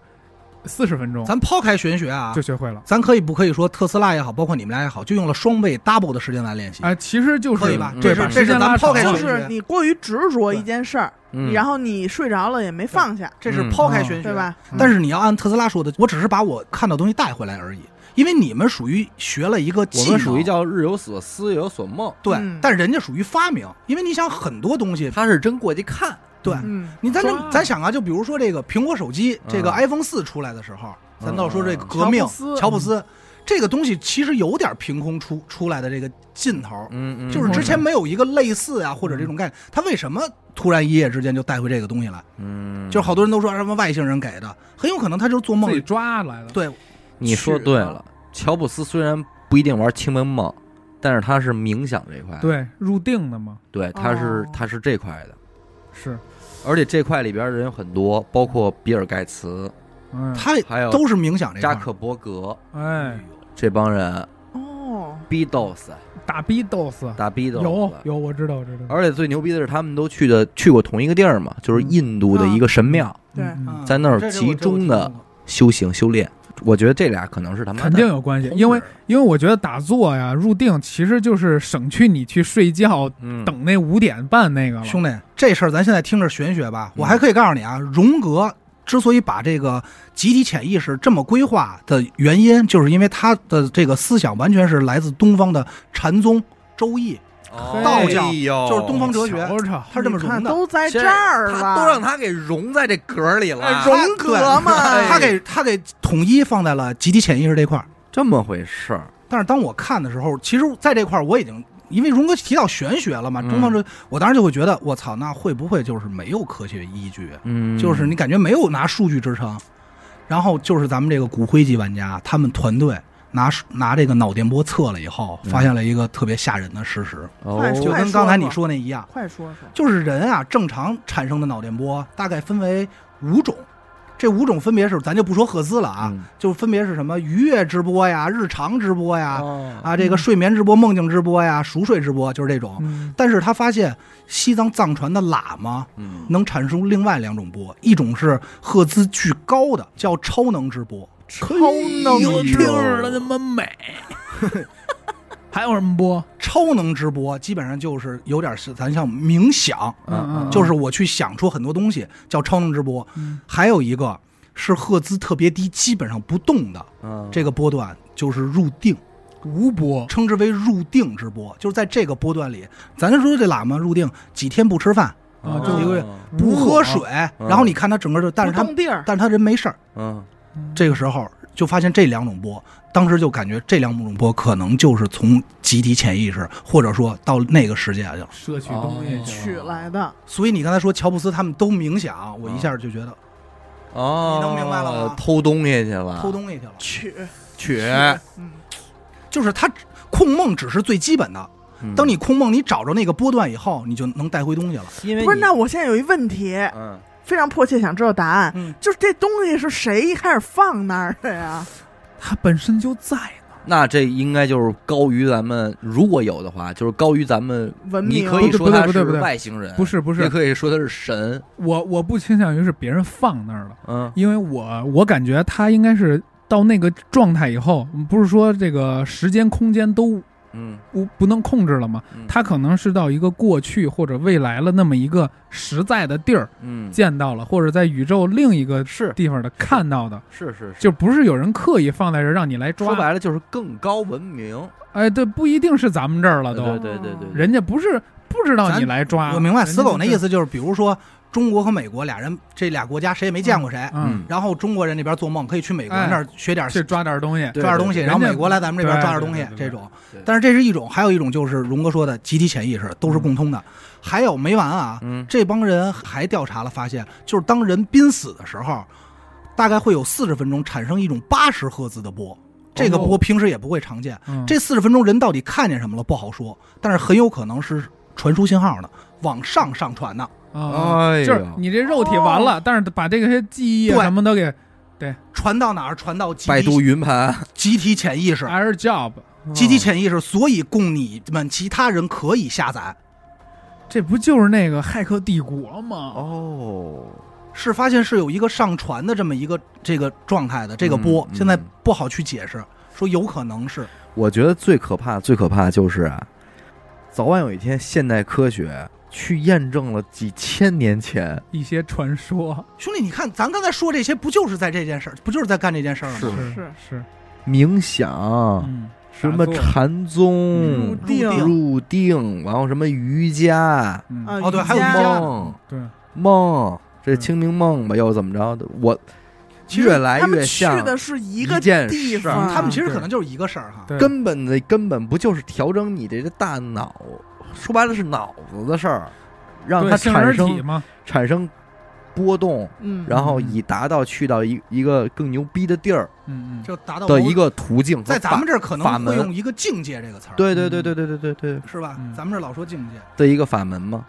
Speaker 2: 四十分钟
Speaker 4: 咱抛开玄学啊
Speaker 2: 就，学会了。
Speaker 4: 咱可以不可以说特斯拉也好，包括你们俩也好，就用了双倍 double 的时间来练习？
Speaker 2: 哎、其实就是
Speaker 4: 可以吧
Speaker 2: 对，
Speaker 1: 这是
Speaker 2: 把
Speaker 1: 这
Speaker 2: 时
Speaker 1: 是
Speaker 2: 间
Speaker 4: 咱
Speaker 2: 拉
Speaker 4: 们抛
Speaker 2: 长
Speaker 4: 开
Speaker 3: 就
Speaker 2: 了
Speaker 4: 玄学
Speaker 3: 是你过于执着一件事儿，
Speaker 1: 嗯，
Speaker 3: 然
Speaker 1: 后
Speaker 3: 后你睡着了也没放下。
Speaker 4: 这是
Speaker 1: 嗯
Speaker 4: 抛开玄学。
Speaker 3: 对吧？
Speaker 2: 嗯
Speaker 4: 但是你要按特斯拉说的，我只是把我看到东西带回来而已，因为你们属于学了一个技
Speaker 1: 我
Speaker 4: 能，
Speaker 1: 们属于叫日有所思，夜有所梦，
Speaker 4: 对，
Speaker 3: 嗯
Speaker 4: 但人家属于发明，因为你想很多东西，
Speaker 1: 他是真过去看，
Speaker 4: 对。
Speaker 3: 嗯，
Speaker 4: 你咱
Speaker 2: 抓
Speaker 4: 这咱想啊，就比如说这个苹果手机，这个
Speaker 1: 嗯
Speaker 4: iPhone 四出来的时候，
Speaker 1: 嗯
Speaker 4: 咱到说这个革命
Speaker 3: 乔布，斯
Speaker 4: 乔布斯这个东西其实有点凭空出出来的这个劲头，
Speaker 1: 嗯嗯，
Speaker 4: 就是之前没有一个类似啊或者这种概念，他为什么突然一夜之间就带回这个东西来？
Speaker 1: 嗯，
Speaker 4: 就是好多人都说什么外星人给的，很有可能他就是做梦
Speaker 2: 自己
Speaker 4: 里
Speaker 2: 抓来的。
Speaker 4: 对
Speaker 1: 你说对了，乔布斯虽然不一定玩清明梦，但是他是冥想这块，
Speaker 2: 对，入定的嘛，
Speaker 1: 对，他是、
Speaker 3: 哦
Speaker 1: 他是这块的，
Speaker 2: 是，
Speaker 1: 而且这块里边人有很多，包括比尔盖茨、
Speaker 2: 嗯，
Speaker 4: 他
Speaker 1: 还有
Speaker 4: 都是冥想这块
Speaker 1: 扎
Speaker 4: 儿
Speaker 1: 克伯格
Speaker 2: 哎，
Speaker 1: 这帮人
Speaker 3: 哦，
Speaker 1: ，Beatles
Speaker 2: 打 B 斗死，
Speaker 1: 打 Beatles，
Speaker 2: 有有，我知道，我知道。
Speaker 1: 而且最牛逼的是，他们都去的去过同一个地儿嘛，就是印度的一个神庙，
Speaker 3: 对
Speaker 2: 嗯嗯
Speaker 4: 嗯
Speaker 1: 在那儿集中的修行修炼。我觉得这俩可能是他们
Speaker 2: 肯定有关系，因为因为我觉得打坐呀、入定其实就是省去你去睡觉，
Speaker 1: 嗯
Speaker 2: 等那五点半那个了。
Speaker 4: 兄弟，这事儿咱现在听着玄学吧，
Speaker 1: 嗯
Speaker 4: 我还可以告诉你啊，荣格之所以把这个集体潜意识这么规划的原因，就是因为他的这个思想完全是来自东方的禅宗《周易》，
Speaker 2: 道
Speaker 4: 教
Speaker 1: 教
Speaker 4: 就是东方啊哲学
Speaker 2: 瞧瞧，
Speaker 4: 他是这么
Speaker 3: 你看
Speaker 4: 融的。
Speaker 3: 都在这儿了，
Speaker 1: 他都让他给融在这壳里了，
Speaker 3: 哎荣格嘛
Speaker 1: 哎
Speaker 4: 他给他给统一放在了集体潜意识这块儿。
Speaker 1: 这么回事儿。
Speaker 4: 但是当我看的时候，其实在这块儿我已经。因为荣哥提到玄学了嘛，
Speaker 1: 嗯
Speaker 4: 东方哲，我当时就会觉得，我操，那会不会就是没有科学依据？
Speaker 1: 嗯，
Speaker 4: 就是你感觉没有拿数据支撑，然后就是咱们这个骨灰级玩家，他们团队拿数拿这个脑电波测了以后，
Speaker 1: 嗯
Speaker 4: 发现了一个特别吓人的事实，
Speaker 1: 哦
Speaker 3: 快
Speaker 4: 就
Speaker 3: 说
Speaker 4: 跟刚才你说那一样，
Speaker 3: 快说说，
Speaker 4: 就是人啊正常产生的脑电波大概分为五种，这五种分别是咱就不说赫兹了啊，
Speaker 1: 嗯
Speaker 4: 就分别是什么愉悦直播呀、日常直播呀、
Speaker 1: 啊，
Speaker 4: 啊这个睡眠直播、梦境直播呀、熟睡直播，就是这种。
Speaker 2: 嗯，
Speaker 4: 但是他发现西藏藏传的喇嘛
Speaker 1: 嗯，
Speaker 4: 能产生另外两种波，一种是赫兹巨高的，叫超能直播，
Speaker 1: 超
Speaker 2: 我听着他妈美。 还有什么播？
Speaker 4: 超能直播基本上就是有点是咱像冥想，
Speaker 1: 嗯，
Speaker 4: 就是我去想出很多东西，叫超能直播。
Speaker 2: 嗯
Speaker 4: 还有一个是赫兹特别低，基本上不动的
Speaker 1: 嗯
Speaker 4: 这个波段，就是入定，
Speaker 2: 无播，
Speaker 4: 称之为入定直播，就是在这个波段里，咱说这喇嘛入定几天不吃饭，
Speaker 1: 嗯
Speaker 2: 啊，
Speaker 1: 哦
Speaker 4: 就一个月不喝水，然后你看他整个就，但是
Speaker 3: 不
Speaker 4: 他
Speaker 3: 动地儿，
Speaker 4: 但是他人没事儿。
Speaker 1: 嗯，
Speaker 4: 这个时候就发现这两种波，当时就感觉这两种波可能就是从集体潜意识，或者说到那个世界去了。
Speaker 2: 摄取东
Speaker 1: 哦
Speaker 2: 西去了，
Speaker 3: 取来的，
Speaker 4: 所以你刚才说乔布斯他们都冥想，我一下就觉得
Speaker 1: 哦，
Speaker 4: 你能明白了吗
Speaker 1: 偷东西去了，
Speaker 4: 偷东西去了，
Speaker 3: 取，
Speaker 1: 取。
Speaker 3: 嗯，
Speaker 4: 就是他只控梦只是最基本的。
Speaker 1: 嗯
Speaker 4: 当你控梦，你找着那个波段以后，你就能带回东西了。
Speaker 1: 因为
Speaker 3: 不是，
Speaker 1: 你
Speaker 3: 那我现在有一问题，
Speaker 1: 嗯，
Speaker 3: 非常迫切想知道答案，
Speaker 4: 嗯，
Speaker 3: 就是这东西是谁一开始放那儿的呀？
Speaker 2: 它本身就在呢。
Speaker 1: 那这应该就是高于咱们，如果有的话，就是高于咱们。
Speaker 3: 文
Speaker 1: 你
Speaker 3: 明
Speaker 1: 可以说
Speaker 2: 不对
Speaker 1: 他是
Speaker 2: 不对不对
Speaker 1: 外星人，
Speaker 2: 不是不
Speaker 1: 也
Speaker 2: 是，
Speaker 1: 可以说他是神。
Speaker 2: 我我不倾向于是别人放那儿了，
Speaker 1: 嗯
Speaker 2: 因为我我感觉它应该是到那个状态以后，不是说这个时间空间都
Speaker 1: 嗯，
Speaker 2: 不不能控制了吗？
Speaker 1: 嗯
Speaker 2: 它可能是到一个过去或者未来了那么一个实在的地儿
Speaker 1: 嗯
Speaker 2: 见到了，或者在宇宙另一个
Speaker 1: 是
Speaker 2: 地方的看到的，
Speaker 1: 是是是，
Speaker 2: 就不是有人刻意放在这儿让你来
Speaker 1: 说
Speaker 2: 抓。
Speaker 1: 白了就是更高文明。嗯
Speaker 2: 哎，对，不一定是咱们这儿了都，
Speaker 1: 对对对对，对
Speaker 2: 人家不是不知道你来抓。
Speaker 4: 嗯我明白
Speaker 2: 人家
Speaker 4: 死狗那
Speaker 2: 就
Speaker 4: 意
Speaker 2: 是，
Speaker 4: 思就是，比如说中国和美国俩人，这俩国家谁也没见过谁，
Speaker 1: 啊
Speaker 2: 嗯，
Speaker 4: 然后中国人那边做梦可以去美国那儿学点儿
Speaker 2: 去抓点东西。
Speaker 1: 对
Speaker 4: 抓点东
Speaker 2: 对
Speaker 4: 西，
Speaker 2: 对
Speaker 4: 然后美国来咱们这边
Speaker 2: 对
Speaker 4: 抓点东西
Speaker 2: 对对对
Speaker 4: 这种
Speaker 1: 对。
Speaker 4: 但是这是一种，还有一种就是荣哥说的集体潜意识都是共通的。还有没完啊？
Speaker 1: 嗯
Speaker 4: 这帮人还调查了，发现就是当人濒死的时候，大概会有四十分钟产生一种八十赫兹的波，这个波平时也不会常见。
Speaker 2: 嗯
Speaker 4: 这四十分钟人到底看见什么了不好说，但是很有可能是传输信号呢，往上上传呢。
Speaker 2: 啊，
Speaker 1: 哎
Speaker 2: 就
Speaker 1: 呀
Speaker 2: 是你这肉
Speaker 3: 哦
Speaker 2: 体完了，但是把这个些记忆啊
Speaker 4: 对
Speaker 2: 什么都给
Speaker 4: 传到哪儿？传到集
Speaker 1: 百度
Speaker 4: 体
Speaker 1: 云盘，
Speaker 4: 集体潜意识，
Speaker 2: air job。
Speaker 4: 集
Speaker 2: 嗯
Speaker 4: 体潜意识，所以供你们其他人可以下载。
Speaker 2: 这不就是那个《骇客帝国》吗？
Speaker 1: 哦，
Speaker 4: 是发现是有一个上传的这么一个这个状态的这个波，
Speaker 1: 嗯
Speaker 4: 现在
Speaker 1: 嗯
Speaker 4: 不好去解释，说有可能是
Speaker 1: 我觉得最可怕、最可怕就是啊，早晚有一天，现代科学去验证了几千年前
Speaker 2: 一些传说
Speaker 4: 兄弟，你看咱刚才说这些，不就是在这件事儿，不就是在干这件事儿吗？
Speaker 1: 是
Speaker 2: 是是，
Speaker 1: 冥想、
Speaker 2: 嗯，
Speaker 1: 什么
Speaker 2: 打坐
Speaker 1: 禅宗、
Speaker 4: 入定
Speaker 1: 入定，然后什么瑜伽、
Speaker 2: 嗯
Speaker 3: 啊
Speaker 4: 哦对
Speaker 3: 瑜
Speaker 4: 还有
Speaker 3: 伽
Speaker 4: 瑜伽
Speaker 1: 梦
Speaker 2: 对，
Speaker 1: 梦，这
Speaker 2: 嗯
Speaker 1: 清明梦吧，又怎么着的？我
Speaker 4: 其实
Speaker 1: 越来
Speaker 3: 他
Speaker 1: 越
Speaker 3: 们去
Speaker 1: 像
Speaker 3: 的是一
Speaker 1: 一
Speaker 3: 个
Speaker 1: 件
Speaker 3: 地
Speaker 1: 事儿
Speaker 3: 方，
Speaker 4: 他们其实可能就是一个事儿哈。
Speaker 2: 对
Speaker 1: 根本的根本不就是调整你的这大脑，说白了是脑子的事儿，让
Speaker 2: 对
Speaker 1: 它
Speaker 2: 杏仁
Speaker 1: 产
Speaker 2: 体
Speaker 1: 生
Speaker 2: 嘛，
Speaker 1: 产生波动，
Speaker 3: 嗯，
Speaker 1: 然后以达到去到一一个更牛逼的地儿
Speaker 2: 嗯嗯，
Speaker 4: 就达到
Speaker 1: 的
Speaker 4: 某
Speaker 1: 一个途径和
Speaker 4: 在咱们这儿可
Speaker 1: 法
Speaker 4: 能
Speaker 1: 门
Speaker 4: 会用一个境界这个词儿，
Speaker 1: 法，对对对对对对对对
Speaker 4: 是吧
Speaker 2: 嗯？
Speaker 4: 咱们这儿老说境界，
Speaker 1: 的一个法门嘛。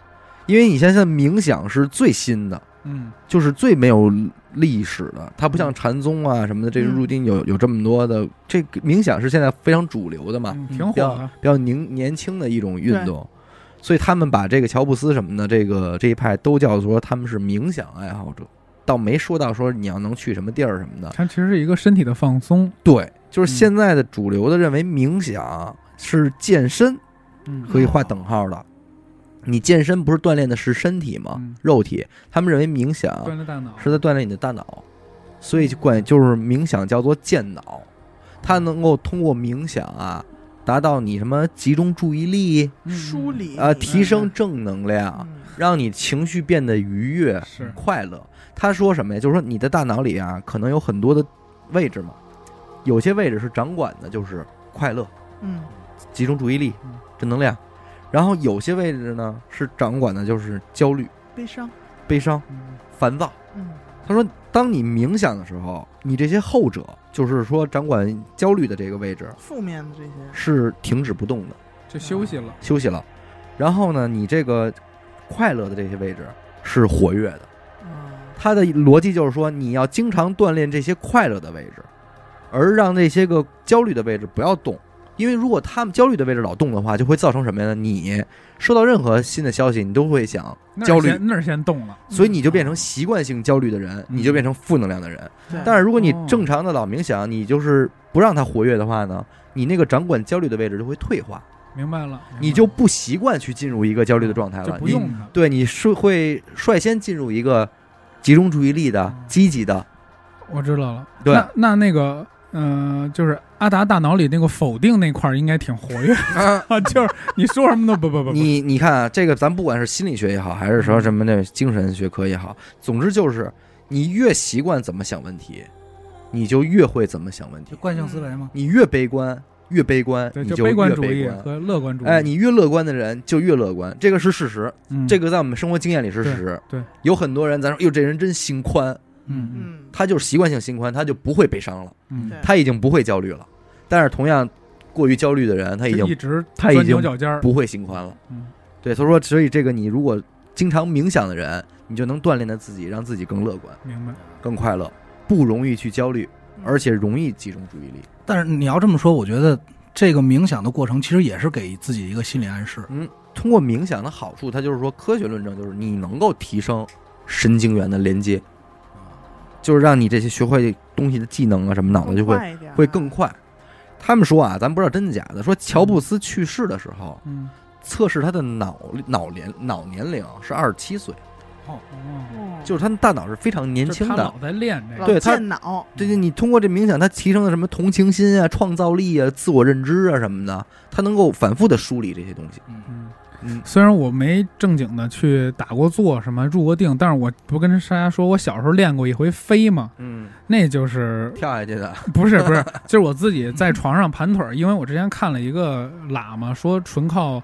Speaker 1: 因为你像现在冥想是最新的，
Speaker 2: 嗯
Speaker 1: 就是最没有历史的，它不像禅宗啊什么的，这个
Speaker 3: 嗯
Speaker 1: 入定有有这么多的。这个冥想是现在非常主流的嘛，
Speaker 2: 嗯
Speaker 4: 嗯
Speaker 2: 挺火
Speaker 1: 比较
Speaker 2: 的，
Speaker 1: 比较年年轻的一种运动，所以他们把这个乔布斯什么的这个这一派都叫做他们是冥想爱好者，倒没说到说你要能去什么地儿什么的。
Speaker 2: 它其实是一个身体的放松，
Speaker 1: 对，就是
Speaker 2: 嗯
Speaker 1: 现在的主流的认为冥想是健身
Speaker 2: 嗯
Speaker 1: 可以画等号了。你健身不是锻炼的是身体吗
Speaker 2: 嗯？
Speaker 1: 肉体，他们认为冥想
Speaker 2: 锻炼大脑，
Speaker 1: 是在锻炼你的大脑，所以就管就是冥想叫做健脑，它能够通过冥想啊，达到你什么集中注意力
Speaker 2: 嗯
Speaker 3: 梳，理
Speaker 1: 啊、提升啊
Speaker 2: 嗯
Speaker 1: 正能量，
Speaker 3: 嗯
Speaker 1: 让你情绪变得愉悦
Speaker 2: 嗯、是
Speaker 1: 快乐。他说什么呀？就是说你的大脑里啊，可能有很多的位置嘛，有些位置是掌管的，就是快乐、
Speaker 3: 嗯，
Speaker 1: 集中注意力
Speaker 2: 嗯、
Speaker 1: 正能量，然后有些位置呢是掌管的就是焦虑、
Speaker 3: 悲伤，
Speaker 1: 悲伤、
Speaker 2: 嗯
Speaker 1: 烦躁。
Speaker 3: 嗯
Speaker 1: 他说，当你冥想的时候，你这些后者，就是说掌管焦虑的这个位置，
Speaker 3: 负面的这些，
Speaker 1: 是停止不动的，
Speaker 2: 就休息了，
Speaker 1: 休息了。然后呢，你这个快乐的这些位置是活跃的。
Speaker 3: 嗯
Speaker 1: 他的逻辑就是说，你要经常锻炼这些快乐的位置，而让那些个焦虑的位置不要动。因为如果他们焦虑的位置老动的话，就会造成什么呀？你收到任何新的消息，你都会想，
Speaker 2: 那儿
Speaker 1: 焦虑
Speaker 2: 先那儿先动了，
Speaker 1: 所以你就变成习惯性焦虑的人，
Speaker 2: 嗯
Speaker 1: 你就变成负能量的人。
Speaker 3: 对，
Speaker 1: 但是如果你
Speaker 2: 哦
Speaker 1: 正常的老冥想，你就是不让它活跃的话呢，你那个掌管焦虑的位置就会退化，
Speaker 2: 明白了，
Speaker 1: 你就不习惯去进入一个焦虑的状态
Speaker 2: 就
Speaker 1: 了。
Speaker 2: 不
Speaker 1: 你
Speaker 2: 用它，
Speaker 1: 对，你是会率先进入一个集中注意力的
Speaker 2: 嗯、
Speaker 1: 积极的。
Speaker 2: 我知道了。
Speaker 1: 对
Speaker 2: 那那那个嗯、就是阿达大脑里那个否定那块儿应该挺活跃，
Speaker 1: 啊，
Speaker 2: 就是你说什么都不不不不，
Speaker 1: 你你看啊，这个咱不管是心理学也好，还是说什么那精神学科也好，总之就是你越习惯怎么想问题，你就越会怎么想问题
Speaker 4: 就。惯性思维吗？
Speaker 1: 你越悲观，越悲观，
Speaker 2: 对，
Speaker 1: 你
Speaker 2: 悲
Speaker 1: 越
Speaker 2: 观
Speaker 1: 观
Speaker 2: 主义和乐观主义。
Speaker 1: 哎，你越乐观的人就越乐观，这个是事实，
Speaker 2: 嗯
Speaker 1: 这个在我们生活经验里是事实。
Speaker 2: 对对
Speaker 1: 有很多人咱说，哟，这人真心宽，
Speaker 2: 嗯
Speaker 3: 嗯，
Speaker 1: 他就是习惯性心宽，他就不会悲伤了，
Speaker 2: 嗯
Speaker 3: 对
Speaker 2: 嗯，
Speaker 1: 他已经不会焦虑了。但是同样过于焦虑的人，他已
Speaker 2: 就
Speaker 1: 经
Speaker 2: 一直
Speaker 1: 他已
Speaker 2: 钻
Speaker 1: 经
Speaker 2: 牛角尖儿。
Speaker 1: 不会心宽了。
Speaker 2: 嗯
Speaker 1: 对，所以说，所以这个你如果经常冥想的人，你就能锻炼的自己，让自己更乐观、
Speaker 2: 明白，
Speaker 1: 更快乐，不容易去焦虑，
Speaker 3: 嗯
Speaker 1: 而且容易集中注意力。
Speaker 4: 但是你要这么说，我觉得这个冥想的过程其实也是给自己一个心理暗示。
Speaker 1: 通过冥想的好处，它就是说，科学论证就是你能够提升神经元的连接，就是让你这些学会东西的技能啊什么，脑子就会
Speaker 3: 嗯快一点啊
Speaker 1: 会更快。他们说啊，咱不知道真的假的，说乔布斯去世的时候，
Speaker 2: 嗯，
Speaker 1: 测试他的脑脑年脑年龄是二十七岁，
Speaker 2: 哦，
Speaker 3: 哦
Speaker 1: 就是他的大脑是非常年
Speaker 2: 就是
Speaker 1: 轻
Speaker 2: 他
Speaker 1: 的，
Speaker 2: 老在练这个，
Speaker 1: 对他
Speaker 3: 健脑，
Speaker 1: 对对，你通过这冥想，他提升了什么同情心啊、创造力啊、自我认知啊什么的，他能够反复的梳理这些东西。
Speaker 4: 嗯，
Speaker 2: 嗯，
Speaker 1: 嗯，
Speaker 2: 虽然我没正经的去打过坐什么入过定，但是我不跟大家说，我小时候练过一回飞嘛，
Speaker 1: 嗯，
Speaker 2: 那就是
Speaker 1: 跳下去的，
Speaker 2: 不是不是，就是我自己在床上盘腿儿，因为我之前看了一个喇嘛说，纯靠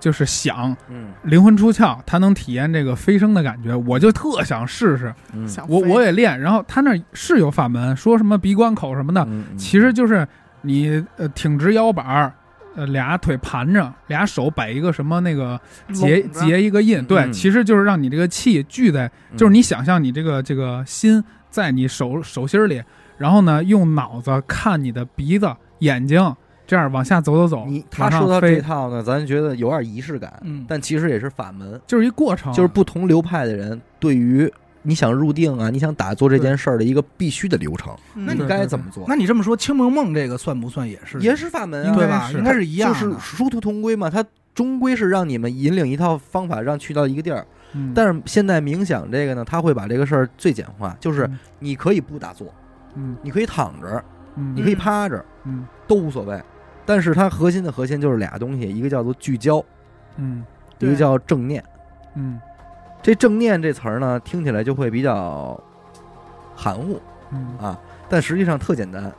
Speaker 2: 就是想
Speaker 1: 嗯
Speaker 2: 灵魂出窍，他能体验这个飞升的感觉，我就特想试试，
Speaker 1: 嗯
Speaker 3: 想
Speaker 2: 我
Speaker 3: 哦飞
Speaker 2: 我也练，然后他那儿是有法门，说什么鼻关口什么的，
Speaker 1: 嗯
Speaker 2: 其实就是你呃挺直腰板儿。呃，俩腿盘着，俩手摆一个什么那个结
Speaker 3: 拢着
Speaker 2: 结一个印，对，
Speaker 1: 嗯
Speaker 2: 其实就是让你这个气聚在就是你想象你这个这个心在你手手心儿里，然后呢，用脑子看你的鼻子、眼睛，这样往下走走走，
Speaker 1: 你他
Speaker 2: 往上
Speaker 1: 说到这
Speaker 2: 飞
Speaker 1: 套呢，咱觉得有点仪式感，
Speaker 4: 嗯
Speaker 1: 但其实也是法门，
Speaker 2: 就是一过程，
Speaker 1: 就是不同流派的人对于你想入定啊、你想打坐这件事儿的一个必须的流程，
Speaker 3: 嗯
Speaker 1: 那
Speaker 2: 对
Speaker 1: 你该怎么做？
Speaker 4: 那你这么说，清明梦这个算不算也是？
Speaker 1: 也是法门啊，
Speaker 2: 应该
Speaker 4: 对吧？
Speaker 2: 是
Speaker 4: 应该是一样
Speaker 1: 就
Speaker 4: 的。
Speaker 1: 是殊途同归嘛，它终归是让你们引领一套方法，让去到一个地儿。
Speaker 2: 嗯，
Speaker 1: 但是现在冥想这个呢，他会把这个事儿最简化，就是
Speaker 2: 嗯
Speaker 1: 你可以不打坐，
Speaker 2: 嗯
Speaker 1: 你可以躺着，
Speaker 2: 嗯
Speaker 1: 你可以趴着，
Speaker 2: 嗯
Speaker 1: 都无所谓。但是它核心的核心就是俩东西，一个叫做聚焦，
Speaker 2: 嗯
Speaker 1: 一个
Speaker 3: 对
Speaker 1: 叫正念。
Speaker 2: 嗯
Speaker 1: 这正念这词儿呢，听起来就会比较含糊
Speaker 2: 嗯
Speaker 1: 啊，但实际上特简单。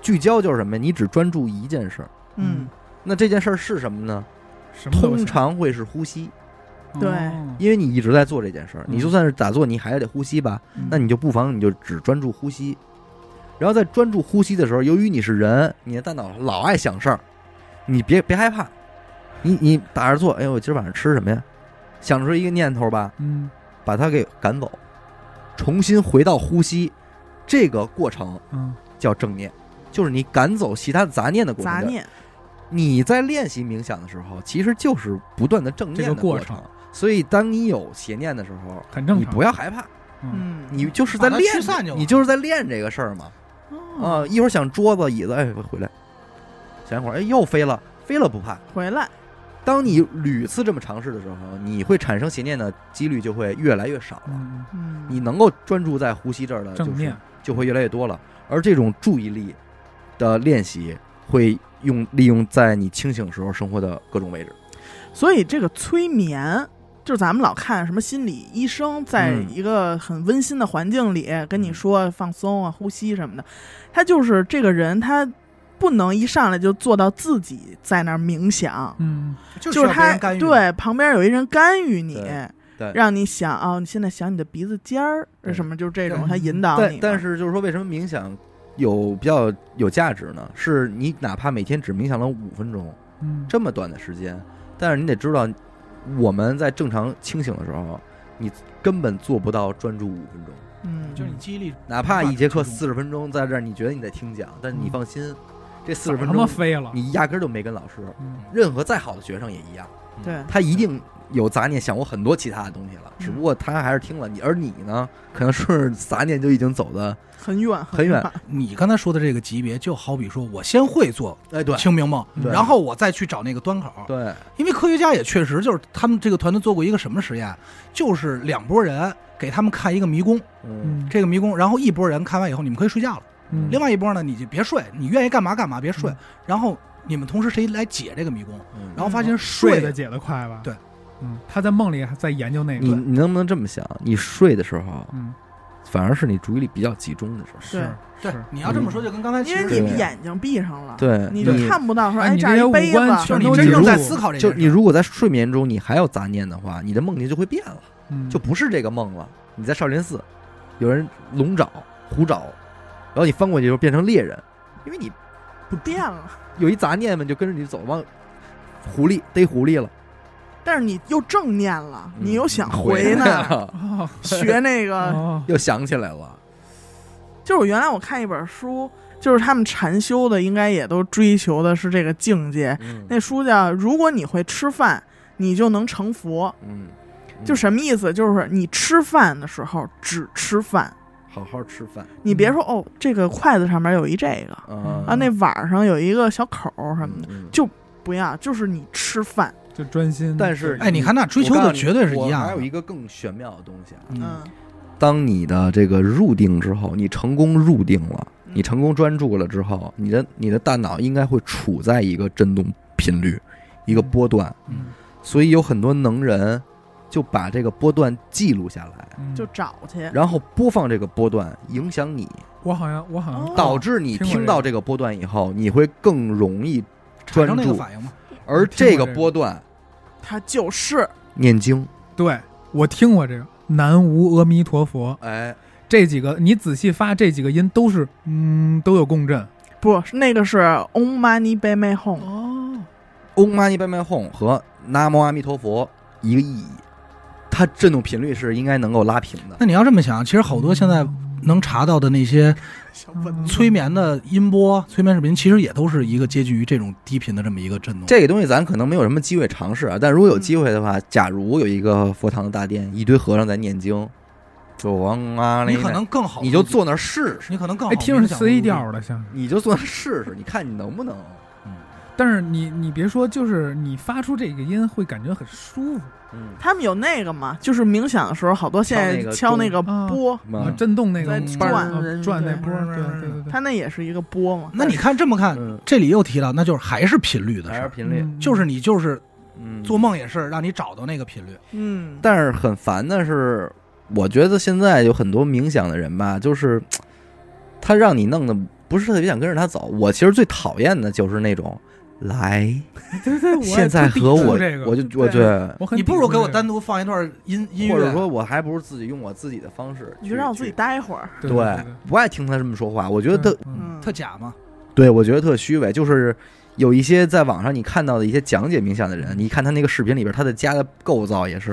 Speaker 1: 聚焦就是什么呀？你只专注一件事儿。
Speaker 3: 嗯，
Speaker 1: 那这件事儿是什么呢？
Speaker 2: 什么都
Speaker 1: 通
Speaker 2: 行
Speaker 1: 常会是呼吸，
Speaker 3: 对
Speaker 2: 哦
Speaker 1: 因为你一直在做这件事儿，
Speaker 2: 嗯
Speaker 1: 你就算是打坐，你还得呼吸吧。
Speaker 2: 嗯
Speaker 1: 那你就不妨你就只专注呼吸，然后在专注呼吸的时候，由于你是人，你的大脑老爱想事儿，你别别害怕，你你打着坐，哎呦，我今儿晚上吃什么呀？想出一个念头吧，
Speaker 2: 嗯
Speaker 1: 把它给赶走，重新回到呼吸，这个过程
Speaker 2: 嗯
Speaker 1: 叫正念，就是你赶走其他杂念的过程。
Speaker 3: 杂。念，
Speaker 1: 你在练习冥想的时候，其实就是不断的正念
Speaker 2: 这
Speaker 1: 的
Speaker 2: 个过
Speaker 1: 过程。所以，当你有邪念的时候，
Speaker 2: 很正
Speaker 1: 你
Speaker 2: 常，
Speaker 1: 不要害怕，
Speaker 2: 嗯
Speaker 3: 嗯，
Speaker 1: 你就是在
Speaker 4: 把它
Speaker 1: 练
Speaker 4: 驱散就完嗯
Speaker 1: 你就是在练这个事儿嘛。
Speaker 3: 哦
Speaker 1: 啊，一会儿想桌子、椅子，哎，回来，想一会儿，哎，又飞了，飞了不怕。
Speaker 3: 回来，
Speaker 1: 当你屡次这么尝试的时候，你会产生邪念的几率就会越来越少了。
Speaker 2: 嗯
Speaker 3: 嗯，
Speaker 1: 你能够专注在呼吸这儿的，
Speaker 2: 嗯
Speaker 1: 就
Speaker 2: 正
Speaker 1: 是
Speaker 2: 面
Speaker 1: 就会越来越多了。而这种注意力的练习，会用利用在你清醒时候生活的各种位置。
Speaker 3: 所以这个催眠，就是咱们老看什么心理医生在
Speaker 1: 嗯
Speaker 3: 一个很温馨的环境里跟你说放松啊、呼吸什么的，他就是这个人他不能一上来就做到自己在那儿冥想，
Speaker 2: 嗯
Speaker 4: 就
Speaker 3: 就是
Speaker 4: 需要别
Speaker 3: 他
Speaker 4: 人干预。
Speaker 3: 对旁边有一人干预你
Speaker 1: 对。对
Speaker 3: 让你想啊、你现在想你的鼻子尖儿
Speaker 1: 对
Speaker 3: 什么，就是这种，
Speaker 2: 对
Speaker 3: 他引导
Speaker 1: 但
Speaker 3: 你。
Speaker 1: 但，是就是说，为什么冥想有比较有价值呢？是你哪怕每天只冥想了五分钟，
Speaker 2: 嗯
Speaker 1: 这么短的时间，但是你得知道，我们在正常清醒的时候，你根本做不到专注五分钟，
Speaker 3: 嗯，
Speaker 4: 就是你记忆力，
Speaker 1: 哪怕一节课四十分钟，在这儿你觉得你在听讲，但是你放心，这四十分
Speaker 2: 怎
Speaker 1: 钟
Speaker 2: 么飞了，
Speaker 1: 你压根儿就没跟老师。
Speaker 2: 嗯
Speaker 1: 任何再好的学生也一样，
Speaker 3: 对，
Speaker 1: 他一定有杂念，想过很多其他的东西了，
Speaker 3: 嗯
Speaker 1: 只不过他还是听了你，而你呢，可能是杂念就已经走的，
Speaker 3: 很远
Speaker 1: 很 远
Speaker 4: 你刚才说的这个级别，就好比说我先会做
Speaker 1: 哎，对
Speaker 4: 清明梦，
Speaker 1: 对
Speaker 4: 然后我再去找那个端口。
Speaker 1: 对，
Speaker 4: 因为科学家也确实就是他们这个团队做过一个什么实验，就是两拨人给他们看一个迷宫，
Speaker 1: 嗯
Speaker 2: 嗯
Speaker 4: 这个迷宫，然后一拨人看完以后，你们可以睡觉了，
Speaker 2: 嗯
Speaker 4: 另外一波呢，你就别睡，你愿意干嘛干嘛，别睡
Speaker 2: 嗯。
Speaker 4: 然后你们同时谁来解这个迷
Speaker 1: 嗯
Speaker 4: 宫？然后发现
Speaker 2: 睡
Speaker 4: 睡
Speaker 2: 的解得快吧？
Speaker 4: 对，
Speaker 2: 嗯，他在梦里还在研究那
Speaker 1: 你
Speaker 2: 个，
Speaker 1: 你能不能这么想？你睡的时候，
Speaker 2: 嗯，
Speaker 1: 反而是你注意力比较集中的时候。
Speaker 2: 是
Speaker 4: 对
Speaker 2: 是，，
Speaker 4: 你要这么说，就跟刚才其
Speaker 3: 因
Speaker 4: 实
Speaker 3: 为
Speaker 4: 是
Speaker 3: 你
Speaker 1: 对
Speaker 3: 眼睛闭上了，
Speaker 1: 对
Speaker 3: 你就
Speaker 2: 对
Speaker 3: 看不到说
Speaker 2: 哎
Speaker 3: 哎
Speaker 2: 你
Speaker 3: 这
Speaker 2: 这
Speaker 3: 儿
Speaker 2: 些
Speaker 3: 一
Speaker 2: 五
Speaker 3: 杯子，
Speaker 2: 官
Speaker 4: 就
Speaker 2: 全
Speaker 4: 是
Speaker 2: 都
Speaker 4: 你真正
Speaker 1: 入
Speaker 4: 在思考这件
Speaker 1: 就
Speaker 4: 事儿，
Speaker 1: 你如果在睡眠中你还有杂念的话，你的梦境就会变了，
Speaker 2: 嗯
Speaker 1: 就不是这个梦了。你在少林寺，有人龙爪、虎爪，然后你翻过去就变成猎人，因为你
Speaker 3: 不变了。
Speaker 1: 有一杂念嘛，就跟着你走，往狐狸逮狐狸了，
Speaker 3: 但是你又正念了，
Speaker 1: 嗯
Speaker 3: 你又想回 呢，
Speaker 1: 呢，
Speaker 2: 哦
Speaker 3: 学那个。
Speaker 2: 哦，
Speaker 1: 又想起来了。
Speaker 3: 就是我原来我看一本书，就是他们禅修的，应该也都追求的是这个境界。
Speaker 1: 嗯
Speaker 3: 那书叫《如果你会吃饭，你就能成佛
Speaker 1: 嗯，》，
Speaker 3: 就什么意思？就是你吃饭的时候只吃饭，
Speaker 1: 嗯好好吃饭
Speaker 3: 你别说哦，这个筷子上面有一这个
Speaker 1: 啊
Speaker 3: 啊，那碗儿上有一个小口儿什么的，
Speaker 1: 的
Speaker 3: 就不要，就是你吃饭。
Speaker 2: 就专心。
Speaker 1: 但是
Speaker 4: 哎，你看那追求的绝对是一样
Speaker 1: 还有一
Speaker 4: 的。
Speaker 1: 个更玄妙的东西啊，
Speaker 2: 嗯，
Speaker 1: 当你的这个入定之后，你成功入定了，
Speaker 3: 嗯
Speaker 1: 你成功专注了之后，你的你的大脑应该会处在一个振动频率，一个波段，
Speaker 2: 嗯
Speaker 1: 所以有很多能人就把这个波段记录下来，
Speaker 2: 嗯
Speaker 3: 就找去。
Speaker 1: 然后播放这个波段，影响你，
Speaker 2: 我好像我好像
Speaker 3: 哦
Speaker 1: 导致你听到这个波段以后，你会更容易专
Speaker 4: 产生那个
Speaker 1: 注，
Speaker 4: 反应嘛，
Speaker 1: 而这个波段
Speaker 3: 他就是
Speaker 1: 念经，
Speaker 2: 对我听过这个“南无阿弥陀佛
Speaker 1: 哎，”
Speaker 2: 这几个，你仔细发这几个音都是嗯都有共振
Speaker 3: 不是那个是 On Money By My Home，
Speaker 2: 哦，
Speaker 1: Om Mani Padme Hum 和南无阿弥陀佛一个意义，它振动频率是应该能够拉平的。
Speaker 4: 那你要这么想，其实好多
Speaker 1: 嗯
Speaker 4: 现在能查到的那些
Speaker 3: 小
Speaker 2: 蚊子
Speaker 4: 催眠的音波、催眠视频，其实也都是一个接近于这种低频的这么一个震动。
Speaker 1: 这个东西咱可能没有什么机会尝试啊，但如果有机会的话，假如有一个佛堂的大殿，一堆和尚在念经，就王啊，
Speaker 4: 你可能更好，
Speaker 1: 你就，坐那儿试试，
Speaker 4: 你可能更好
Speaker 2: 哎，
Speaker 4: 冥
Speaker 2: 听
Speaker 4: 想
Speaker 2: 着
Speaker 4: 的。
Speaker 2: C 调的像是。
Speaker 1: 你就坐那儿试试，你看你能不能。
Speaker 2: 但是你你别说，就是你发出这个音会感觉很舒服
Speaker 1: 嗯，
Speaker 3: 他们有那个嘛，就是冥想的时候，好多现在
Speaker 1: 敲
Speaker 3: 敲
Speaker 1: 那
Speaker 3: 那
Speaker 1: 个
Speaker 3: 个波，
Speaker 2: 啊，
Speaker 1: 嗯
Speaker 2: 震动那个
Speaker 3: 在
Speaker 2: 嗯
Speaker 3: 转
Speaker 2: 啊转那波儿，
Speaker 4: 对
Speaker 2: 对对对对，
Speaker 3: 它那也是一个波嘛。
Speaker 4: 那你看这么看，
Speaker 1: 嗯
Speaker 4: 这里又提到，那就是还是频率的
Speaker 1: 还
Speaker 4: 事
Speaker 1: 是
Speaker 4: 儿，
Speaker 1: 频率，
Speaker 2: 嗯
Speaker 4: 就是你就是
Speaker 1: 嗯，
Speaker 4: 做。梦也是让你找到那个频率。
Speaker 3: 嗯，
Speaker 1: 但是很烦的是，我觉得现在有很多冥想的人吧，就是他让你弄的不是特别想跟着他走。我其实最讨厌的就是那种来，
Speaker 2: 对对，我
Speaker 1: 现在
Speaker 2: 就
Speaker 1: 和
Speaker 2: 抵触
Speaker 1: 我
Speaker 2: 这个，
Speaker 1: 我就我
Speaker 3: 对
Speaker 1: 对，
Speaker 2: 我很抵
Speaker 4: 你不
Speaker 2: 触
Speaker 4: 如给我
Speaker 2: 这个
Speaker 4: 单独放一段音音乐，
Speaker 1: 或者说我还不如自己用我自己的方式，
Speaker 3: 你就让我自己
Speaker 1: 带。
Speaker 3: 待会儿。
Speaker 2: 对
Speaker 1: 对
Speaker 2: 对对，
Speaker 1: 不爱听他这么说话，我觉得特，
Speaker 2: 嗯
Speaker 3: 嗯，
Speaker 4: 特假嘛。
Speaker 1: 对我觉得特虚伪，就是。有一些在网上你看到的一些讲解冥想的
Speaker 2: 嗯
Speaker 1: 人，你一看他那个视频里边，他的家的构造也是，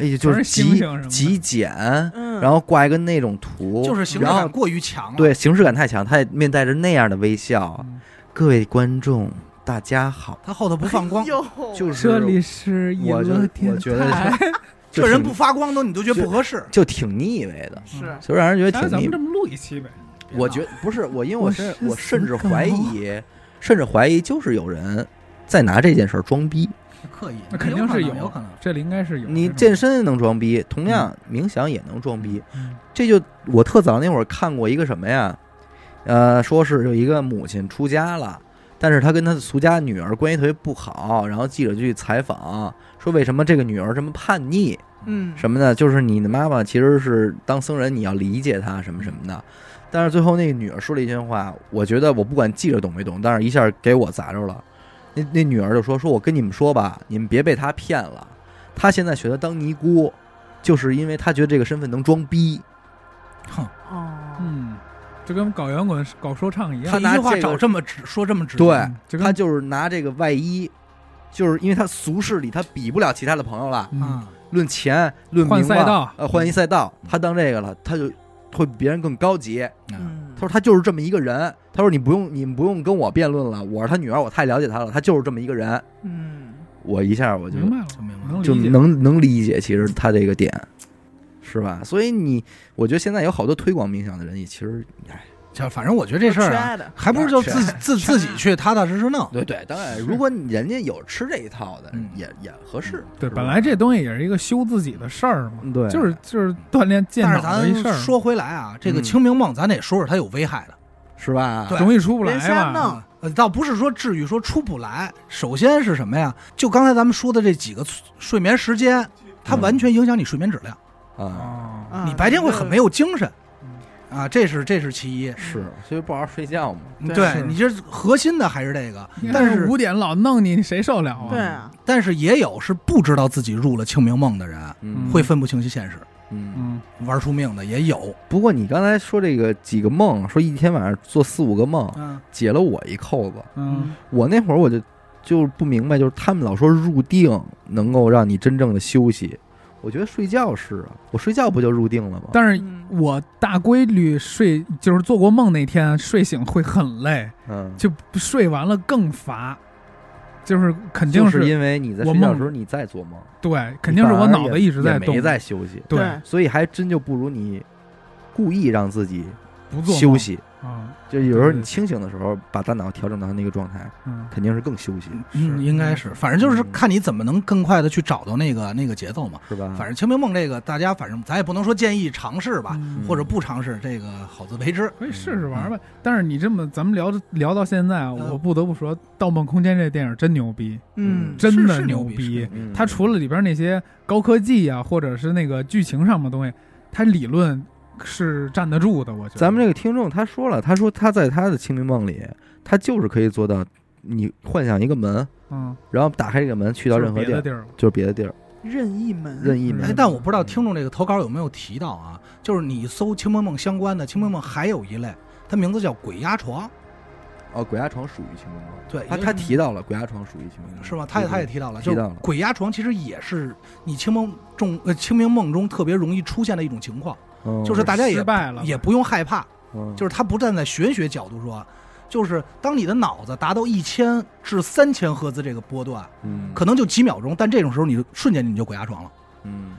Speaker 1: 哎呀，就
Speaker 2: 全是星
Speaker 1: 极
Speaker 2: 星什么的
Speaker 1: 极简，
Speaker 3: 嗯，
Speaker 1: 然后挂一个那种图，
Speaker 4: 就是形式
Speaker 1: 然后
Speaker 4: 感过于强了。，
Speaker 1: 对，形式感太强，他也面带着那样的微笑。
Speaker 2: 嗯
Speaker 1: 各位观众，大家好，
Speaker 4: 它后头不放
Speaker 1: 哎
Speaker 4: 光，
Speaker 3: 哟，
Speaker 1: 就是
Speaker 2: 这里是一
Speaker 1: 我觉
Speaker 2: 乐
Speaker 1: 得
Speaker 2: 电
Speaker 1: 我觉得
Speaker 2: 台，
Speaker 1: 就
Speaker 4: 这人
Speaker 1: 挺
Speaker 4: 不发光都你都觉得不合适。
Speaker 1: 就挺腻味的，
Speaker 3: 是
Speaker 1: 就让人觉得
Speaker 2: 咱
Speaker 1: 挺
Speaker 2: 咱
Speaker 1: 腻
Speaker 2: 们这。么录一期呗，
Speaker 4: 啊
Speaker 1: 我觉不是我，因为
Speaker 2: 我
Speaker 1: 我甚
Speaker 2: 是
Speaker 1: 我甚至
Speaker 2: 死狗
Speaker 1: 怀疑，甚至怀疑就是有人在拿这件事儿装逼。
Speaker 4: 刻意，
Speaker 2: 那肯定是
Speaker 4: 有可能，有可能。
Speaker 2: 这里应该是有
Speaker 1: 你健身能装逼，同样冥想也能装逼。
Speaker 2: 嗯
Speaker 1: 这就我特早那会儿看过一个什么呀？呃，说是有一个母亲出家了，但是她跟她的俗家女儿关系特别不好，然后记者就去采访，说为什么这个女儿这么叛逆
Speaker 3: 嗯，
Speaker 1: 什么的，就是你的妈妈其实是当僧人，你要理解她什么什么的。但是最后那个女儿说了一句话，我觉得我不管记者懂没懂，但是一下给我砸着了。那那女儿就说：“说我跟你们说吧，你们别被她骗了。她现在选择当尼姑，就是因为她觉得这个身份能装逼。”
Speaker 4: 哼，
Speaker 3: 哦，
Speaker 2: 嗯，就跟搞摇滚、搞说唱一
Speaker 1: 他
Speaker 2: 样，
Speaker 1: 拿
Speaker 4: 一句话
Speaker 1: 这个
Speaker 4: 找这么直，说这么直，
Speaker 1: 对
Speaker 2: 嗯就跟
Speaker 1: 他就是拿这个外衣，就是因为他俗世里他比不了其他的朋友了，
Speaker 2: 嗯
Speaker 4: 啊，
Speaker 1: 论钱、论
Speaker 2: 换
Speaker 1: 名
Speaker 2: 赛
Speaker 1: 望
Speaker 2: 道
Speaker 1: 呃，换一赛道，
Speaker 4: 嗯
Speaker 1: 他当这个了，他就会比别人更高级。
Speaker 4: 嗯，
Speaker 3: 嗯
Speaker 1: 他，说他就是这么一个人，他说你不用你们不用跟我辩论了，我是他女儿，我太了解他了，他就是这么一个人。
Speaker 3: 嗯，
Speaker 1: 我一下我就
Speaker 2: 明白了，
Speaker 4: 就明白
Speaker 2: 能
Speaker 4: 了。
Speaker 1: 就
Speaker 2: 理解
Speaker 1: 能能理解，其实他这个点。是吧？所以你，我觉得现在有好多推广冥想的人，也其实，哎，
Speaker 4: 就反正我觉得这事儿
Speaker 3: 缺
Speaker 4: 啊，
Speaker 3: 爱的，
Speaker 4: 还不如就自
Speaker 1: 缺
Speaker 4: 自自己去踏踏实实弄。
Speaker 1: 对对，当然，
Speaker 2: 是
Speaker 1: 如果你人家有吃这一套的
Speaker 4: 嗯，
Speaker 1: 也也合适。
Speaker 2: 对，
Speaker 1: 是吧
Speaker 2: 本来这东西也是一个修自己的事儿嘛，
Speaker 1: 对
Speaker 2: 就是就是锻炼健
Speaker 4: 但是
Speaker 2: 脑的一事
Speaker 4: 咱
Speaker 2: 儿。
Speaker 4: 说回来啊，这个
Speaker 1: 嗯
Speaker 4: 清明梦，咱得说说它有危害的。
Speaker 1: 是吧？
Speaker 4: 对
Speaker 2: 容易出不来
Speaker 3: 人
Speaker 2: 吧？
Speaker 3: 瞎弄，
Speaker 4: 呃，倒不是说至于说出不来。首先是什么呀？就刚才咱们说的这几个睡睡眠时间，它
Speaker 1: 嗯
Speaker 4: 完全影响你睡眠质量。
Speaker 1: 啊，
Speaker 2: 啊，
Speaker 3: 啊
Speaker 4: 你白天会很没有精神
Speaker 2: 嗯，
Speaker 4: 啊，这是这是其一。
Speaker 1: 是，所以不好好睡觉嘛。
Speaker 3: 对
Speaker 4: 对
Speaker 2: 是嗯
Speaker 4: 你这核心的还是这个，但是
Speaker 2: 五点老弄你，你谁受得了啊？
Speaker 3: 对啊，
Speaker 4: 但是也有是不知道自己入了清明梦的人，
Speaker 1: 嗯，
Speaker 4: 会分不清现实，
Speaker 1: 嗯。
Speaker 2: 嗯，
Speaker 4: 玩出命的也有。
Speaker 1: 不过你刚才说这个几个梦，说一天晚上做四五个梦，
Speaker 4: 嗯
Speaker 1: 解了我一扣子。
Speaker 2: 嗯
Speaker 1: 我那会儿我就就是不明白，就是他们老说入定能够让你真正的休息，我觉得睡觉是啊，我睡觉不就入定了吗？
Speaker 2: 但是
Speaker 3: 嗯
Speaker 2: 我大规律睡，就是做过梦那天睡醒会很累，
Speaker 1: 嗯，
Speaker 2: 就睡完了更乏，就是肯定
Speaker 1: 就是因为你在
Speaker 2: 我
Speaker 1: 睡觉的
Speaker 2: 梦
Speaker 1: 时候你在做梦，
Speaker 2: 对，肯定是我脑子一直
Speaker 1: 在
Speaker 2: 在动，
Speaker 1: 没在休息，
Speaker 2: 对，
Speaker 3: 对
Speaker 1: 所以还真就不如你故意让自己
Speaker 2: 不做梦
Speaker 1: 休息。
Speaker 2: 啊，
Speaker 1: 就有时候
Speaker 2: 对对
Speaker 1: 你
Speaker 2: 对
Speaker 1: 清醒的时候，把大脑调整到那个状态，
Speaker 2: 嗯
Speaker 1: 肯定是更休息，
Speaker 4: 嗯，应该是，反正就是看你怎么能更快的去找到那个那个节奏嘛。
Speaker 1: 是吧？
Speaker 4: 反正清明梦这个，大家反正咱也不能说建议尝试吧，
Speaker 2: 嗯
Speaker 4: 或者不尝试，这个好自为之。
Speaker 2: 可以试试玩吧。但是你这么，咱们聊聊到现在啊，
Speaker 4: 嗯
Speaker 2: 我不得不说，《盗梦空间》这电影真牛逼，
Speaker 3: 嗯
Speaker 2: 真的
Speaker 4: 是是牛逼是
Speaker 2: 逼
Speaker 4: 牛。
Speaker 1: 嗯
Speaker 2: 它除了里边那些高科技啊，或者是那个剧情上面的东西，它理论是站得住的。我觉得
Speaker 1: 嗯咱们这个听众他说了，他说他在他的清明梦里，他就是可以做到，你幻想一个门，
Speaker 2: 这嗯，
Speaker 1: 然后打开这个门去到任何
Speaker 2: 就是
Speaker 1: 地
Speaker 2: 别的
Speaker 1: 儿，
Speaker 2: 地儿了，
Speaker 1: 就是别的地儿，
Speaker 3: 任意门，
Speaker 1: 任意
Speaker 4: 哎
Speaker 1: 门
Speaker 2: 嗯。
Speaker 4: 但我不知道听众这个投稿有没有提到啊，就是你搜清明梦相关的，清明梦还有一类，它名字叫鬼压床，
Speaker 1: 哦，鬼压床属于清明梦，
Speaker 4: 对
Speaker 1: 他
Speaker 4: 因为
Speaker 1: 他提到了鬼压床属于清明梦，
Speaker 4: 嗯是吧？他也
Speaker 1: 对
Speaker 4: 他也提到了，
Speaker 1: 提
Speaker 4: 就是
Speaker 1: 到了
Speaker 4: 鬼压床其实也是你清明中呃清明梦中特别容易出现的一种情况，
Speaker 1: 嗯
Speaker 4: 就是大家也
Speaker 2: 失败了，
Speaker 4: 也不用害怕，
Speaker 1: 嗯
Speaker 4: 就是他不站在玄学角度说。啊就是当你的脑子达到一千至三千赫兹这个波段，
Speaker 1: 嗯
Speaker 4: 可能就几秒钟，但这种时候你就瞬间你就鬼压床了。
Speaker 1: 嗯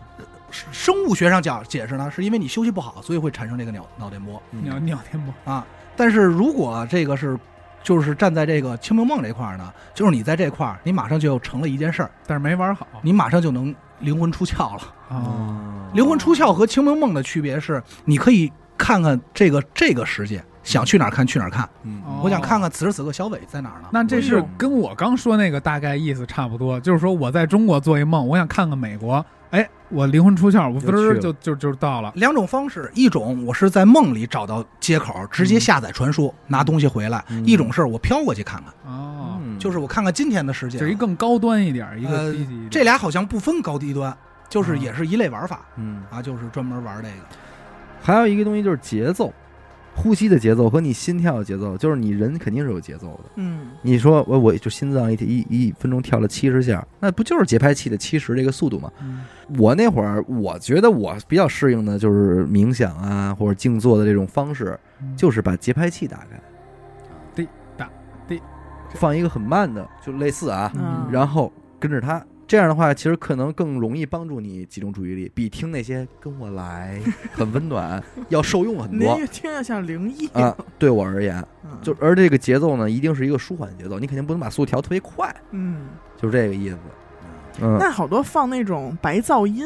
Speaker 4: 生生物学上讲解释呢，是因为你休息不好，所以会产生这个脑脑电波。
Speaker 1: 嗯
Speaker 2: 鸟鸟天波，
Speaker 4: 啊。但是如果啊这个是，就是站在这个清明梦这块儿呢，就是你在这块儿，你马上就成了一件事儿，
Speaker 2: 但是没玩好
Speaker 4: 你马上就能灵魂出窍了。
Speaker 1: 嗯
Speaker 2: 啊。
Speaker 4: 嗯灵魂出窍和清明梦的区别是，你可以看看这个这个世界，想去哪儿看去哪儿看。
Speaker 1: 嗯
Speaker 2: 哦
Speaker 4: 我想看看此时此刻小伟在哪儿呢？
Speaker 2: 那这
Speaker 1: 我
Speaker 2: 是
Speaker 1: 有
Speaker 2: 跟我刚说那个大概意思差不多，就是说我在中国做一梦，我想看看美国，哎，我灵魂出窍，我
Speaker 1: 就
Speaker 2: 嘚
Speaker 1: 去
Speaker 2: 儿
Speaker 1: 了
Speaker 2: 就就就到了。
Speaker 4: 啊两种方式，一种我是在梦里找到接口，直接下载传输，拿东西回来；
Speaker 1: 嗯
Speaker 4: 一种是我飘过去看看，
Speaker 2: 哦，
Speaker 1: 嗯
Speaker 4: 就是我看看今天的世界。
Speaker 2: 就是一更高端一点儿，一个
Speaker 4: 呃
Speaker 2: 低级一点儿。
Speaker 4: 这俩好像不分高低端，就是
Speaker 2: 嗯
Speaker 4: 也是一类玩法
Speaker 1: 嗯，
Speaker 4: 啊，就是专门玩这个。
Speaker 1: 还有一个东西就是节奏，呼吸的节奏和你心跳的节奏，就是你人肯定是有节奏的。
Speaker 3: 嗯，
Speaker 1: 你说我我就心脏一一一分钟跳了七十下，那不就是节拍器的七十这个速度吗？
Speaker 2: 嗯
Speaker 1: 我那会儿我觉得我比较适应的就是冥想啊或者静坐的这种方式，
Speaker 2: 嗯
Speaker 1: 就是把节拍器打开，
Speaker 2: 滴答滴，
Speaker 1: 放一个很慢的，就类似啊，
Speaker 3: 嗯
Speaker 1: 然后跟着它。这样的话，其实可能更容易帮助你集中注意力，比听那些“跟我 来”很温暖要受用很
Speaker 3: 您
Speaker 1: 多
Speaker 3: 越听越像灵异，
Speaker 1: 啊。对我而言，
Speaker 3: 嗯
Speaker 1: 就而这个节奏呢，一定是一个舒缓节奏，你肯定不能把速度调特别快，
Speaker 3: 嗯，
Speaker 1: 就是这个意思。嗯，
Speaker 3: 那好多放那种白噪音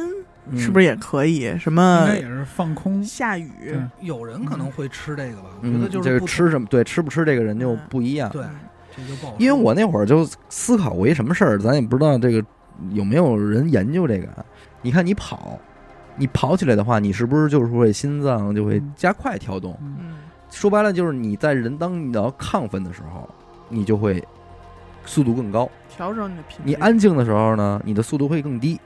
Speaker 1: 嗯
Speaker 3: 是不是也可以？什
Speaker 2: 应
Speaker 3: 么
Speaker 2: 该也是放空。
Speaker 3: 下雨嗯
Speaker 2: 对，
Speaker 4: 有人可能会吃这个吧，我觉得
Speaker 1: 嗯，
Speaker 4: 就
Speaker 1: 这
Speaker 4: 是
Speaker 1: 个
Speaker 4: 不同
Speaker 1: 吃什么？对，吃不吃这个人就
Speaker 3: 嗯
Speaker 1: 不一样。
Speaker 4: 对，这就不好说。
Speaker 1: 因为我那会儿就思考过一什么事儿，咱也不知道这个有没有人研究这个啊。你看你跑，你跑起来的话，你是不是就是会心脏就会
Speaker 2: 嗯
Speaker 1: 加快跳动？
Speaker 2: 嗯
Speaker 3: 嗯
Speaker 1: 说白了就是你在人当你要亢奋的时候，你就会速度更高；
Speaker 3: 调整你的频率，
Speaker 1: 你安静的时候呢，你的速度会更低，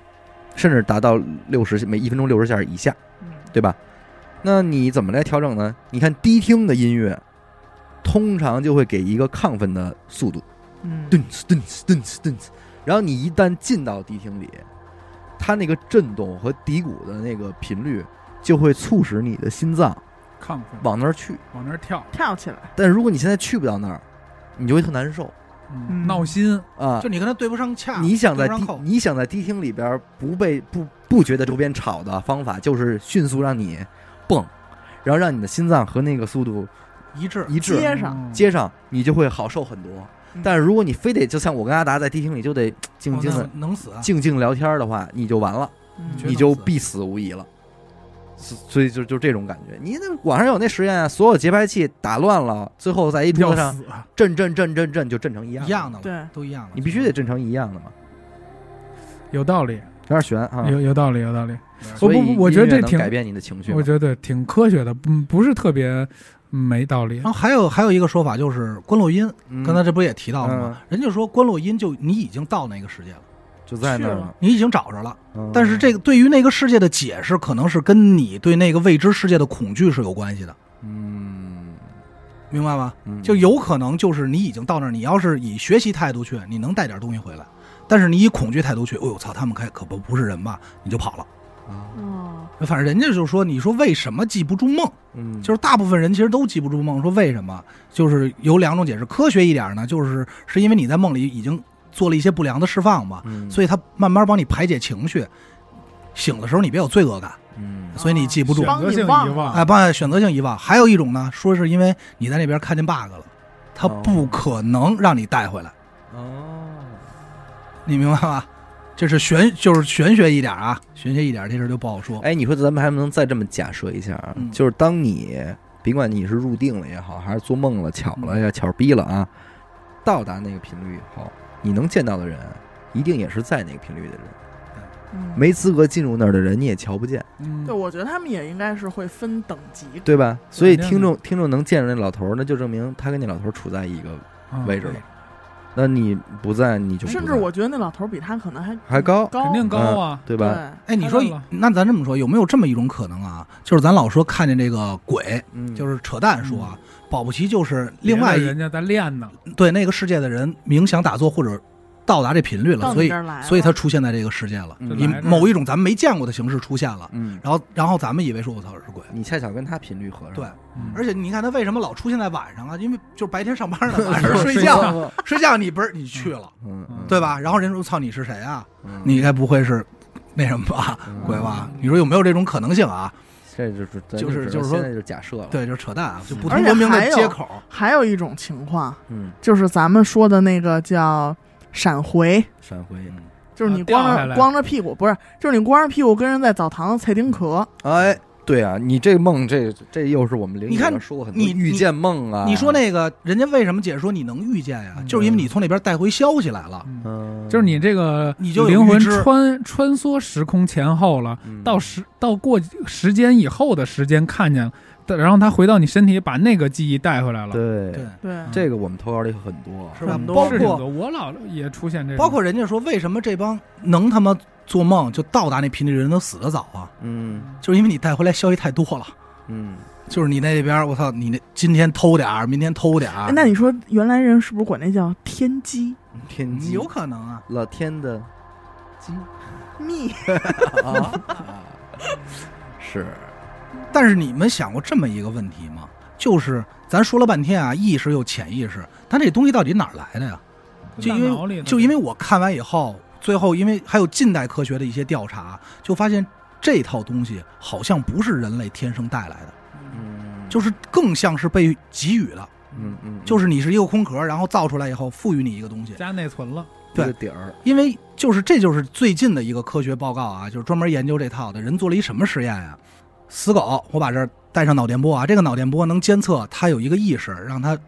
Speaker 1: 甚至达到六十每一分钟六十下以下，
Speaker 3: 嗯
Speaker 1: 对吧？那你怎么来调整呢？你看低听的音乐，通常就会给一个亢奋的速度。
Speaker 3: 嗯
Speaker 1: 顿次顿次顿次顿次，然后你一旦进到迪厅里，它那个震动和底鼓的那个频率就会促使你的心脏
Speaker 2: 亢奋，
Speaker 1: 往那儿去。
Speaker 2: 往那儿跳，
Speaker 3: 跳起来，
Speaker 1: 但如果你现在去不到那儿，你就会特难受
Speaker 2: 嗯
Speaker 3: 嗯
Speaker 2: 闹心。
Speaker 1: 啊
Speaker 4: 就！你跟他对不上洽，
Speaker 1: 你想在
Speaker 4: 对不
Speaker 1: 迪
Speaker 4: 上扣
Speaker 1: 你想在迪厅里边不被不不觉得周边吵的方法，就是迅速让你蹦，然后让你的心脏和那个速度
Speaker 4: 一致，
Speaker 1: 一致，
Speaker 3: 接上
Speaker 2: 嗯
Speaker 1: 接上你就会好受很多。
Speaker 3: 嗯
Speaker 1: 但是如果你非得就像我跟阿达在迪厅里就得静静的
Speaker 4: 哦那能死啊。
Speaker 1: 静静聊天的话，你就完了，
Speaker 3: 嗯
Speaker 4: 觉得
Speaker 1: 你就必死无疑了。所以就就这种感觉。你那网上有那实验啊，所有节拍器打乱了，最后在一桌
Speaker 2: 要
Speaker 1: 子上
Speaker 2: 死啊！
Speaker 1: 震震震震震就震成一样
Speaker 4: 一样的了，
Speaker 3: 对，
Speaker 4: 都一样的，
Speaker 1: 你必须得震成一样的嘛，
Speaker 2: 有道理，
Speaker 1: 有点悬啊。
Speaker 2: 有有道理，有道理。
Speaker 1: 所以
Speaker 2: 不不不我觉得这
Speaker 1: 音乐能
Speaker 2: 挺
Speaker 1: 改变你的情绪嘛。
Speaker 2: 我觉得挺科学的，不不是特别嗯没道理
Speaker 4: 然。后还有还有一个说法就是关洛音，
Speaker 1: 嗯
Speaker 4: 刚才这不也提到了吗？人家说关洛音就你已经到那个世界了，
Speaker 1: 就在那儿
Speaker 3: 去
Speaker 1: 呢
Speaker 3: 了，
Speaker 4: 你已经找着了，
Speaker 1: 嗯
Speaker 4: 但是这个对于那个世界的解释，可能是跟你对那个未知世界的恐惧是有关系的，
Speaker 1: 嗯，
Speaker 4: 明白吗？
Speaker 1: 嗯
Speaker 4: 就有可能就是你已经到那儿，你要是以学习态度去，你能带点东西回来；但是你以恐惧态度去，哦呦操，他们可可不不是人吧，你就跑了。
Speaker 1: 啊
Speaker 3: 哦，
Speaker 4: 反正人家就说，你说为什么记不住梦？
Speaker 1: 嗯，
Speaker 4: 就是大部分人其实都记不住梦，说为什么？就是有两种解释，科学一点呢，就是是因为你在梦里已经做了一些不良的释放嘛，
Speaker 1: 嗯，
Speaker 4: 所以它慢慢帮你排解情绪，醒的时候你别有罪恶感，
Speaker 1: 嗯
Speaker 4: 所以你记不住
Speaker 2: 选。
Speaker 3: 哦
Speaker 2: 择性遗
Speaker 3: 帮你
Speaker 2: 忘，
Speaker 3: 忘
Speaker 4: 哎，帮选择性遗忘。还有一种呢，说是因为你在那边看见 bug 了，它
Speaker 2: 哦
Speaker 4: 不可能让你带回来，
Speaker 1: 哦，
Speaker 4: 你明白 吗？这是玄，就是玄学一点啊，玄学一点，这事儿就不好说。
Speaker 1: 哎，你说咱们还能再这么假设一下啊？
Speaker 4: 哦嗯
Speaker 1: 就是当你甭管你是入定了也好，还是做梦了、巧了
Speaker 4: 嗯
Speaker 1: 呀、巧逼了啊，到达那个频率以后，你能见到的人，一定也是在那个频率的人。
Speaker 3: 嗯
Speaker 1: 没资格进入那儿的人，你也瞧不见，
Speaker 2: 嗯
Speaker 3: 对，，我觉得他们也应该是会分等级的。
Speaker 1: 对吧？所以
Speaker 2: 肯定的
Speaker 1: 听众听众能见着那老头儿，那就证明他跟那老头儿处在一个
Speaker 4: 嗯
Speaker 2: 啊
Speaker 1: 位置了。那你不在，你就不
Speaker 3: 甚至
Speaker 1: 在
Speaker 3: 我觉得那老头儿比他可能还
Speaker 1: 还高
Speaker 3: 高，
Speaker 2: 肯定高
Speaker 1: 嗯
Speaker 2: 啊。
Speaker 1: 对
Speaker 3: 对
Speaker 1: 吧？
Speaker 4: 哎，你说
Speaker 2: 太乱了
Speaker 4: 那咱这么说，有没有这么一种可能啊？就是咱老说看见这个鬼，
Speaker 1: 嗯，
Speaker 4: 就是扯淡说啊，保不齐就是另
Speaker 2: 嗯
Speaker 4: 外
Speaker 2: 别的
Speaker 4: 一
Speaker 2: 人家在练呢，
Speaker 4: 对那个世界的人冥想打坐或者到达这频率了，
Speaker 3: 到
Speaker 4: 所
Speaker 3: 你
Speaker 4: 以
Speaker 3: 这儿来了，
Speaker 4: 所以它出现在这个世界了，
Speaker 1: 嗯
Speaker 4: 以
Speaker 2: 来这儿
Speaker 4: 某一种咱们没见过的形式出现了，
Speaker 1: 嗯，
Speaker 4: 然后然后咱们以为说我操是鬼，
Speaker 1: 你恰巧跟他频率合上，
Speaker 4: 对，
Speaker 2: 嗯
Speaker 4: 而且你看他为什么老出现在晚上啊？因为就是白天上班呢，晚
Speaker 2: 是
Speaker 4: 上睡
Speaker 2: 睡
Speaker 4: 觉
Speaker 2: 觉，
Speaker 4: 睡觉你不是你去了，
Speaker 1: 嗯，嗯
Speaker 4: 对吧？然后人说操你是谁啊？
Speaker 1: 嗯
Speaker 4: 你该不会是那什么吧，
Speaker 1: 嗯
Speaker 4: 鬼吧？你说有没有这种可能性啊？
Speaker 1: 这就是咱
Speaker 4: 就是
Speaker 1: 只能
Speaker 4: 就是说
Speaker 1: 现在就假设了，，
Speaker 4: 对，就是扯淡啊，就不
Speaker 3: 而
Speaker 4: 同
Speaker 3: 且
Speaker 4: 文明
Speaker 3: 还
Speaker 4: 的
Speaker 3: 有
Speaker 4: 接口，
Speaker 3: 还有一种情况
Speaker 1: 嗯，
Speaker 3: 就是咱们说的那个叫闪回，
Speaker 1: 闪回，
Speaker 4: 嗯
Speaker 3: 就是你
Speaker 2: 啊掉
Speaker 3: 光
Speaker 2: 下
Speaker 3: 着
Speaker 2: 来
Speaker 3: 光着屁股，不是，就是你光着屁股跟人在澡堂子踩丁壳，
Speaker 1: 哎，对啊，你这梦这这又是我们灵异
Speaker 4: 你看
Speaker 1: 上说过很多
Speaker 4: 你
Speaker 1: 遇
Speaker 4: 你
Speaker 1: 见梦啊，
Speaker 4: 你说那个人家为什么解释说你能遇见呀
Speaker 2: 嗯？
Speaker 4: 就是因为你从那边带回消息来了。
Speaker 2: 嗯
Speaker 1: 嗯，
Speaker 2: 就是你这个
Speaker 4: 你就有
Speaker 2: 灵魂
Speaker 4: 预知
Speaker 2: 穿穿梭时空前后了，
Speaker 1: 嗯
Speaker 2: 到时到过时间以后的时间看见，但然后他回到你身体，把那个记忆带回来了，
Speaker 1: 对
Speaker 4: 对，
Speaker 3: 对，
Speaker 1: 这个我们投稿里很多，
Speaker 4: 是吧
Speaker 2: 很？
Speaker 4: 包
Speaker 2: 多是挺
Speaker 4: 括
Speaker 2: 多，我老也出现这种，
Speaker 4: 包括人家说，为什么这帮能他妈做梦就到达那频率的人都死得早啊？
Speaker 1: 嗯
Speaker 4: 就是因为你带回来消息太多了。
Speaker 1: 嗯，
Speaker 4: 就是你那边，我操，你那今天偷点儿，明天偷点
Speaker 3: 哎
Speaker 4: 儿，
Speaker 3: 那你说原来人是不是管那叫天机
Speaker 1: 天
Speaker 4: 你
Speaker 1: 机
Speaker 4: 有可能啊。
Speaker 1: 老天的机
Speaker 3: 密？
Speaker 1: 啊， 啊是，
Speaker 4: 但是你们想过这么一个问题吗？就是咱说了半天啊，意识又潜意识，但这东西到底哪儿来的呀？就因为
Speaker 2: 大脑里的
Speaker 4: 就因为我看完以后，最后因为还有近代科学的一些调查，就发现这套东西好像不是人类天生带来的，
Speaker 1: 嗯，
Speaker 4: 就是是更像是被给予的，
Speaker 1: 嗯嗯，
Speaker 4: 就是是你是一个空壳，然后造出来以后赋予你一个东西。
Speaker 2: 加内存了，
Speaker 1: 这
Speaker 4: 对
Speaker 1: 个底儿，
Speaker 4: 因为就是这就是最近的一个科学报告啊，就是专门研究这套的人做了一什么实验啊？死狗，我把这儿带上脑电波啊，这个脑电波能监测它有一个意识，让它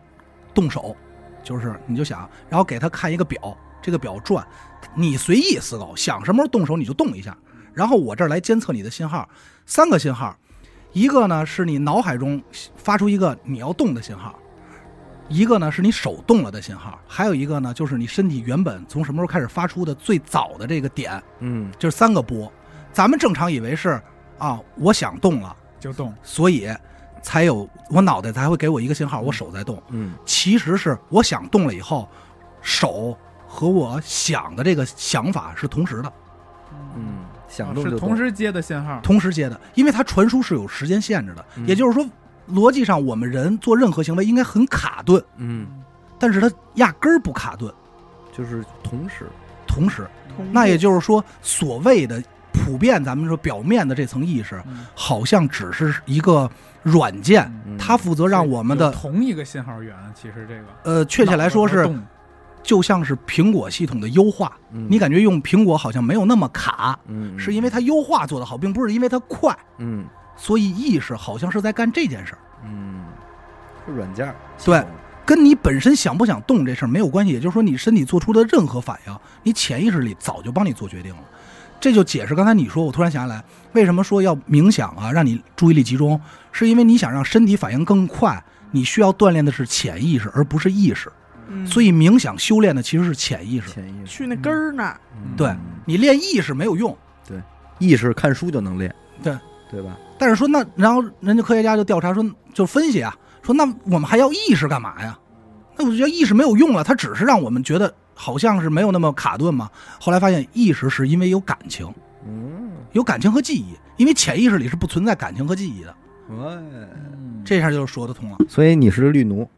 Speaker 4: 动手，就是你就想，然后给它看一个表，这个表转，你随意死狗想什么时候动手你就动一下，然后我这儿来监测你的信号，三个信号，一个呢是你脑海中发出一个你要动的信号。一个呢是你手动了的信号，还有一个呢就是你身体原本从什么时候开始发出的最早的这个点，
Speaker 1: 嗯
Speaker 4: 就是三个波。咱们正常以为是啊，我想动了，
Speaker 2: 就动，
Speaker 4: 所以才有我脑袋才会给我一个信号，我手在动。
Speaker 1: 嗯
Speaker 4: 其实是我想动了以后，手和我想的这个想法是同时的，
Speaker 2: 嗯，
Speaker 1: 嗯，
Speaker 4: 啊
Speaker 1: 想动
Speaker 2: 是
Speaker 1: 就
Speaker 2: 同
Speaker 1: 动，
Speaker 2: 时接的信号，
Speaker 4: 同时接的，因为它传输是有时间限制的。
Speaker 1: 嗯
Speaker 4: 也就是说，逻辑上我们人做任何行为应该很卡顿，
Speaker 1: 嗯，
Speaker 4: 但是它压根儿不卡顿，
Speaker 1: 就是同时，
Speaker 4: 同时。
Speaker 3: 同
Speaker 4: 那也
Speaker 3: 步
Speaker 4: 就是说，所谓的普遍咱们说表面的这层意识，
Speaker 2: 嗯
Speaker 4: 好像只是一个软件，
Speaker 1: 嗯
Speaker 4: 它负责让我们
Speaker 2: 有
Speaker 4: 的
Speaker 2: 同一个信号源，其实这个
Speaker 4: 呃，确切来说
Speaker 2: 脑
Speaker 4: 是
Speaker 2: 子动
Speaker 4: 就像是苹果系统的优化。
Speaker 1: 嗯
Speaker 4: 你感觉用苹果好像没有那么卡，
Speaker 1: 嗯，
Speaker 4: 是因为它优化做得好，并不是因为它快。
Speaker 1: 嗯
Speaker 4: 所以意识好像是在干这件事儿，
Speaker 1: 嗯，是软件儿，
Speaker 4: 对跟你本身想不想动这事儿没有关系。也就是说，你身体做出的任何反应，你潜意识里早就帮你做决定了。这就解释刚才你说，我突然想起来，为什么说要冥想啊，让你注意力集中，是因为你想让身体反应更快，你需要锻炼的是潜意识，而不是意识。
Speaker 3: 嗯
Speaker 4: 所以冥想修炼的其实是潜意识。
Speaker 1: 潜意识，
Speaker 3: 去那根儿那儿，
Speaker 1: 嗯
Speaker 4: 对你练意识没有用，
Speaker 1: 意识看书就能练，
Speaker 4: 对
Speaker 1: 对吧？
Speaker 4: 但是说那，然后人家科学家就调查说，就分析啊，说那我们还要意识干嘛呀？那我就觉得意识没有用了，它只是让我们觉得好像是没有那么卡顿嘛。后来发现意识是因为有感情，
Speaker 1: 嗯，
Speaker 4: 有感情和记忆，因为潜意识里是不存在感情和记忆的，
Speaker 1: 哎，
Speaker 4: 这下就说得通了。
Speaker 1: 所以你是绿奴，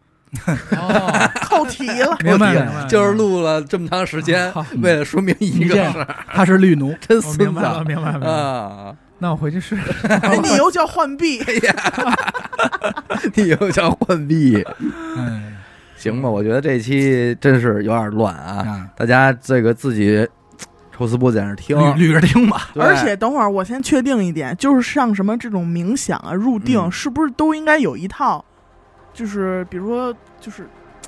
Speaker 2: 哦，。
Speaker 3: 扣题了
Speaker 2: 明白了
Speaker 4: 我天
Speaker 2: 明白了，
Speaker 1: 就是录了这么长时间
Speaker 2: 好，
Speaker 1: 为了说明一个
Speaker 4: 你这
Speaker 1: 事儿，哦
Speaker 4: 他是绿奴，
Speaker 1: 真
Speaker 2: 我
Speaker 1: 孙
Speaker 2: 明白了，
Speaker 1: 子
Speaker 2: 明白了明白了。
Speaker 1: 啊！
Speaker 2: 那我回去试试。
Speaker 3: 那你又叫浣碧，
Speaker 1: 哎 你又想换币，
Speaker 4: 哎
Speaker 1: 行吧？我觉得这期真是有点乱啊，
Speaker 4: 啊，
Speaker 1: 大家这个自己抽丝剥茧着听，
Speaker 4: 捋捋着听吧。
Speaker 1: 对
Speaker 3: 而且等会儿我先确定一点，就是像什么这种冥想啊、入定，
Speaker 1: 嗯
Speaker 3: 是不是都应该有一套？就是比如说，就是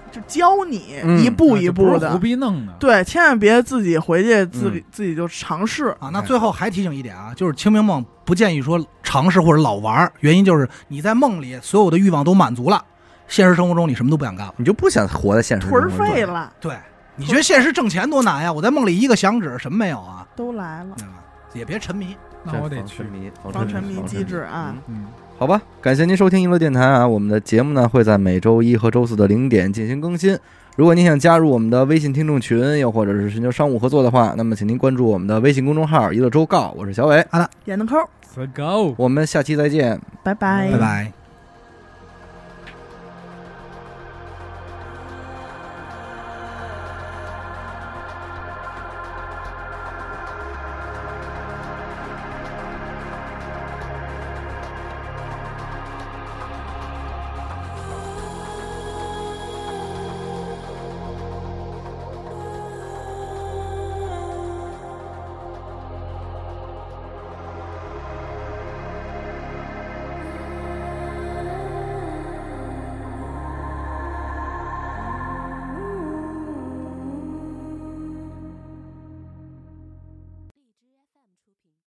Speaker 3: 就教你
Speaker 1: 嗯
Speaker 3: 一步
Speaker 2: 啊
Speaker 3: 一
Speaker 2: 这不
Speaker 3: 步
Speaker 2: 是
Speaker 3: 的，
Speaker 2: 胡逼弄的。
Speaker 3: 对，千万别自己回去自
Speaker 1: 嗯
Speaker 3: 己、自己就尝试。
Speaker 4: 啊，那最后还提醒一点啊，就是清明梦不建议说尝试或者老玩儿，原因就是你在梦里所有的欲望都满足了，现实生活中你什么都不想干了。
Speaker 1: 你就不想活在现实
Speaker 3: 颓
Speaker 1: 中
Speaker 3: 儿
Speaker 1: 了
Speaker 3: 废了，
Speaker 4: 对，你觉得现实挣钱多难呀？我在梦里一个响指，什么没有啊？
Speaker 3: 都来了，
Speaker 4: 嗯也别沉迷。
Speaker 2: 那我得
Speaker 1: 防
Speaker 2: 去
Speaker 1: 沉。迷，
Speaker 3: 防沉
Speaker 1: 迷
Speaker 3: 迷
Speaker 1: 防
Speaker 3: 机制啊
Speaker 1: 嗯，
Speaker 2: 嗯，
Speaker 1: 好吧，感谢您收听娱乐电台啊！我们的节目呢会在每周一和周四的零点进行更新。如果您想加入我们的微信听众群，又或者是寻求商务合作的话，那么请您关注我们的微信公众号“娱乐周告”。我是小伟，
Speaker 3: 演的抠，
Speaker 2: Let's go。
Speaker 1: 我们下期再见。
Speaker 3: 拜拜
Speaker 4: 拜拜。